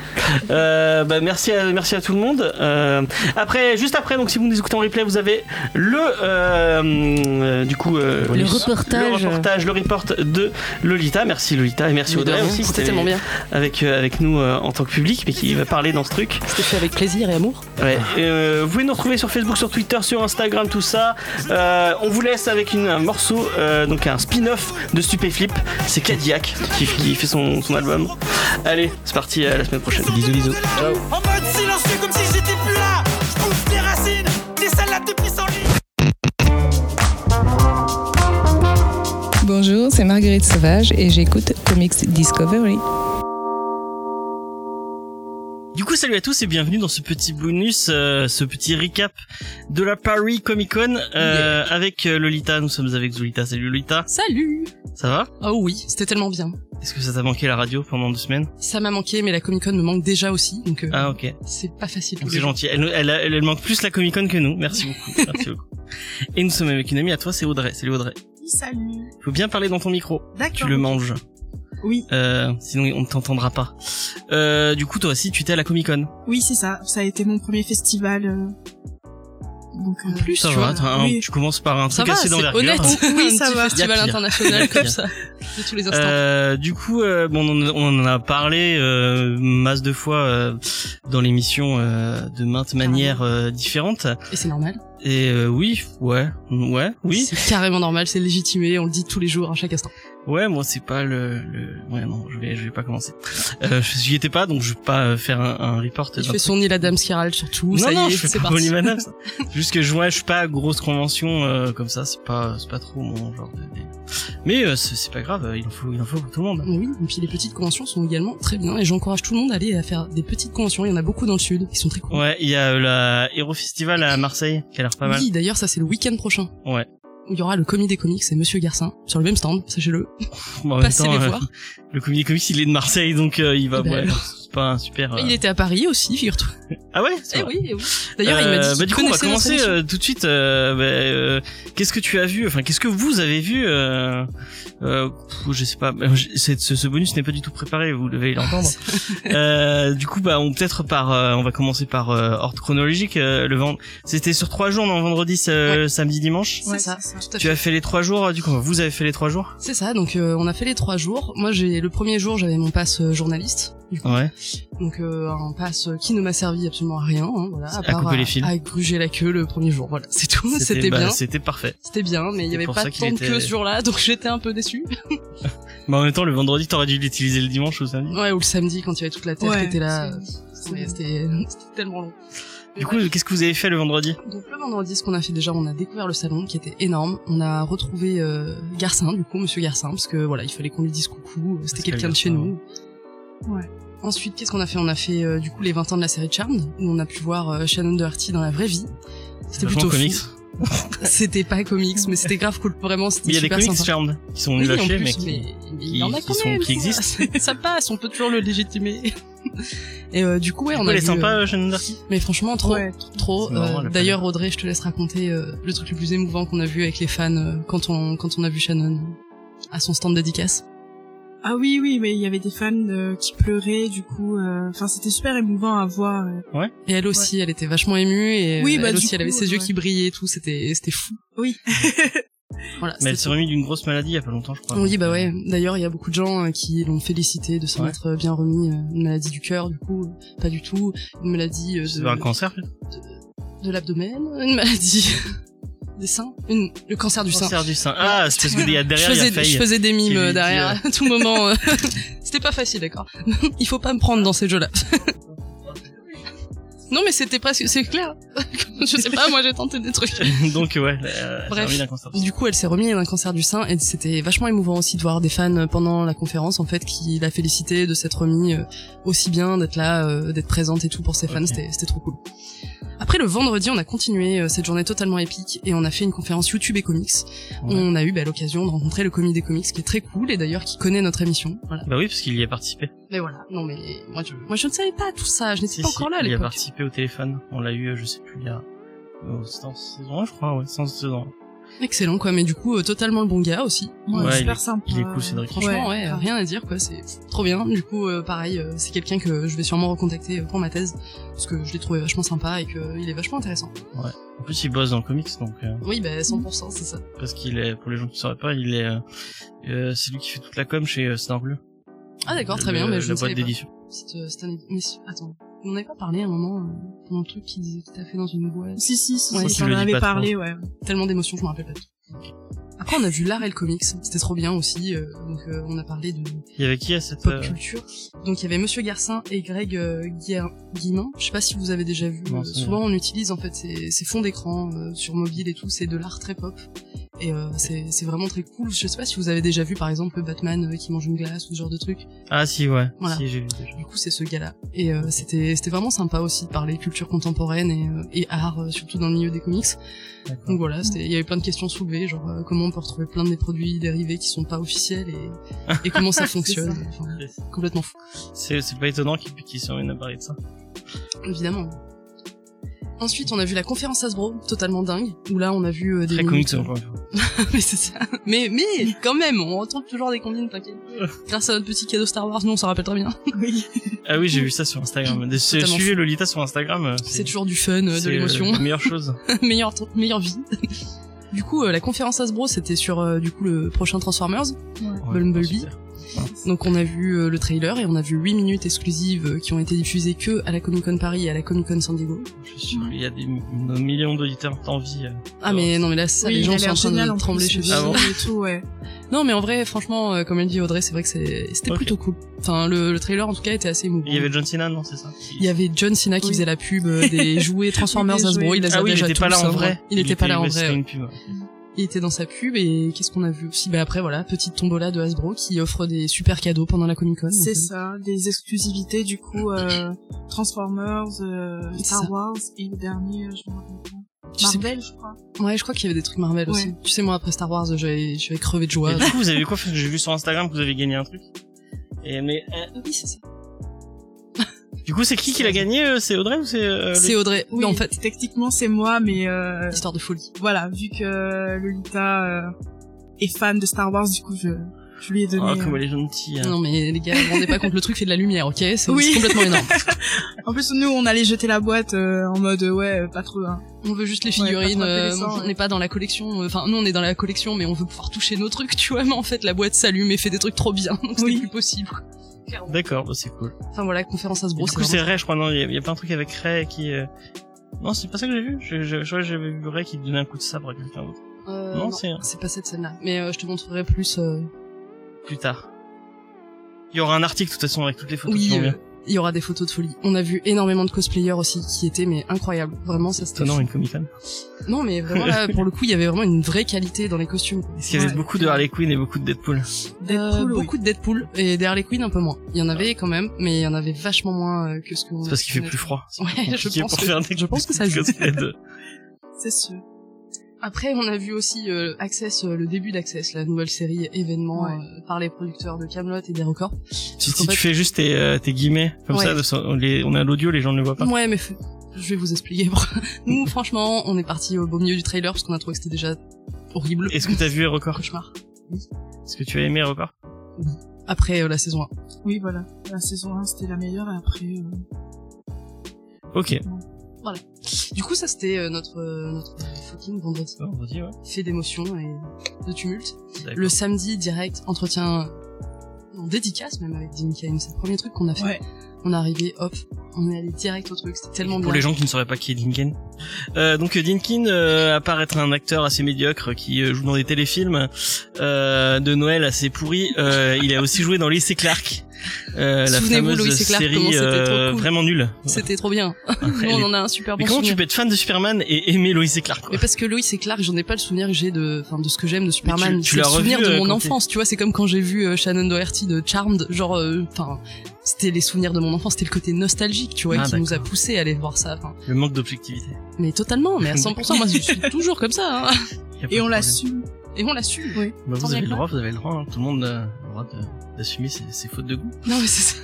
Speaker 2: Euh, bah, merci, à, merci à tout le monde. Euh, après, juste après, donc si vous nous écoutez en replay, vous avez le euh, euh, du coup euh,
Speaker 6: Le reportage.
Speaker 2: le reportage, le report de Lolita. Merci Lolita et merci
Speaker 4: Mais de
Speaker 2: Audrey
Speaker 4: rien,
Speaker 2: aussi.
Speaker 4: c'était
Speaker 2: qui était
Speaker 4: tellement bien.
Speaker 2: Avec euh, avec nous euh, en tant que public, mais qui va parler dans ce truc.
Speaker 4: C'était fait avec plaisir et amour.
Speaker 2: Ouais, euh, vous pouvez nous retrouver sur Facebook, sur Twitter, sur Instagram, tout ça. Euh, on vous laisse avec une, un morceau, euh, donc un spin-off de Stupéflip. C'est Cadillac qui, qui fait son, son album. Allez, c'est parti, à la semaine prochaine. Bisous, bisous. Ciao.
Speaker 12: En mode silencieux comme si j'étais plus là Je bouffe des racines, des salades de pissenlit
Speaker 13: Bonjour, c'est Marguerite Sauvage et j'écoute Comics Discovery.
Speaker 2: Du coup, salut à tous et bienvenue dans ce petit bonus, euh, ce petit recap de la Paris Comic Con euh, avec euh, Lolita. Nous sommes avec Lolita. Salut Lolita.
Speaker 4: Salut
Speaker 2: Ça va
Speaker 4: Oh oui, c'était tellement bien.
Speaker 2: Est-ce que ça t'a manqué la radio pendant deux semaines
Speaker 4: Ça m'a manqué, mais la Comic Con me manque déjà aussi, donc euh,
Speaker 2: Ah ok.
Speaker 4: c'est pas facile.
Speaker 2: C'est gentil. Elle, elle, elle- elle manque plus la Comic Con que nous. Merci beaucoup. Merci beaucoup. Et nous sommes avec une amie à toi, c'est Audrey. Salut Audrey.
Speaker 14: Salut.
Speaker 2: Faut bien parler dans ton micro.
Speaker 14: D'accord,
Speaker 2: Tu le
Speaker 14: ok.
Speaker 2: manges.
Speaker 14: Oui.
Speaker 2: Euh, sinon on ne t'entendra pas. Euh, du coup toi aussi tu étais à la Comic Con.
Speaker 14: Oui, c'est ça. Ça a été mon premier festival. euh, Donc en plus,
Speaker 2: ça
Speaker 14: tu
Speaker 2: va.
Speaker 14: vois.
Speaker 2: t'as un-
Speaker 14: oui.
Speaker 2: Tu commences par un
Speaker 14: Ça
Speaker 2: truc
Speaker 14: va,
Speaker 2: assez
Speaker 14: c'est
Speaker 2: d'envergure.
Speaker 14: honnête.
Speaker 4: Oui,
Speaker 14: ça va.
Speaker 4: festival
Speaker 2: Y a pire. Y a
Speaker 4: international
Speaker 2: pire.
Speaker 4: comme ça, de tous les instants.
Speaker 2: Euh, du coup, euh, bon, on, en- on en a parlé euh, masse de fois euh, dans l'émission euh, de maintes manières euh, différentes.
Speaker 4: Et c'est normal.
Speaker 2: Et euh, oui, ouais, ouais, oui.
Speaker 4: C'est carrément normal, c'est légitimé, on le dit tous les jours, à chaque instant.
Speaker 2: Ouais, moi c'est pas le, le- ouais non, je vais je vais pas commencer. Euh, j'y étais pas, donc je vais pas euh, faire un, un report.
Speaker 4: Il
Speaker 2: d'un
Speaker 4: fait
Speaker 2: truc.
Speaker 4: son île Adams qui râle sur tout,
Speaker 2: non
Speaker 4: ça
Speaker 2: non,
Speaker 4: y est,
Speaker 2: je fais
Speaker 4: c'est
Speaker 2: pas
Speaker 4: parti.
Speaker 2: Bonnie Madame, ça. Juste que je ouais, je suis pas à grosse convention euh, comme ça, c'est pas c'est pas trop mon genre. de- Mais euh, c'est c'est pas grave, euh, il en faut il en faut pour tout le monde.
Speaker 4: Mais oui, et puis les petites conventions sont également très bien, et j'encourage tout le monde à aller à faire des petites conventions, il y en a beaucoup dans le sud, qui sont très cool.
Speaker 2: Ouais, il y a euh, la Hero Festival à Marseille qui a l'air pas mal.
Speaker 4: oui, d'ailleurs, ça c'est le week-end prochain.
Speaker 2: Ouais.
Speaker 4: Il y aura le commis des comics et Monsieur Garcin, sur le même stand, sachez-le.
Speaker 2: Bon, en même
Speaker 4: Passez
Speaker 2: temps,
Speaker 4: les
Speaker 2: euh,
Speaker 4: voir.
Speaker 2: Le Comic Comics, il est de Marseille, donc euh, il va.
Speaker 4: Eh ben
Speaker 2: ouais,
Speaker 4: alors.
Speaker 2: c'est pas un super. euh,
Speaker 4: Il était à Paris aussi, figure-toi.
Speaker 2: Ah ouais
Speaker 4: Eh oui, eh oui. D'ailleurs, il m'a
Speaker 2: Euh,
Speaker 4: dit
Speaker 2: bah,
Speaker 4: qu'il
Speaker 2: du coup, on va
Speaker 4: connaissait notre
Speaker 2: commencer
Speaker 4: émission.
Speaker 2: euh, tout de suite. euh, bah, euh, qu'est-ce que tu as vu Enfin, qu'est-ce que vous avez vu euh, euh, pff, Je sais pas. bah, j'ai- c'est- ce, ce bonus n'est pas du tout préparé. Vous devez l'entendre. euh, du coup, bah, on peut-être par. euh, on va commencer par euh, ordre chronologique. euh, le vend. C'était sur trois jours, non Vendredi, ce- samedi, dimanche.
Speaker 4: C'est ça, tout à fait.
Speaker 2: Tu as fait les trois jours. euh, Du coup, vous avez fait les trois jours.
Speaker 4: C'est ça, donc euh, on a fait les trois jours. Moi, j'ai le premier jour, j'avais mon pass euh, journaliste. du coup.
Speaker 2: Ouais.
Speaker 4: Donc euh, un pass euh, qui ne m'a servi absolument à rien, hein, voilà, à
Speaker 2: À
Speaker 4: part
Speaker 2: couper les fils.
Speaker 4: à gruger la queue le premier jour. Voilà, c'est tout. C'était
Speaker 2: bah,
Speaker 4: bien.
Speaker 2: C'était parfait.
Speaker 4: C'était bien, mais il y
Speaker 2: C'est
Speaker 4: avait
Speaker 2: pour
Speaker 4: pas
Speaker 2: ça
Speaker 4: tant
Speaker 2: qu'il
Speaker 4: de
Speaker 2: était-
Speaker 4: queue ce jour-là, donc j'étais un peu déçu.
Speaker 2: Mais Bah, en même temps, le vendredi, t'aurais dû l'utiliser le dimanche ou le samedi.
Speaker 4: ouais, ou le samedi quand il y avait toute la tête
Speaker 14: Ouais,
Speaker 4: qui était là. C'était c'était- c'était tellement long.
Speaker 2: Du coup, qu'est-ce que vous avez fait le vendredi
Speaker 4: Donc le vendredi, ce qu'on a fait déjà, on a découvert le salon qui était énorme. On a retrouvé euh, Garcin, du coup, Monsieur Garcin, parce que voilà, il fallait qu'on lui dise coucou. euh, C'était
Speaker 14: Pascal
Speaker 4: quelqu'un de chez
Speaker 14: Garcin,
Speaker 4: nous. Ouais. Ensuite, qu'est-ce qu'on a fait On a fait euh, du coup les 20 ans de la série Charmed, où on a pu voir euh, Shannon Doherty dans la vraie vie. C'était
Speaker 2: Vachement
Speaker 4: plutôt fou.
Speaker 2: comics.
Speaker 4: C'était pas comics, mais c'était grave cool. Vraiment, c'était
Speaker 2: Mais il y a des
Speaker 4: super
Speaker 2: comics
Speaker 4: sympa.
Speaker 2: Charmed qui sont
Speaker 4: Oui,
Speaker 2: nuls à
Speaker 4: en
Speaker 2: chier,
Speaker 4: plus,
Speaker 2: mais qui-
Speaker 4: il y en a
Speaker 2: qui
Speaker 4: quand
Speaker 2: sont-
Speaker 4: même,
Speaker 2: qui
Speaker 4: ça. ça passe, on peut toujours le légitimer. Et euh, du coup, ouais, on a
Speaker 2: Elle est
Speaker 4: vu,
Speaker 2: sympa,
Speaker 4: euh,
Speaker 2: euh, Shannon Darcy
Speaker 4: Mais franchement, trop, trop.
Speaker 2: C'est marrant,
Speaker 4: euh,
Speaker 2: elle a pas
Speaker 4: D'ailleurs, Audrey, je te laisse raconter euh, le truc le plus émouvant qu'on a vu avec les fans euh, quand on quand on a vu Shannon à son stand dédicace.
Speaker 14: Ah oui, oui, mais il y avait des fans euh, qui pleuraient, du coup, euh, enfin, c'était super émouvant à voir. euh.
Speaker 2: Ouais.
Speaker 4: Et elle aussi, elle était vachement émue et
Speaker 14: Oui,
Speaker 4: euh,
Speaker 14: bah,
Speaker 4: elle
Speaker 14: du
Speaker 4: aussi, elle avait
Speaker 14: coup,
Speaker 4: ses yeux
Speaker 14: ouais.
Speaker 4: qui brillaient et tout. C'était c'était fou.
Speaker 14: Oui.
Speaker 4: voilà.
Speaker 2: Mais elle
Speaker 4: c'était-
Speaker 2: s'est remise d'une grosse maladie il y a pas longtemps, je crois.
Speaker 4: Oui, bah ouais. D'ailleurs, il y a beaucoup de gens euh, qui l'ont félicité de s'en
Speaker 2: Ouais.
Speaker 4: être euh, bien remis. euh, Une maladie du cœur, du coup, euh, pas du tout. Une maladie euh,
Speaker 2: C'est
Speaker 4: de,
Speaker 2: un cancer, peut-être
Speaker 4: de l'abdomen, une maladie des seins, une, le cancer du sein.
Speaker 2: Cancer euh, du sein. Ah, c'est parce que derrière, il y a
Speaker 4: je faisais,
Speaker 2: Faye
Speaker 4: je faisais des
Speaker 2: qui
Speaker 4: mimes
Speaker 2: lui
Speaker 4: euh,
Speaker 2: dit,
Speaker 4: derrière, à tout moment. euh, c'était pas facile, d'accord. Il faut pas me prendre dans ces jeux-là. non, mais c'était presque, c'est clair. je sais pas, moi j'ai tenté des trucs.
Speaker 2: euh, Donc, ouais, euh, elle s'est
Speaker 4: Bref,
Speaker 2: remise d'un cancer.
Speaker 4: du coup, elle s'est remise d'un cancer du sein et c'était vachement émouvant aussi de voir des fans pendant la conférence en fait qui la félicitaient de s'être remis euh, aussi bien, d'être là, euh, d'être présente et tout pour ses fans.
Speaker 2: Ok.
Speaker 4: C'était c'était trop cool. Après le vendredi, on a continué euh, cette journée totalement épique et on a fait une conférence YouTube et comics.
Speaker 2: Ouais.
Speaker 4: On a eu bah, l'occasion de rencontrer le commis des comics qui est très cool et d'ailleurs qui connaît notre émission. Voilà.
Speaker 2: Bah oui, parce qu'il y a participé.
Speaker 4: Mais voilà, non mais moi je, moi je ne savais pas tout ça, je n'étais
Speaker 2: Si,
Speaker 4: pas
Speaker 2: si,
Speaker 4: encore là à
Speaker 2: Il y a
Speaker 4: l'époque.
Speaker 2: participé au téléphone. On l'a eu, euh, je sais plus, il y a. euh, C'était en saison 1, je crois, ouais, c'était en saison 1.
Speaker 4: Excellent quoi, mais du coup euh, totalement le bon gars aussi.
Speaker 2: Ouais, Ouais, super il est- sympa. il est cool, Cédric. Ouais,
Speaker 4: Franchement ouais,
Speaker 2: grave.
Speaker 4: rien à dire quoi, c'est trop bien. Du coup euh, pareil, euh, c'est quelqu'un que je vais sûrement recontacter euh, pour ma thèse parce que je l'ai trouvé vachement sympa et qu'il est vachement intéressant.
Speaker 2: Ouais. En plus, il bosse dans le comics, donc. euh,
Speaker 4: Oui bah 100% c'est ça.
Speaker 2: parce qu'il est, pour les gens qui ne sauraient pas, il est. euh, euh, c'est lui qui fait toute la com chez euh, Star Bleu.
Speaker 4: Ah d'accord, très
Speaker 2: Le-
Speaker 4: bien, mais je
Speaker 2: la
Speaker 4: ne savais
Speaker 2: boîte
Speaker 4: pas.
Speaker 2: d'édition.
Speaker 4: C'est, euh, c'est un- mais c'est- attends, on n'avait pas parlé à un moment euh, pendant le truc qui disait que t'as fait dans une boîte.
Speaker 14: Si, si, si,
Speaker 4: Ouais,
Speaker 14: si,
Speaker 4: si,
Speaker 14: on
Speaker 4: le
Speaker 14: en
Speaker 4: dis
Speaker 14: avait
Speaker 4: pas trop.
Speaker 14: parlé, ouais.
Speaker 4: Tellement d'émotions, je me rappelle pas. tout. Après on a vu l'art et le comics, c'était trop bien aussi. euh, donc euh, on a parlé de
Speaker 2: Il y avait qui à cette.
Speaker 4: pop
Speaker 2: euh,
Speaker 4: culture. Donc il y avait Monsieur Garcin et Greg euh, Guer- Guillemin. Je sais pas si vous avez déjà vu.
Speaker 2: Non,
Speaker 4: euh,
Speaker 2: c'est
Speaker 4: souvent on utilise en fait ces, ces fonds d'écran euh, sur mobile et tout. C'est de l'art très pop et euh, c'est c'est vraiment très cool. Je sais pas si vous avez déjà vu par exemple le Batman euh, qui mange une glace ou ce genre de truc.
Speaker 2: Ah, si, ouais.
Speaker 4: Voilà.
Speaker 2: Si, j'ai vu déjà.
Speaker 4: Du coup c'est ce gars-là. Et euh, c'était c'était vraiment sympa aussi de parler culture contemporaine et, euh, et art euh, surtout dans le milieu des comics. Donc voilà, c'était- il y avait plein de questions soulevées genre euh, comment on peut retrouver plein des produits dérivés qui sont pas officiels et, et comment ça
Speaker 2: C'est
Speaker 4: fonctionne.
Speaker 2: ça.
Speaker 4: Enfin, complètement fou.
Speaker 2: C'est c'est pas étonnant qu'ils qu'ils sont une à parler de ça.
Speaker 4: Évidemment. Ensuite, on a vu la conférence Hasbro, totalement dingue, où là, on a vu euh, des
Speaker 2: Très
Speaker 4: minutes-
Speaker 2: comics, encore une fois.
Speaker 4: mais c'est ça. Mais, mais, quand même, on retrouve toujours des combines, t'inquiète. Grâce à notre petit cadeau Star Wars, nous, on s'en rappelle très bien.
Speaker 2: Ah oui, j'ai vu ça sur Instagram. De-
Speaker 4: Totalement
Speaker 2: Suivez Lolita sur Instagram. euh,
Speaker 4: C'est toujours du fun, euh, de
Speaker 2: c'est,
Speaker 4: l'émotion.
Speaker 2: euh, la meilleure chose.
Speaker 4: meilleure, meilleure vie. du coup, euh, la conférence Hasbro, c'était sur, euh, du coup, le prochain Transformers, Bumblebee. Donc on a vu euh, le trailer et on a vu 8 minutes exclusives euh, qui ont été diffusées que à la Comic Con Paris et à la Comic Con San Diego.
Speaker 2: Je suis sûr, il y a des mi- nos millions d'auditeurs d'envie. euh.
Speaker 4: Ah mais non mais là ça
Speaker 14: Oui,
Speaker 4: les
Speaker 14: il
Speaker 4: gens
Speaker 14: a
Speaker 4: sont
Speaker 14: l'air génial, en
Speaker 4: en train de
Speaker 14: plus,
Speaker 4: trembler
Speaker 14: ce
Speaker 4: chez eux
Speaker 2: Ah bon
Speaker 14: et tout, ouais.
Speaker 4: Non mais en vrai franchement euh, comme elle dit Audrey c'est vrai que c'est- c'était plutôt cool. Enfin le, le trailer en tout cas était assez émouvant.
Speaker 2: Il y avait John Cena, non, c'est ça
Speaker 4: Il y avait John Cena qui faisait la pub euh, des jouets Transformers
Speaker 2: Des
Speaker 4: Hasbro,
Speaker 2: jouets.
Speaker 4: il les a
Speaker 2: Ah oui, il
Speaker 4: déjà
Speaker 2: était pas
Speaker 4: tous,
Speaker 2: là en
Speaker 4: hein,
Speaker 2: vrai.
Speaker 4: Il était pas là en
Speaker 2: mais c'était
Speaker 4: vrai.
Speaker 2: une pub, ouais.
Speaker 4: Il était dans sa pub et qu'est-ce qu'on a vu aussi Bah après voilà, petite tombola de Hasbro qui offre des super cadeaux pendant la Comic Con.
Speaker 14: C'est ça, des exclusivités, du coup, euh, Transformers, euh, Star Wars, et le dernier, euh, je me rappelle pas.
Speaker 4: Tu sais
Speaker 14: Marvel, je crois.
Speaker 4: Ouais, je crois qu'il y avait des trucs Marvel
Speaker 14: Ouais.
Speaker 4: aussi. Tu sais moi après Star Wars, euh, j'avais j'avais crevé de joie.
Speaker 2: Et du coup, vous avez eu quoi Parce que J'ai vu sur Instagram que vous avez gagné un truc. Et mais. euh,
Speaker 4: Ah Oui, c'est ça.
Speaker 2: Du coup, c'est qui qui l'a gagné euh, C'est Audrey ou c'est. euh,
Speaker 14: C'est
Speaker 2: le-
Speaker 14: Audrey. Oui, en fait, techniquement c'est moi, mais euh...
Speaker 4: histoire de folie.
Speaker 14: Voilà, vu que Lolita euh, est fan de Star Wars, du coup je, je lui ai donné.
Speaker 2: Oh, comme
Speaker 14: euh,
Speaker 2: elle est gentille. hein.
Speaker 4: Non mais les gars, vous rendez pas compte le truc fait de la lumière, ok C'est
Speaker 14: Oui.
Speaker 4: c'est complètement énorme.
Speaker 14: En plus, nous, on allait jeter la boîte euh, en mode ouais, euh, pas trop. Hein.
Speaker 4: On veut juste les figurines, euh, on n'est pas dans la collection, euh, enfin nous on est dans la collection mais on veut pouvoir toucher nos trucs, tu vois, mais en fait la boîte s'allume et fait des trucs trop bien, donc c'est plus possible. quoi.
Speaker 2: D'accord, bah, c'est cool.
Speaker 4: Enfin voilà, conférence à se
Speaker 2: Du
Speaker 4: brosser.
Speaker 2: coup, c'est Ray, je crois. Non, il y, a- il y a plein de trucs avec Ray qui. euh, Non, c'est pas ça que j'ai vu. Je, je, je crois que j'avais vu Ray qui donnait un coup de sabre à quelqu'un d'autre.
Speaker 4: Euh,
Speaker 2: non,
Speaker 4: non,
Speaker 2: c'est-
Speaker 4: c'est pas cette scène-là, mais euh, je te montrerai plus. euh,
Speaker 2: Plus tard. Il y aura un article de toute façon avec toutes les photos qui
Speaker 4: Oui,
Speaker 2: vont
Speaker 4: euh,
Speaker 2: bien.
Speaker 4: il y aura des photos de folie. On a vu énormément de cosplayers aussi qui étaient mais incroyables, vraiment ça c'était.
Speaker 2: Étonnant,
Speaker 4: fou.
Speaker 2: une Comic Con.
Speaker 4: Non mais vraiment là pour le coup il y avait vraiment une vraie qualité dans les costumes.
Speaker 2: Parce qu'il y avait beaucoup de Harley Quinn et beaucoup de Deadpool. Ah.
Speaker 4: Euh, beaucoup de Deadpool et des Harley Quinn un peu moins. Il y en avait quand même, mais il y en avait vachement moins euh, que ce que.
Speaker 2: C'est parce qu'il fait plus froid. C'est
Speaker 4: Ouais, je
Speaker 2: compliqué
Speaker 4: pense
Speaker 2: pour
Speaker 4: que-
Speaker 2: faire des
Speaker 4: je pense que ça joue.
Speaker 2: cosplays de-
Speaker 14: C'est sûr.
Speaker 4: Après, on a vu aussi euh, Access, euh, le début d'Access, la nouvelle série événement euh, par les producteurs de Camelot et des records.
Speaker 2: Si, si tu fais juste tes, euh, tes guillemets, comme
Speaker 4: Ouais.
Speaker 2: ça, de- on, les- on est à l'audio, les gens ne le voient pas.
Speaker 4: Ouais, mais f- je vais vous expliquer. Nous, franchement, on est parti au beau milieu du trailer parce qu'on a trouvé que c'était déjà horrible.
Speaker 2: Est-ce que t'as vu Record
Speaker 4: Cauchemar.
Speaker 2: Est-ce que tu as aimé Record
Speaker 4: Après euh, la saison 1.
Speaker 14: Oui, voilà. La saison 1, c'était la meilleure, et après... euh,
Speaker 2: Ok.
Speaker 4: Voilà. Du coup, ça c'était euh, notre euh, notre fucking vendredi.
Speaker 2: Ah, vendredi, ouais.
Speaker 4: Fait d'émotions et de tumulte.
Speaker 2: D'accord.
Speaker 4: Le samedi direct, entretien en dédicace même avec Dean Cain. C'est le premier truc qu'on a fait. On est arrivé, hop, on est allé direct au truc. C'était tellement
Speaker 2: Pour
Speaker 4: bien.
Speaker 2: les gens qui ne sauraient pas qui est Dinkin. Euh, donc euh, Dinkin, euh, à part être un acteur assez médiocre qui euh, joue dans des téléfilms euh, de Noël assez pourris, euh, il a aussi joué dans Lisa Clark, euh, la
Speaker 4: Souvenez-vous,
Speaker 2: fameuse
Speaker 4: Lois et Clark, comment
Speaker 2: série
Speaker 4: c'était trop
Speaker 2: euh,
Speaker 4: cool.
Speaker 2: vraiment nulle.
Speaker 4: C'était trop bien. Nous,
Speaker 2: elle
Speaker 4: on
Speaker 2: est-
Speaker 4: en a un super
Speaker 2: Mais
Speaker 4: bon
Speaker 2: comment
Speaker 4: souvenir.
Speaker 2: tu peux être fan de Superman et aimer Lois et Clark
Speaker 4: Mais parce que Lois et Clark, j'en ai pas le souvenir que j'ai de, enfin, de ce que j'aime de
Speaker 2: Mais tu-
Speaker 4: Superman.
Speaker 2: tu
Speaker 4: C'est le
Speaker 2: l'as
Speaker 4: souvenir
Speaker 2: revu,
Speaker 4: de
Speaker 2: euh,
Speaker 4: mon
Speaker 2: quand
Speaker 4: enfance, tu vois. C'est comme quand j'ai vu euh, Shannon Doherty de Charmed, genre, euh, enfin, c'était les souvenirs de mon enfance, c'était le côté nostalgique, tu vois,
Speaker 2: Ah,
Speaker 4: qui nous a poussé à aller voir ça. enfin.
Speaker 2: Le manque d'objectivité.
Speaker 4: Mais totalement, mais à 100%, moi je suis toujours comme ça. hein.
Speaker 2: Et on
Speaker 4: l'assume. Et on l'assume. Oui.
Speaker 2: Bah, vous avez le droit, vous avez le droit. hein. Tout le monde euh, a le droit de- d'assumer ses, ses fautes de goût.
Speaker 4: Non mais c'est ça.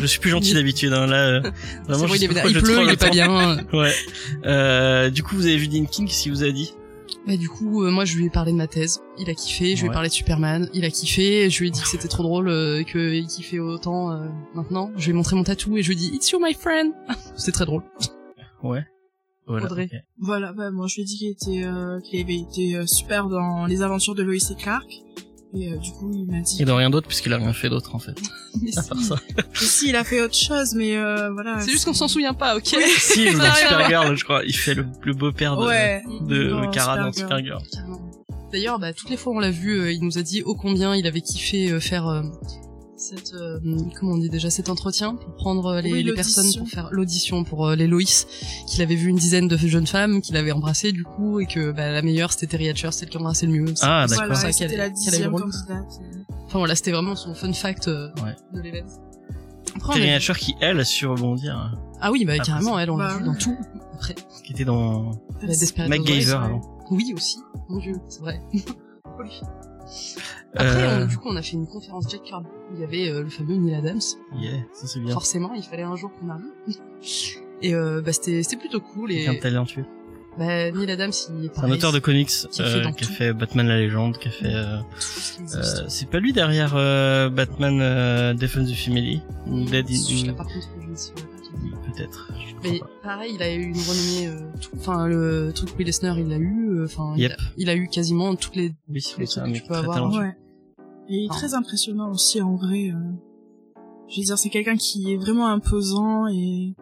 Speaker 2: Je suis plus gentil d'habitude, hein. là. euh, vraiment,
Speaker 4: C'est vrai,
Speaker 2: je sais
Speaker 4: il est-
Speaker 2: pas pourquoi
Speaker 4: il
Speaker 2: je
Speaker 4: pleut,
Speaker 2: troll
Speaker 4: il est pas
Speaker 2: autant.
Speaker 4: bien.
Speaker 2: ouais. Euh, du coup, vous avez vu Dinkin, qu'est-ce qu'il vous a dit
Speaker 4: Bah du coup, euh, moi je lui ai parlé de ma thèse, il a kiffé, je lui ai
Speaker 2: Ouais.
Speaker 4: parlé de Superman, il a kiffé, je lui ai dit que c'était trop drôle euh, et qu'il kiffait autant euh, maintenant. Je lui ai montré mon tatou et je lui ai dit « It's you my friend !» C'est très drôle.
Speaker 2: Ouais.
Speaker 4: Audrey.
Speaker 14: Voilà, bah moi je lui ai dit qu'il était, euh, qu'il avait été euh, super dans les aventures de Lois et Clark. Et euh, du coup, il m'a dit.
Speaker 2: Et dans rien d'autre, puisqu'il a rien fait d'autre, en fait.
Speaker 14: Mais
Speaker 2: À part
Speaker 14: si.
Speaker 2: ça.
Speaker 14: Mais si, il a fait autre chose, mais euh, voilà.
Speaker 4: C'est juste qu'on s'en souvient pas, ok
Speaker 2: si, il joue
Speaker 14: Ça
Speaker 2: dans
Speaker 14: n'a rien à voir.
Speaker 2: Supergirl, je crois. Il fait le, le beau-père de,
Speaker 4: Ouais,
Speaker 2: de
Speaker 4: dans
Speaker 2: Kara dans Supergirl.
Speaker 4: Supergirl. D'ailleurs, bah, toutes les fois on l'a vu, euh, il nous a dit ô combien il avait kiffé euh, faire euh, cette, euh, comment on dit déjà, cet entretien pour prendre euh, les,
Speaker 14: Oui,
Speaker 4: les
Speaker 14: l'audition.
Speaker 4: personnes pour faire l'audition pour euh, les Loïs, qu'il avait vu une dizaine de jeunes femmes, qu'il avait embrassé du coup, et que bah, la meilleure c'était Terry Hatcher, celle qui embrassait le mieux. C'est
Speaker 2: Ah,
Speaker 4: pour ça
Speaker 2: d'accord.
Speaker 4: qu'elle-
Speaker 14: Voilà, c'était
Speaker 4: qu'elle
Speaker 14: la
Speaker 4: avait
Speaker 14: dixième
Speaker 4: le rôle.
Speaker 14: candidate.
Speaker 4: Enfin voilà, c'était vraiment son fun fact euh, de l'événement. Après, on
Speaker 2: Terry
Speaker 4: a-
Speaker 2: Hatcher qui, elle, a su rebondir. hein,
Speaker 4: Ah oui, bah
Speaker 2: Après,
Speaker 4: carrément, elle, on l'a vu dans tout. Après,
Speaker 2: Qui était dans
Speaker 4: la Desperate
Speaker 2: MacGyver
Speaker 4: Housewives.
Speaker 2: avant.
Speaker 4: Oui, aussi. Mon dieu, c'est vrai. Après,
Speaker 2: Euh,
Speaker 4: on- du coup, on a fait une conférence Jack Kirby. Il y avait euh, le fameux Neil Adams.
Speaker 2: Yeah, ça c'est bien.
Speaker 4: Forcément, il fallait un jour qu'on arrive. Et euh, bah, c'était c'était plutôt cool. Et
Speaker 2: Quelqu'un de talentueux.
Speaker 4: bah, Neil Adams, il est
Speaker 2: C'est un
Speaker 4: pareil,
Speaker 2: auteur de comics
Speaker 4: qui a fait
Speaker 2: euh,
Speaker 4: dans
Speaker 2: qui a
Speaker 4: tout.
Speaker 2: fait Batman la légende, qui a fait. euh,
Speaker 4: qui
Speaker 2: euh,
Speaker 4: existe.
Speaker 2: c'est pas lui derrière euh, Batman euh, Death of the Family ou Dead in-
Speaker 4: Je l'ai par contre, je ne saurais pas qui est.
Speaker 2: Peut-être.
Speaker 4: Mais pareil, il a eu une renommée. euh, tout- Enfin, le truc Will Eisner, il l'a eu. euh, Enfin,
Speaker 2: Yep.
Speaker 4: il, a, il a eu quasiment toutes les.
Speaker 2: Oui,
Speaker 4: tous les
Speaker 2: c'est un
Speaker 4: trucs que
Speaker 2: mec
Speaker 4: tu peux
Speaker 2: très
Speaker 4: avoir.
Speaker 2: talentueux.
Speaker 14: Ouais. Et
Speaker 4: Ah.
Speaker 14: il est très impressionnant aussi, en vrai. euh. Je veux dire, c'est quelqu'un qui est vraiment imposant et...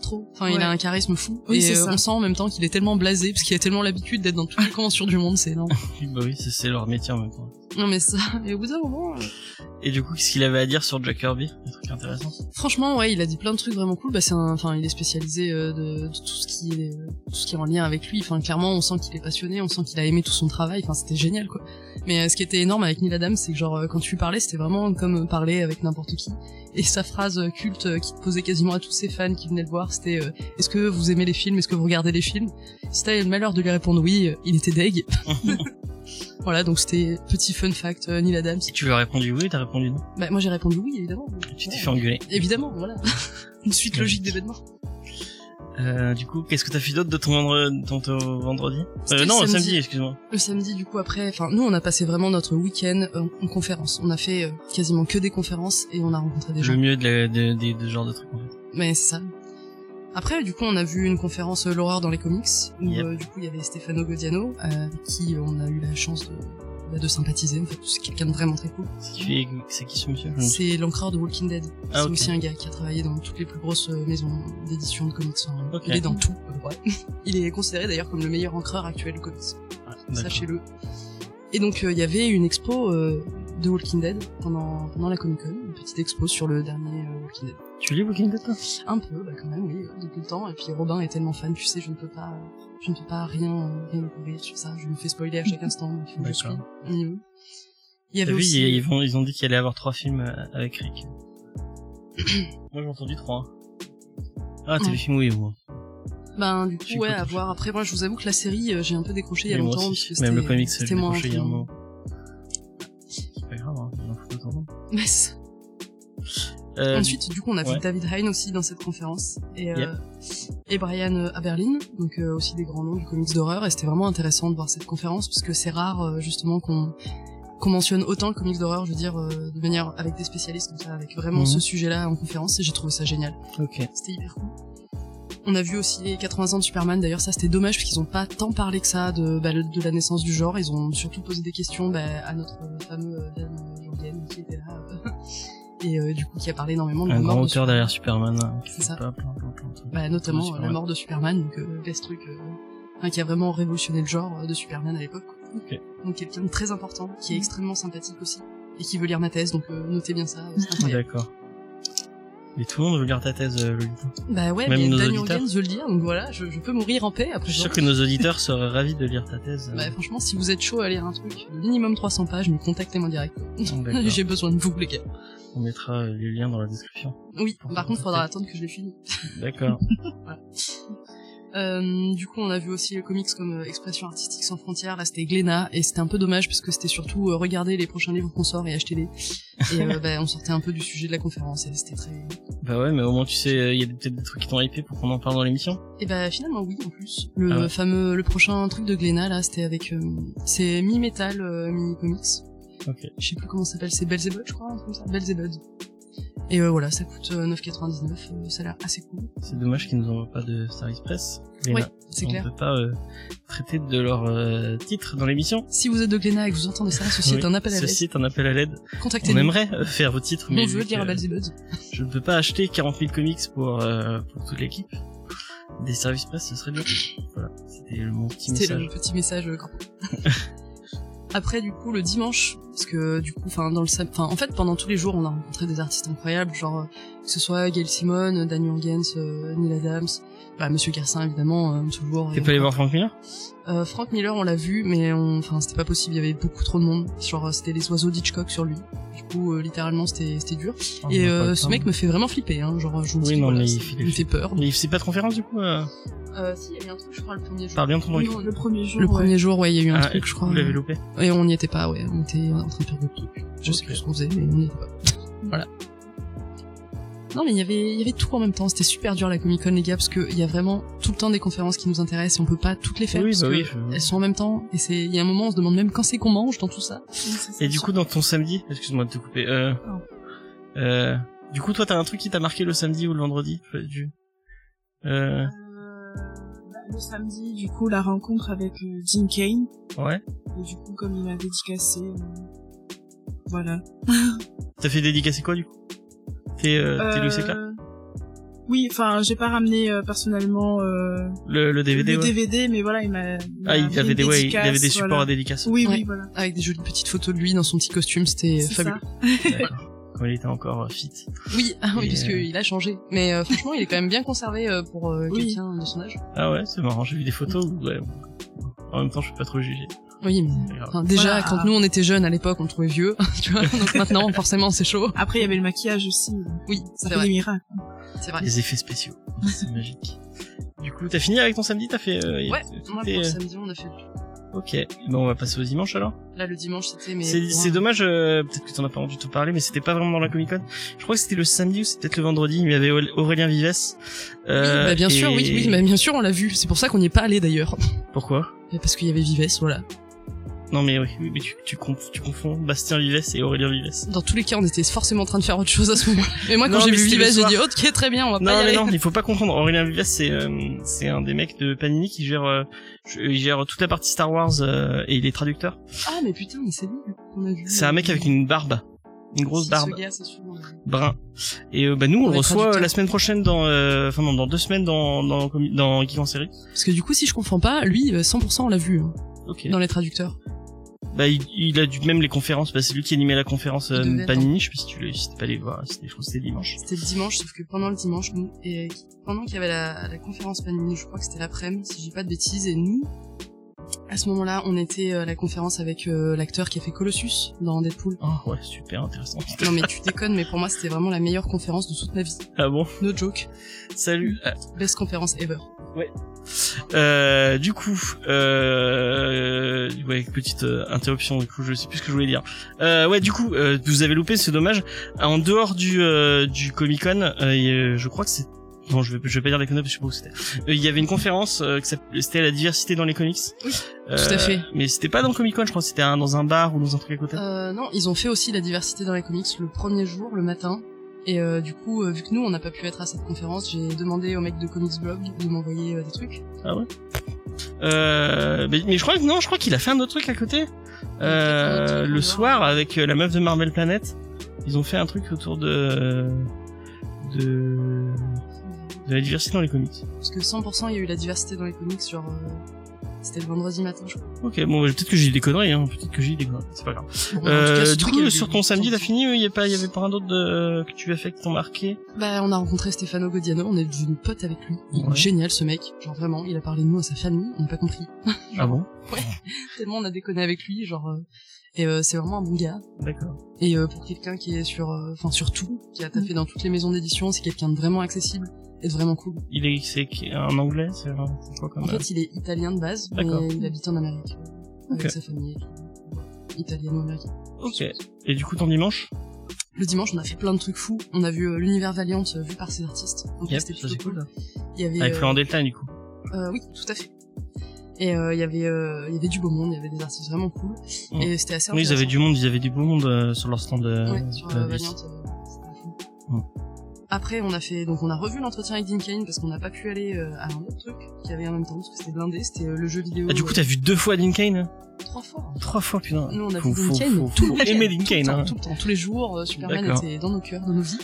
Speaker 4: Trop. Enfin, il
Speaker 14: Ouais.
Speaker 4: a un charisme fou.
Speaker 14: Oui,
Speaker 4: et
Speaker 14: c'est
Speaker 4: euh,
Speaker 14: ça.
Speaker 4: on sent en même temps qu'il est tellement blasé parce qu'il a tellement l'habitude d'être dans toutes les conventions du monde, c'est énorme.
Speaker 2: Oui, bah oui, c'est- c'est leur métier en même temps.
Speaker 4: non mais ça. Et au bout d'un moment. euh,
Speaker 2: Et du coup, qu'est-ce qu'il avait à dire sur Jack Kirby Un truc intéressant.
Speaker 4: Franchement, ouais, il a dit plein de trucs vraiment cool. Bah, c'est un- enfin, il est spécialisé euh, de, de tout ce qui est, euh, tout ce qui est en lien avec lui. Enfin, clairement, on sent qu'il est passionné, on sent qu'il a aimé tout son travail. Enfin, c'était génial, quoi. Mais euh, ce qui était énorme avec Neil Adams, c'est que genre euh, quand tu lui parlais, c'était vraiment comme euh, parler avec n'importe qui. Et sa phrase euh, culte euh, qui posait quasiment à tous ses fans qui venaient le voir, c'était euh, Est-ce que vous aimez les films Est-ce que vous regardez les films Si t'avais le malheur de lui répondre oui, euh, il était deg. voilà, donc c'était petit fun fact euh, Neil Adams.
Speaker 2: Et tu lui as répondu oui, t'as répondu non.
Speaker 4: Bah, moi j'ai répondu oui, évidemment.
Speaker 2: Tu t'es fait engueuler.
Speaker 4: Évidemment, voilà. Une suite logique d'événements.
Speaker 2: Euh, du coup, qu'est-ce que t'as fait d'autre de ton, vendre- de ton- ton vendredi
Speaker 4: C'était
Speaker 2: euh,
Speaker 4: le
Speaker 2: Non,
Speaker 4: samedi.
Speaker 2: samedi, excuse-moi.
Speaker 4: Le samedi, du coup, après, enfin, nous, on a passé vraiment notre week-end euh, en conférence. On a fait euh, quasiment que des conférences et on a rencontré des gens.
Speaker 2: Le mieux de, la- de, de, de ce genre de trucs. en fait.
Speaker 4: Mais c'est ça. Après, du coup, on a vu une conférence euh, l'horreur dans les comics où
Speaker 2: Yep.
Speaker 4: euh, du coup il y avait Stefano Godiano euh, avec qui euh, on a eu la chance de bah, de sympathiser. En fait, c'est quelqu'un de vraiment très cool.
Speaker 2: Tu fais- C'est qui ce monsieur Je me-
Speaker 4: C'est l'encreur de Walking Dead.
Speaker 2: Ah,
Speaker 4: c'est
Speaker 2: ok.
Speaker 4: aussi un gars qui a travaillé dans toutes les plus grosses euh, maisons d'édition de comics. Enfin,
Speaker 2: Ok.
Speaker 4: Il est dans tout. euh, ouais. il est considéré d'ailleurs comme le meilleur encreur actuel de comics.
Speaker 2: Ah, d'accord.
Speaker 4: Sachez-le. Et donc euh, il y avait une expo euh, de Walking Dead pendant, pendant la Comic Con, une petite expo sur le dernier euh, Walking Dead.
Speaker 2: Tu lis Walking Dead toi
Speaker 4: Un peu, bah quand même, oui, euh, depuis le temps. Et puis Robin est tellement fan, tu sais, je ne peux pas, euh, je ne peux pas rien, euh, rien découvrir sur ça. Je me fais spoiler à chaque instant. donc il faut que je
Speaker 2: D'accord.
Speaker 4: suive un minimum. Il
Speaker 2: T'as
Speaker 4: y avait
Speaker 2: vu,
Speaker 4: aussi.
Speaker 2: ils, ils vont- ils ont dit qu'il allait avoir trois films euh, avec Rick. Moi j'ai entendu trois. hein. Ah, t'as
Speaker 4: Ouais.
Speaker 2: vu le film oui, moi.
Speaker 4: Ben, du coup, ouais, à voir. Après, moi, je vous avoue que la série, euh, j'ai un peu décroché il y a
Speaker 2: Mais moi
Speaker 4: longtemps.
Speaker 2: aussi.
Speaker 4: parce que c'était-
Speaker 2: Même le comics, je
Speaker 4: c'était
Speaker 2: l'ai
Speaker 4: moins
Speaker 2: décroché il y a un
Speaker 4: un film.
Speaker 2: moment. C'est pas grave, hein, il en faut de temps en temps.
Speaker 4: Ouais, c'est ça.
Speaker 2: Euh,
Speaker 4: Ensuite, du coup, on a
Speaker 2: ouais.
Speaker 4: vu David Hein aussi dans cette conférence et, euh,
Speaker 2: Yep.
Speaker 4: et Brian euh, Aberlin, donc euh, aussi des grands noms du comics d'horreur. Et c'était vraiment intéressant de voir cette conférence parce que c'est rare euh, justement qu'on qu'on mentionne autant le comics d'horreur, je veux dire, euh, de manière avec des spécialistes comme ça, avec vraiment
Speaker 2: Mhm.
Speaker 4: ce sujet-là en conférence. Et j'ai trouvé ça génial. C'était hyper cool. On a vu aussi les 80 ans de Superman. D'ailleurs, ça c'était dommage parce qu'ils ont pas tant parlé que ça de, bah, le- de la naissance du genre. Ils ont surtout posé des questions bah, à notre fameux euh, Dan Jorgen qui était là euh, et euh, du coup qui a parlé énormément de la
Speaker 2: Un
Speaker 4: mort
Speaker 2: grand
Speaker 4: de
Speaker 2: auteur derrière Superman. hein, qui
Speaker 4: C'est
Speaker 2: fait
Speaker 4: ça.
Speaker 2: pas plein, plein, plein de trucs.
Speaker 4: bah, notamment
Speaker 2: Surtout
Speaker 4: euh, la
Speaker 2: Superman.
Speaker 4: mort de Superman, donc euh, ce truc euh, hein, qui a vraiment révolutionné le genre euh, de Superman à l'époque.
Speaker 2: Ok. Mm.
Speaker 4: Donc quelqu'un de très important, qui est extrêmement sympathique aussi, et qui veut lire ma thèse, donc euh, notez bien ça. euh, c'est incroyable.
Speaker 2: D'accord. Mais tout le monde veut lire ta thèse, euh, Lolita.
Speaker 4: bah ouais,
Speaker 2: Même
Speaker 4: mais
Speaker 2: nos
Speaker 4: Dan
Speaker 2: auditeurs.
Speaker 4: Jurgens veut le dire, donc voilà, je, je peux mourir en paix après.
Speaker 2: Je suis sûr
Speaker 4: ça.
Speaker 2: que nos auditeurs seraient ravis de lire ta thèse. Euh,
Speaker 4: Bah franchement, si vous êtes chaud à lire un truc, minimum 300 pages, mais contactez-moi direct.
Speaker 2: D'accord.
Speaker 4: J'ai besoin de vous, les gars.
Speaker 2: On mettra euh, les liens dans la description.
Speaker 4: Oui, par contre, faudra attendre que je l'ai fini.
Speaker 2: D'accord.
Speaker 4: Voilà. Euh, du coup, on a vu aussi le comics comme euh, expression artistique sans frontières. Là, c'était Glénat, et c'était un peu dommage parce que c'était surtout euh, regarder les prochains livres qu'on sort et acheter les. Et euh, bah, on sortait un peu du sujet de la conférence, et c'était très.
Speaker 2: Bah ouais, mais au moins tu sais, euh, il y a peut-être des trucs qui t'ont hypé pour qu'on en parle dans l'émission.
Speaker 4: Et bah finalement oui, en plus. Le
Speaker 2: Ah ouais.
Speaker 4: fameux, le prochain truc de Glénat là, c'était avec, euh, c'est Mi Metal euh, Mini Comics.
Speaker 2: Ok.
Speaker 4: Je sais plus comment ça s'appelle, c'est Belzebud, je crois, un truc comme ça. Belzebud. Et euh, voilà, ça coûte euh, 9,99. euh, ça a l'air assez cool.
Speaker 2: C'est dommage qu'ils nous envoient pas de Star Express.
Speaker 4: Ouais,
Speaker 2: Léna.
Speaker 4: c'est
Speaker 2: On
Speaker 4: clair.
Speaker 2: peut pas euh, traiter de leur euh, titre dans l'émission.
Speaker 4: Si vous êtes de Glénat et que vous entendez ça, ceci
Speaker 2: Oui,
Speaker 4: est un appel à
Speaker 2: Ceci
Speaker 4: l'aide.
Speaker 2: est un appel à l'aide.
Speaker 4: Contactez-nous.
Speaker 2: On aimerait euh, faire vos titres, mais
Speaker 4: On
Speaker 2: vu
Speaker 4: veut lire
Speaker 2: que
Speaker 4: Belzebud.
Speaker 2: je ne peux pas acheter 40 000 comics pour, euh, pour toute l'équipe. Des services presse, ce serait bien. Voilà, c'était mon petit
Speaker 4: C'était
Speaker 2: message.
Speaker 4: le petit message euh, grand. Après, du coup, le dimanche, parce que du coup, enfin, dans le, sam- enfin, en fait, pendant tous les jours, on a rencontré des artistes incroyables, genre euh, que ce soit Gail Simone, Dan Jurgens, euh, Neil Adams, bah, Monsieur Garcin évidemment, euh, toujours.
Speaker 2: T'es
Speaker 4: et
Speaker 2: pas allé
Speaker 4: encore.
Speaker 2: voir Frank Miller
Speaker 4: Euh, Frank Miller, on l'a vu, mais on... enfin, c'était pas possible. Il y avait beaucoup trop de monde. Genre, euh, c'était les oiseaux d'Hitchcock sur lui. Du coup, euh, littéralement, c'était c'était dur.
Speaker 2: Ah,
Speaker 4: Et
Speaker 2: on a
Speaker 4: euh,
Speaker 2: pas le
Speaker 4: ce
Speaker 2: temps.
Speaker 4: mec me fait vraiment flipper. Hein. Genre, je vous dis,
Speaker 2: Oui, non,
Speaker 4: voilà,
Speaker 2: mais
Speaker 4: c'est-
Speaker 2: il fait,
Speaker 4: il me fait peur.
Speaker 2: Mais il faisait pas de conférence du coup euh...
Speaker 4: Euh, si, il y avait un truc, je crois, le premier jour.
Speaker 2: Parle bien de ton micro.
Speaker 4: Non, le premier jour. Le premier jour, ouais, il y a eu un
Speaker 2: Ah,
Speaker 4: truc, je crois.
Speaker 2: Vous l'avez loupé
Speaker 4: Et on n'y était pas, ouais. On était en train de faire des trucs. Je sais plus ce qu'on faisait, mais on n'y était pas. voilà. Non, mais il y avait, il y avait tout en même temps. C'était super dur la Comic Con, les gars, parce qu'il y a vraiment tout le temps des conférences qui nous intéressent et on peut pas toutes les faire.
Speaker 2: Oui,
Speaker 4: parce
Speaker 2: bah
Speaker 4: que
Speaker 2: oui, je-
Speaker 4: Elles sont en même temps. Et c'est, il y a un moment, on se demande même quand c'est qu'on mange dans tout ça.
Speaker 2: Et du coup, dans ton samedi, excuse-moi de te couper. Euh, euh, du coup, toi, t'as un truc qui t'a marqué le samedi ou le vendredi du... euh,
Speaker 4: Le
Speaker 14: samedi,
Speaker 4: du coup, la rencontre avec
Speaker 14: euh, Dean Kane.
Speaker 2: Ouais.
Speaker 14: Et du coup, comme il m'a dédicacé, euh, voilà.
Speaker 2: T'as fait dédicacer quoi du coup Euh, T'es euh, t'es Louis Leclerc
Speaker 14: Euh, Oui, enfin, j'ai pas ramené euh, personnellement euh,
Speaker 2: le, le DVD,
Speaker 14: le
Speaker 2: ouais.
Speaker 14: DVD, mais voilà, il m'a. m'a
Speaker 2: Ah, il
Speaker 14: fait
Speaker 2: avait
Speaker 14: une
Speaker 2: des- ouais, il
Speaker 14: dédicace,
Speaker 2: avait des supports
Speaker 14: voilà.
Speaker 2: à dédicace.
Speaker 14: Oui,
Speaker 4: Ouais.
Speaker 14: oui, voilà.
Speaker 4: Avec des jolies petites photos de lui dans son petit costume, c'était euh,
Speaker 14: C'est
Speaker 4: fabuleux.
Speaker 2: Quand il était encore euh, fit.
Speaker 4: Oui, ah oui,
Speaker 2: Et,
Speaker 4: parce
Speaker 2: euh,
Speaker 4: qu'il a changé. Mais euh, franchement, il est quand même bien conservé euh, pour euh, quelqu'un de son âge.
Speaker 2: Ah ouais, c'est marrant. J'ai vu des photos. où, Ouais. En même temps, je peux pas trop juger.
Speaker 4: Oui, mais
Speaker 14: euh,
Speaker 2: C'est grave.
Speaker 4: enfin, déjà,
Speaker 2: Voilà.
Speaker 4: quand nous on était jeunes à l'époque, on le trouvait vieux, tu vois. Donc maintenant, forcément, c'est chaud.
Speaker 14: Après, il y avait le maquillage aussi.
Speaker 4: Oui,
Speaker 14: Ça
Speaker 4: c'est
Speaker 14: fait
Speaker 4: vrai.
Speaker 14: des miracles.
Speaker 4: C'est vrai.
Speaker 2: Les effets spéciaux, c'est magique. Du coup, t'as fini avec ton samedi T'as fait euh,
Speaker 4: Ouais,
Speaker 2: t'es-
Speaker 4: moi, pour
Speaker 2: t'es-
Speaker 4: le samedi, on a fait.
Speaker 2: Ok. Bon, on va passer au dimanche alors.
Speaker 4: Là, le dimanche, c'était. Mais
Speaker 2: C'est
Speaker 4: pour
Speaker 2: c'est
Speaker 4: un-
Speaker 2: dommage, euh, peut-être que t'en as pas du tout parlé, mais c'était pas vraiment dans la Comic Con. Je crois que c'était le samedi ou c'était peut-être le vendredi. Il y avait Auré- Aurélien Vives. Euh,
Speaker 4: Bah, bien sûr,
Speaker 2: et-
Speaker 4: oui, oui, bah, bien sûr, on l'a vu. C'est pour ça qu'on n'y est pas allé d'ailleurs.
Speaker 2: Pourquoi
Speaker 4: Parce qu'il y avait Vives, voilà.
Speaker 2: Non mais oui, oui, mais tu, tu, conf- tu confonds Bastien Vives et Aurélien Vives.
Speaker 4: Dans tous les cas, on était forcément en train de faire autre chose à ce moment. Mais moi,
Speaker 2: Non,
Speaker 4: quand j'ai
Speaker 2: mais
Speaker 4: vu
Speaker 2: c'était
Speaker 4: Vives,
Speaker 2: le
Speaker 4: j'ai
Speaker 2: soir.
Speaker 4: dit, ok, très bien, on va
Speaker 2: Non,
Speaker 4: pas y
Speaker 2: mais
Speaker 4: aller.
Speaker 2: non, il faut pas confondre. Aurélien Vives, c'est euh, c'est un des mecs de Panini qui gère euh, il gère toute la partie Star Wars euh, et il est traducteur.
Speaker 4: Ah, mais putain, mais c'est lui qu'on a vu. euh,
Speaker 2: C'est un mec avec une barbe, une grosse
Speaker 4: Si,
Speaker 2: barbe,
Speaker 4: Ce gars, c'est sûr, ouais.
Speaker 2: brun. Et euh, bah nous, on
Speaker 4: Ouais,
Speaker 2: le reçoit euh,
Speaker 4: traducteur.
Speaker 2: la semaine prochaine dans, euh, enfin non, dans deux semaines dans dans dans, dans Geek en série.
Speaker 4: Parce que du coup, si je confonds pas, lui, euh, 100% on l'a vu hein,
Speaker 2: Ok.
Speaker 4: dans les traducteurs.
Speaker 2: Bah, il, il a dû même les conférences. Bah, c'est lui qui animait la conférence euh,
Speaker 4: Il devait être
Speaker 2: Panini. Je sais pas si tu l'as, si t'es pas allé voir. C'était, je crois que c'était dimanche.
Speaker 4: C'était le dimanche, sauf que pendant le dimanche, nous, et pendant qu'il y avait la, la conférence Panini, je crois que c'était l'après-midi, si j'ai pas de bêtises, et nous, à ce moment-là, on était euh, à la conférence avec euh, l'acteur qui a fait Colossus dans Deadpool.
Speaker 2: Ah ouais, super intéressant.
Speaker 4: Non mais tu déconnes, mais pour moi c'était vraiment la meilleure conférence de toute ma vie.
Speaker 2: Ah bon
Speaker 4: No joke. Mm.
Speaker 2: Salut. Ah,
Speaker 4: Best conférence ever.
Speaker 2: Ouais.
Speaker 10: Euh, du coup, euh, ouais, petite euh, interruption. Du coup, je sais plus ce que je voulais dire.
Speaker 2: Euh, ouais, du coup, euh, vous avez loupé, c'est dommage. En dehors du, euh, du Comic Con, euh, je crois que c'est. Non, je vais, je vais pas dire les conneries, parce que je sais pas où c'était. Euh, Il y avait une conférence euh, qui s'appelait- c'était la diversité dans les comics.
Speaker 4: Oui,
Speaker 2: Euh,
Speaker 4: tout à fait.
Speaker 2: Mais c'était pas dans le Comic Con, je crois, c'était un- dans un bar ou dans un truc à côté.
Speaker 4: Euh, non, ils ont fait aussi la diversité dans les comics le premier jour, le matin. Et euh, du coup, euh, vu que nous, on n'a pas pu être à cette conférence, j'ai demandé au mec de Comics Blog de m'envoyer euh, des trucs.
Speaker 2: Ah ouais. Euh, mais, mais je crois que non, je crois qu'il a fait un autre truc à côté. Euh, le soir avec euh, la meuf de Marvel Planet, ils ont fait un truc autour de de de la diversité dans les comics.
Speaker 4: Parce que 100%, il y a eu la diversité dans les comics, genre... euh, C'était le vendredi matin, je crois.
Speaker 2: Ok, bon, bah, peut-être que j'ai dit des conneries, hein, peut-être que j'ai dit des conneries, c'est pas grave.
Speaker 4: Bon, en tout cas,
Speaker 2: euh,
Speaker 4: ce
Speaker 2: du
Speaker 4: truc,
Speaker 2: coup,
Speaker 4: il y a
Speaker 2: sur
Speaker 4: eu-
Speaker 2: ton samedi, t'as fini, il y a pas, il y avait pas un autre de, que tu as fait qui t'ont marqué.
Speaker 4: Bah, on a rencontré Stefano Godiano, on est devenu pote avec lui. Il est Génial, ce mec. Genre, vraiment, il a parlé de nous à sa famille, on n'a pas compris.
Speaker 2: Ah bon
Speaker 4: Tellement on a déconné avec lui, genre... euh, Et euh, c'est vraiment un bon gars.
Speaker 2: D'accord.
Speaker 4: Et euh, pour quelqu'un qui est sur... euh, Enfin, sur tout, qui a
Speaker 2: Mm.
Speaker 4: taffé dans toutes les maisons d'édition, c'est quelqu'un de vraiment accessible et de vraiment cool.
Speaker 2: Il est, c'est qui- un anglais, c'est c'est quoi comme. euh,
Speaker 4: En fait, il est italien de base, mais
Speaker 2: D'accord.
Speaker 4: il habite en Amérique. euh, Avec
Speaker 2: Ok.
Speaker 4: sa famille. Italiano-américain.
Speaker 2: euh, Ok. Et du coup, ton dimanche.
Speaker 4: Le dimanche, on a fait plein de trucs fous. On a vu euh, l'univers Valiant euh, vu par ses artistes. Donc
Speaker 2: Yep,
Speaker 4: c'était
Speaker 2: ça,
Speaker 4: plutôt
Speaker 2: c'est cool.
Speaker 4: Il y avait,
Speaker 2: Avec
Speaker 4: euh,
Speaker 2: Florent Delta, du coup.
Speaker 4: euh, oui, tout à fait. Et euh, il y avait, euh, il y avait du beau monde, il y avait des artistes vraiment cool. Et c'était assez
Speaker 2: Mm. Oui, ils avaient du monde, ils avaient du beau monde euh, sur leur stand. euh,
Speaker 4: Ouais, sur,
Speaker 2: de
Speaker 4: euh,
Speaker 2: Vice.
Speaker 4: Valiant, Après, on a fait, donc on a revu l'entretien avec Dean Cain parce qu'on n'a pas pu aller euh, à un autre truc qu'il y avait en même temps parce que c'était blindé, c'était euh, le jeu vidéo.
Speaker 2: Ah, du coup,
Speaker 4: euh,
Speaker 2: t'as vu deux fois Dean Cain hein
Speaker 4: Trois fois.
Speaker 2: Trois fois, putain.
Speaker 4: Nous, on a
Speaker 2: Faut-
Speaker 4: vu
Speaker 2: faut-
Speaker 4: Dean Cain
Speaker 2: faut-
Speaker 4: tout le
Speaker 2: faut
Speaker 4: week-end,
Speaker 2: aimer Dean
Speaker 4: tout le
Speaker 2: Cain,
Speaker 4: temps,
Speaker 2: hein.
Speaker 4: Tout le temps, tous les jours, euh, Superman
Speaker 2: D'accord.
Speaker 4: était dans nos cœurs, dans nos vies.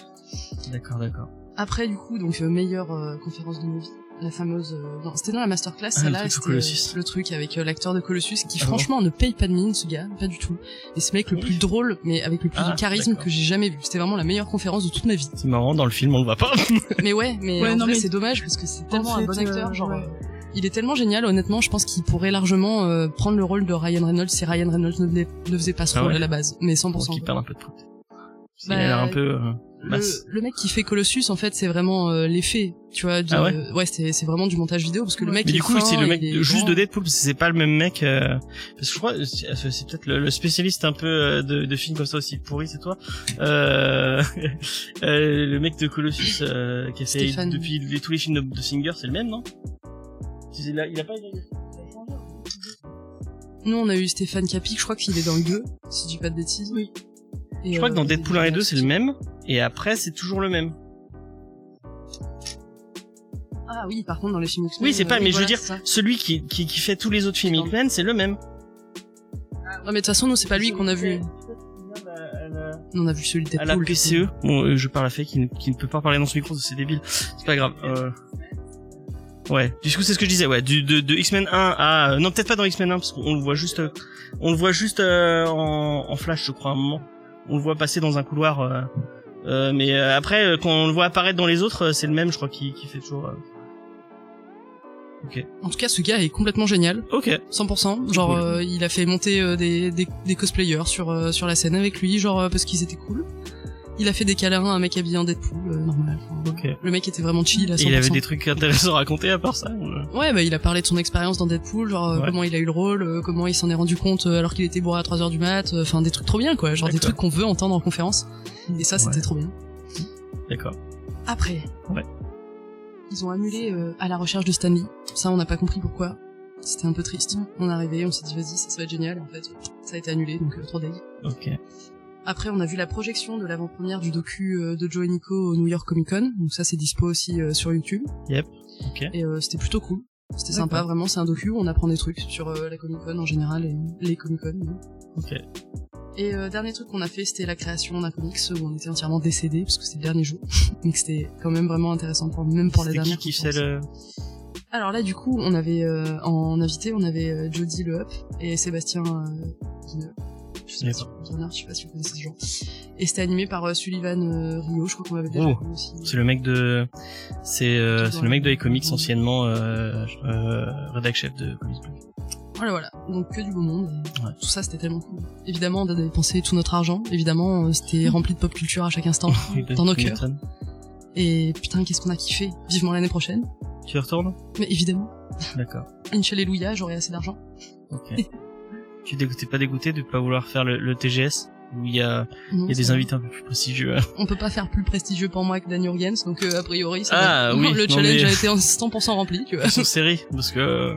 Speaker 2: D'accord, d'accord.
Speaker 4: Après, du coup, donc euh, meilleure euh, conférence de nos vies, la fameuse. euh, non, c'était dans la masterclass,
Speaker 2: Ah, le
Speaker 4: celle-là,
Speaker 2: truc sur
Speaker 4: c'était euh,
Speaker 2: Colossus.
Speaker 4: le truc avec euh, l'acteur de Colossus qui,
Speaker 2: Ah bon
Speaker 4: franchement, ne paye pas de mine, ce gars, pas du tout. Et ce mec le plus drôle, mais avec le plus
Speaker 2: Ah,
Speaker 4: de charisme que j'ai jamais vu. C'était vraiment la meilleure conférence de toute ma vie.
Speaker 2: C'est marrant, dans le film, on le voit pas. Ah
Speaker 4: Mais ouais, mais
Speaker 2: Ouais,
Speaker 4: en
Speaker 2: non,
Speaker 4: vrai,
Speaker 2: mais-
Speaker 4: c'est dommage parce que c'est tellement
Speaker 14: fait,
Speaker 4: un bon acteur,
Speaker 14: euh,
Speaker 4: genre.
Speaker 14: ouais.
Speaker 4: euh, Il est tellement génial, honnêtement, je pense qu'il pourrait largement euh, prendre le rôle de Ryan Reynolds si Ryan Reynolds ne, venait- ne faisait pas ce
Speaker 2: Ah
Speaker 4: rôle
Speaker 2: ouais
Speaker 4: à la base, mais 100%.
Speaker 2: Qui
Speaker 4: vrai.
Speaker 2: perd un peu de truc. Il
Speaker 4: Bah,
Speaker 2: a l'air un peu euh,
Speaker 4: le,
Speaker 2: basse.
Speaker 4: le mec qui fait Colossus, en fait, c'est vraiment euh, l'effet, tu vois. de- euh,
Speaker 2: Ah ouais
Speaker 4: c'est c'est vraiment du montage vidéo parce que le mec.
Speaker 2: Mais
Speaker 4: il
Speaker 2: du
Speaker 4: est
Speaker 2: coup,
Speaker 4: fin,
Speaker 2: c'est le mec
Speaker 4: il est
Speaker 2: de- juste
Speaker 4: grand.
Speaker 2: de Deadpool, parce que c'est pas le même mec. euh, parce que je crois, c'est ah, c'est peut-être le, le spécialiste un peu euh, de, de films comme ça aussi pourri, c'est toi. Euh, euh, le mec de Colossus euh, qui a fait
Speaker 10: Stéphane.
Speaker 2: depuis les- tous les films de, de Singer, c'est le même, non il a, il a pas.
Speaker 4: Nous, on a eu Stéphane Capic, je crois qu'il est dans le 2, si je dis pas de bêtises. euh, Oui.
Speaker 2: Je crois que dans Deadpool 1 et 2, c'est le même. Et après, c'est toujours le même.
Speaker 4: Ah oui, par contre, dans les films X-Men.
Speaker 2: Oui, c'est pas,
Speaker 4: euh,
Speaker 2: mais je veux
Speaker 4: voilà,
Speaker 2: dire,
Speaker 4: c'est ça.
Speaker 2: celui qui, qui, qui fait tous les autres films X-Men, c'est le même.
Speaker 4: Non, mais de toute façon, nous, c'est pas lui qu'on a vu. On a vu celui de
Speaker 2: À la
Speaker 4: Deadpool.
Speaker 2: PCE. Bon, euh, je parle à Faye qui, ne- qui ne peut pas parler dans ce micro, c'est débile. C'est pas grave. euh, Ouais, du coup c'est ce que je disais, ouais, du, de, de X-Men 1 à... euh, Non, peut-être pas dans X-Men 1, parce qu'on le voit juste... euh, On le voit juste euh, en, en flash, je crois, à un moment. On le voit passer dans un couloir. euh, euh, mais euh, après, euh, quand on le voit apparaître dans les autres, euh, c'est le même, je crois, qui, qui fait toujours... euh, Ok.
Speaker 4: En tout cas, ce gars est complètement génial.
Speaker 2: Ok.
Speaker 4: 100%. Genre,
Speaker 2: Cool.
Speaker 4: euh, il a fait monter euh, des, des, des cosplayers sur, euh, sur la scène avec lui, genre, euh, parce qu'ils étaient cool. Il a fait des câlins à un mec habillé en Deadpool, euh, normal. Enfin, Le mec était vraiment chill à 100%.
Speaker 2: Et il avait des trucs intéressants à raconter à part ça ou, euh,
Speaker 4: Ouais, bah, il a parlé de son expérience dans Deadpool, genre euh,
Speaker 2: Ouais.
Speaker 4: comment il a eu le rôle, euh, comment il s'en est rendu compte euh, alors qu'il était bourré à 3h du mat, euh, enfin des trucs trop bien quoi, genre des trucs qu'on veut entendre en conférence. Et ça, c'était trop bien.
Speaker 2: D'accord.
Speaker 4: Après,
Speaker 2: Ouais.
Speaker 4: ils ont annulé euh, à la recherche de Stanley. Ça, on n'a pas compris pourquoi. C'était un peu triste. On est arrivé, on s'est dit vas-y, ça, ça va être génial. En fait, ça a été annulé, donc euh, trop deg.
Speaker 2: Ok.
Speaker 4: Après, on a vu la projection de l'avant-première du docu euh, de Joe et Nico au New York Comic Con. Donc ça, c'est dispo aussi euh, sur YouTube.
Speaker 2: Yep. Ok.
Speaker 4: Et euh, c'était plutôt cool. C'était
Speaker 2: D'accord.
Speaker 4: sympa, vraiment. C'est un docu où on apprend des trucs sur euh, la Comic Con en général et les Comic Con.
Speaker 2: Ok.
Speaker 4: Et euh, dernier truc qu'on a fait, c'était la création d'un comics où on était entièrement décédé parce que c'était le dernier jour. Donc c'était quand même vraiment intéressant pour même pour la
Speaker 2: C'était
Speaker 4: dernière.
Speaker 2: qui qui faisait le...
Speaker 4: Alors là, du coup, on avait euh, en invité, on avait euh, Jody Le Up et Sébastien euh, Guineux. Je sais pas si- Guinard, je sais pas si vous connaissez ce genre. Et c'était animé par euh, Sullivan euh, Rio, je crois qu'on l'avait déjà
Speaker 2: Oh,
Speaker 4: connu aussi.
Speaker 2: c'est le mec de, c'est euh, c'est le mec de iComics anciennement euh, euh, rédac chef de Comics Blog.
Speaker 4: Voilà, voilà. Donc que du beau monde. Et Tout ça, c'était tellement cool. Évidemment, on a dépensé tout notre argent. Évidemment, euh, c'était rempli de pop Oh, culture à chaque instant, dans nos
Speaker 2: Tu
Speaker 4: cœurs.
Speaker 2: m'étonnes.
Speaker 4: Et putain, qu'est-ce qu'on a kiffé. Vivement l'année prochaine.
Speaker 2: Tu y retournes
Speaker 4: Mais évidemment,
Speaker 2: D'accord.
Speaker 4: Inch'Alléluia, j'aurai assez d'argent.
Speaker 2: Ok. Tu es dégoûté- t'es pas dégoûté de pas vouloir faire le, le TGS où il y a,
Speaker 4: Non,
Speaker 2: il y a
Speaker 4: c'est
Speaker 2: des
Speaker 4: vrai.
Speaker 2: invités un peu plus prestigieux.
Speaker 4: On peut pas faire plus prestigieux pour moi que Dan Jurgens, donc euh, a priori, ça
Speaker 2: Ah,
Speaker 4: va.
Speaker 2: oui,
Speaker 4: le
Speaker 2: non,
Speaker 4: challenge
Speaker 2: mais-
Speaker 4: a été en 100% rempli, tu vois.
Speaker 2: Plus en euh, série, parce que euh,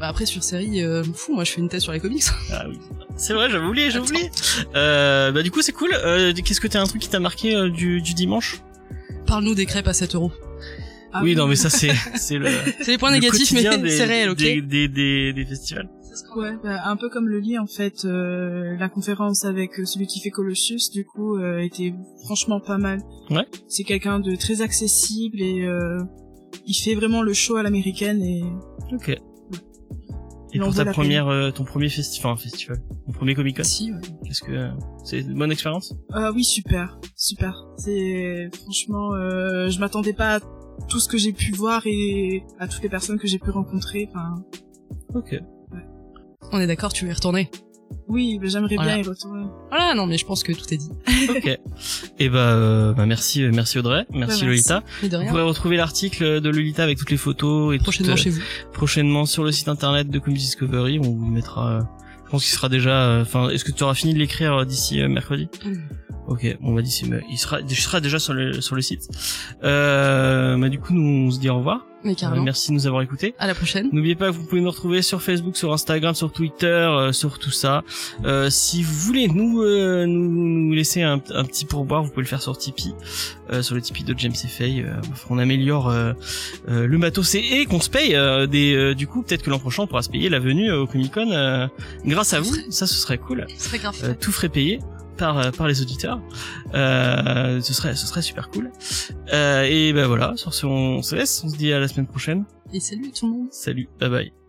Speaker 4: Bah après, sur série, euh, je m'en fous, moi je fais une thèse sur les comics.
Speaker 2: Ah oui. c'est vrai, j'avais oublié, j'avais oublié. Euh, bah du coup c'est cool. Euh, Qu'est-ce que t'as un truc qui t'a marqué euh, du, du dimanche
Speaker 4: Parle-nous des crêpes à 7 euros.
Speaker 2: Ah oui, non mais ça c'est c'est le.
Speaker 4: Ah C'est les points
Speaker 2: le
Speaker 4: négatifs, mais
Speaker 2: quotidien des-
Speaker 4: c'est réel, ok
Speaker 2: Des des, des, des festivals.
Speaker 14: Ouais, bah, un peu comme le lit en fait, euh, la conférence avec euh, celui qui fait Colossus, du coup, euh, était franchement pas mal.
Speaker 2: Ouais.
Speaker 14: C'est quelqu'un de très accessible et euh, il fait vraiment le show à l'américaine et
Speaker 2: Ok. Et
Speaker 14: Il en
Speaker 2: pour
Speaker 14: vaut
Speaker 2: ta
Speaker 14: la
Speaker 2: première, euh, ton premier festival, enfin festival, ton premier Comic Con.
Speaker 4: Si.
Speaker 2: Qu'est-ce que euh, c'est une bonne expérience
Speaker 14: Euh, oui, super, super. C'est franchement, euh, je m'attendais pas à tout ce que j'ai pu voir et à toutes les personnes que j'ai pu rencontrer. Enfin,
Speaker 2: Ok.
Speaker 4: On est d'accord, tu veux y retourner
Speaker 14: oui, mais j'aimerais
Speaker 4: Voilà.
Speaker 14: bien y retourner.
Speaker 4: Voilà, non mais je pense que tout est dit.
Speaker 2: Ok. Et bah, euh, bah, merci, euh, merci Audrey, merci
Speaker 4: Bah, merci.
Speaker 2: Lolita.
Speaker 4: Mais de rien.
Speaker 2: Vous pourrez retrouver l'article de Lolita avec toutes les photos et
Speaker 4: Prochainement
Speaker 2: tout, euh,
Speaker 4: chez vous.
Speaker 2: Prochainement sur le site internet de Comics Discovery, on vous le mettra. euh, je pense qu'il sera déjà. euh, Enfin, est-ce que tu auras fini de l'écrire euh, d'ici euh, mercredi
Speaker 4: Oui.
Speaker 2: Ok, on va d'ici, mais il sera, il sera déjà sur le sur le site. Euh, bah du coup, nous on se dit au revoir.
Speaker 4: Mais carrément.
Speaker 2: Euh, merci de nous avoir écoutés.
Speaker 4: À la prochaine.
Speaker 2: N'oubliez pas que vous pouvez nous retrouver sur Facebook, sur Instagram, sur Twitter, euh, sur tout ça. Euh, si vous voulez nous, euh, nous, nous laisser un, un petit pourboire, vous pouvez le faire sur Tipeee, euh, sur le Tipeee de James et Faye. Euh, on améliore euh, euh, le matos et, et qu'on se paye. euh, des, euh, du coup, peut-être que l'an prochain, on pourra se payer la venue euh, au Comic Con grâce à vous. Ça, ce serait cool.
Speaker 4: serait grave.
Speaker 2: Euh, tout frais payé par euh, par les auditeurs. Euh, ce serait ce serait super cool. Euh, et ben voilà, sur ce, on se laisse. On se dit à la semaine prochaine.
Speaker 4: Et salut tout le monde.
Speaker 2: Salut, bye bye.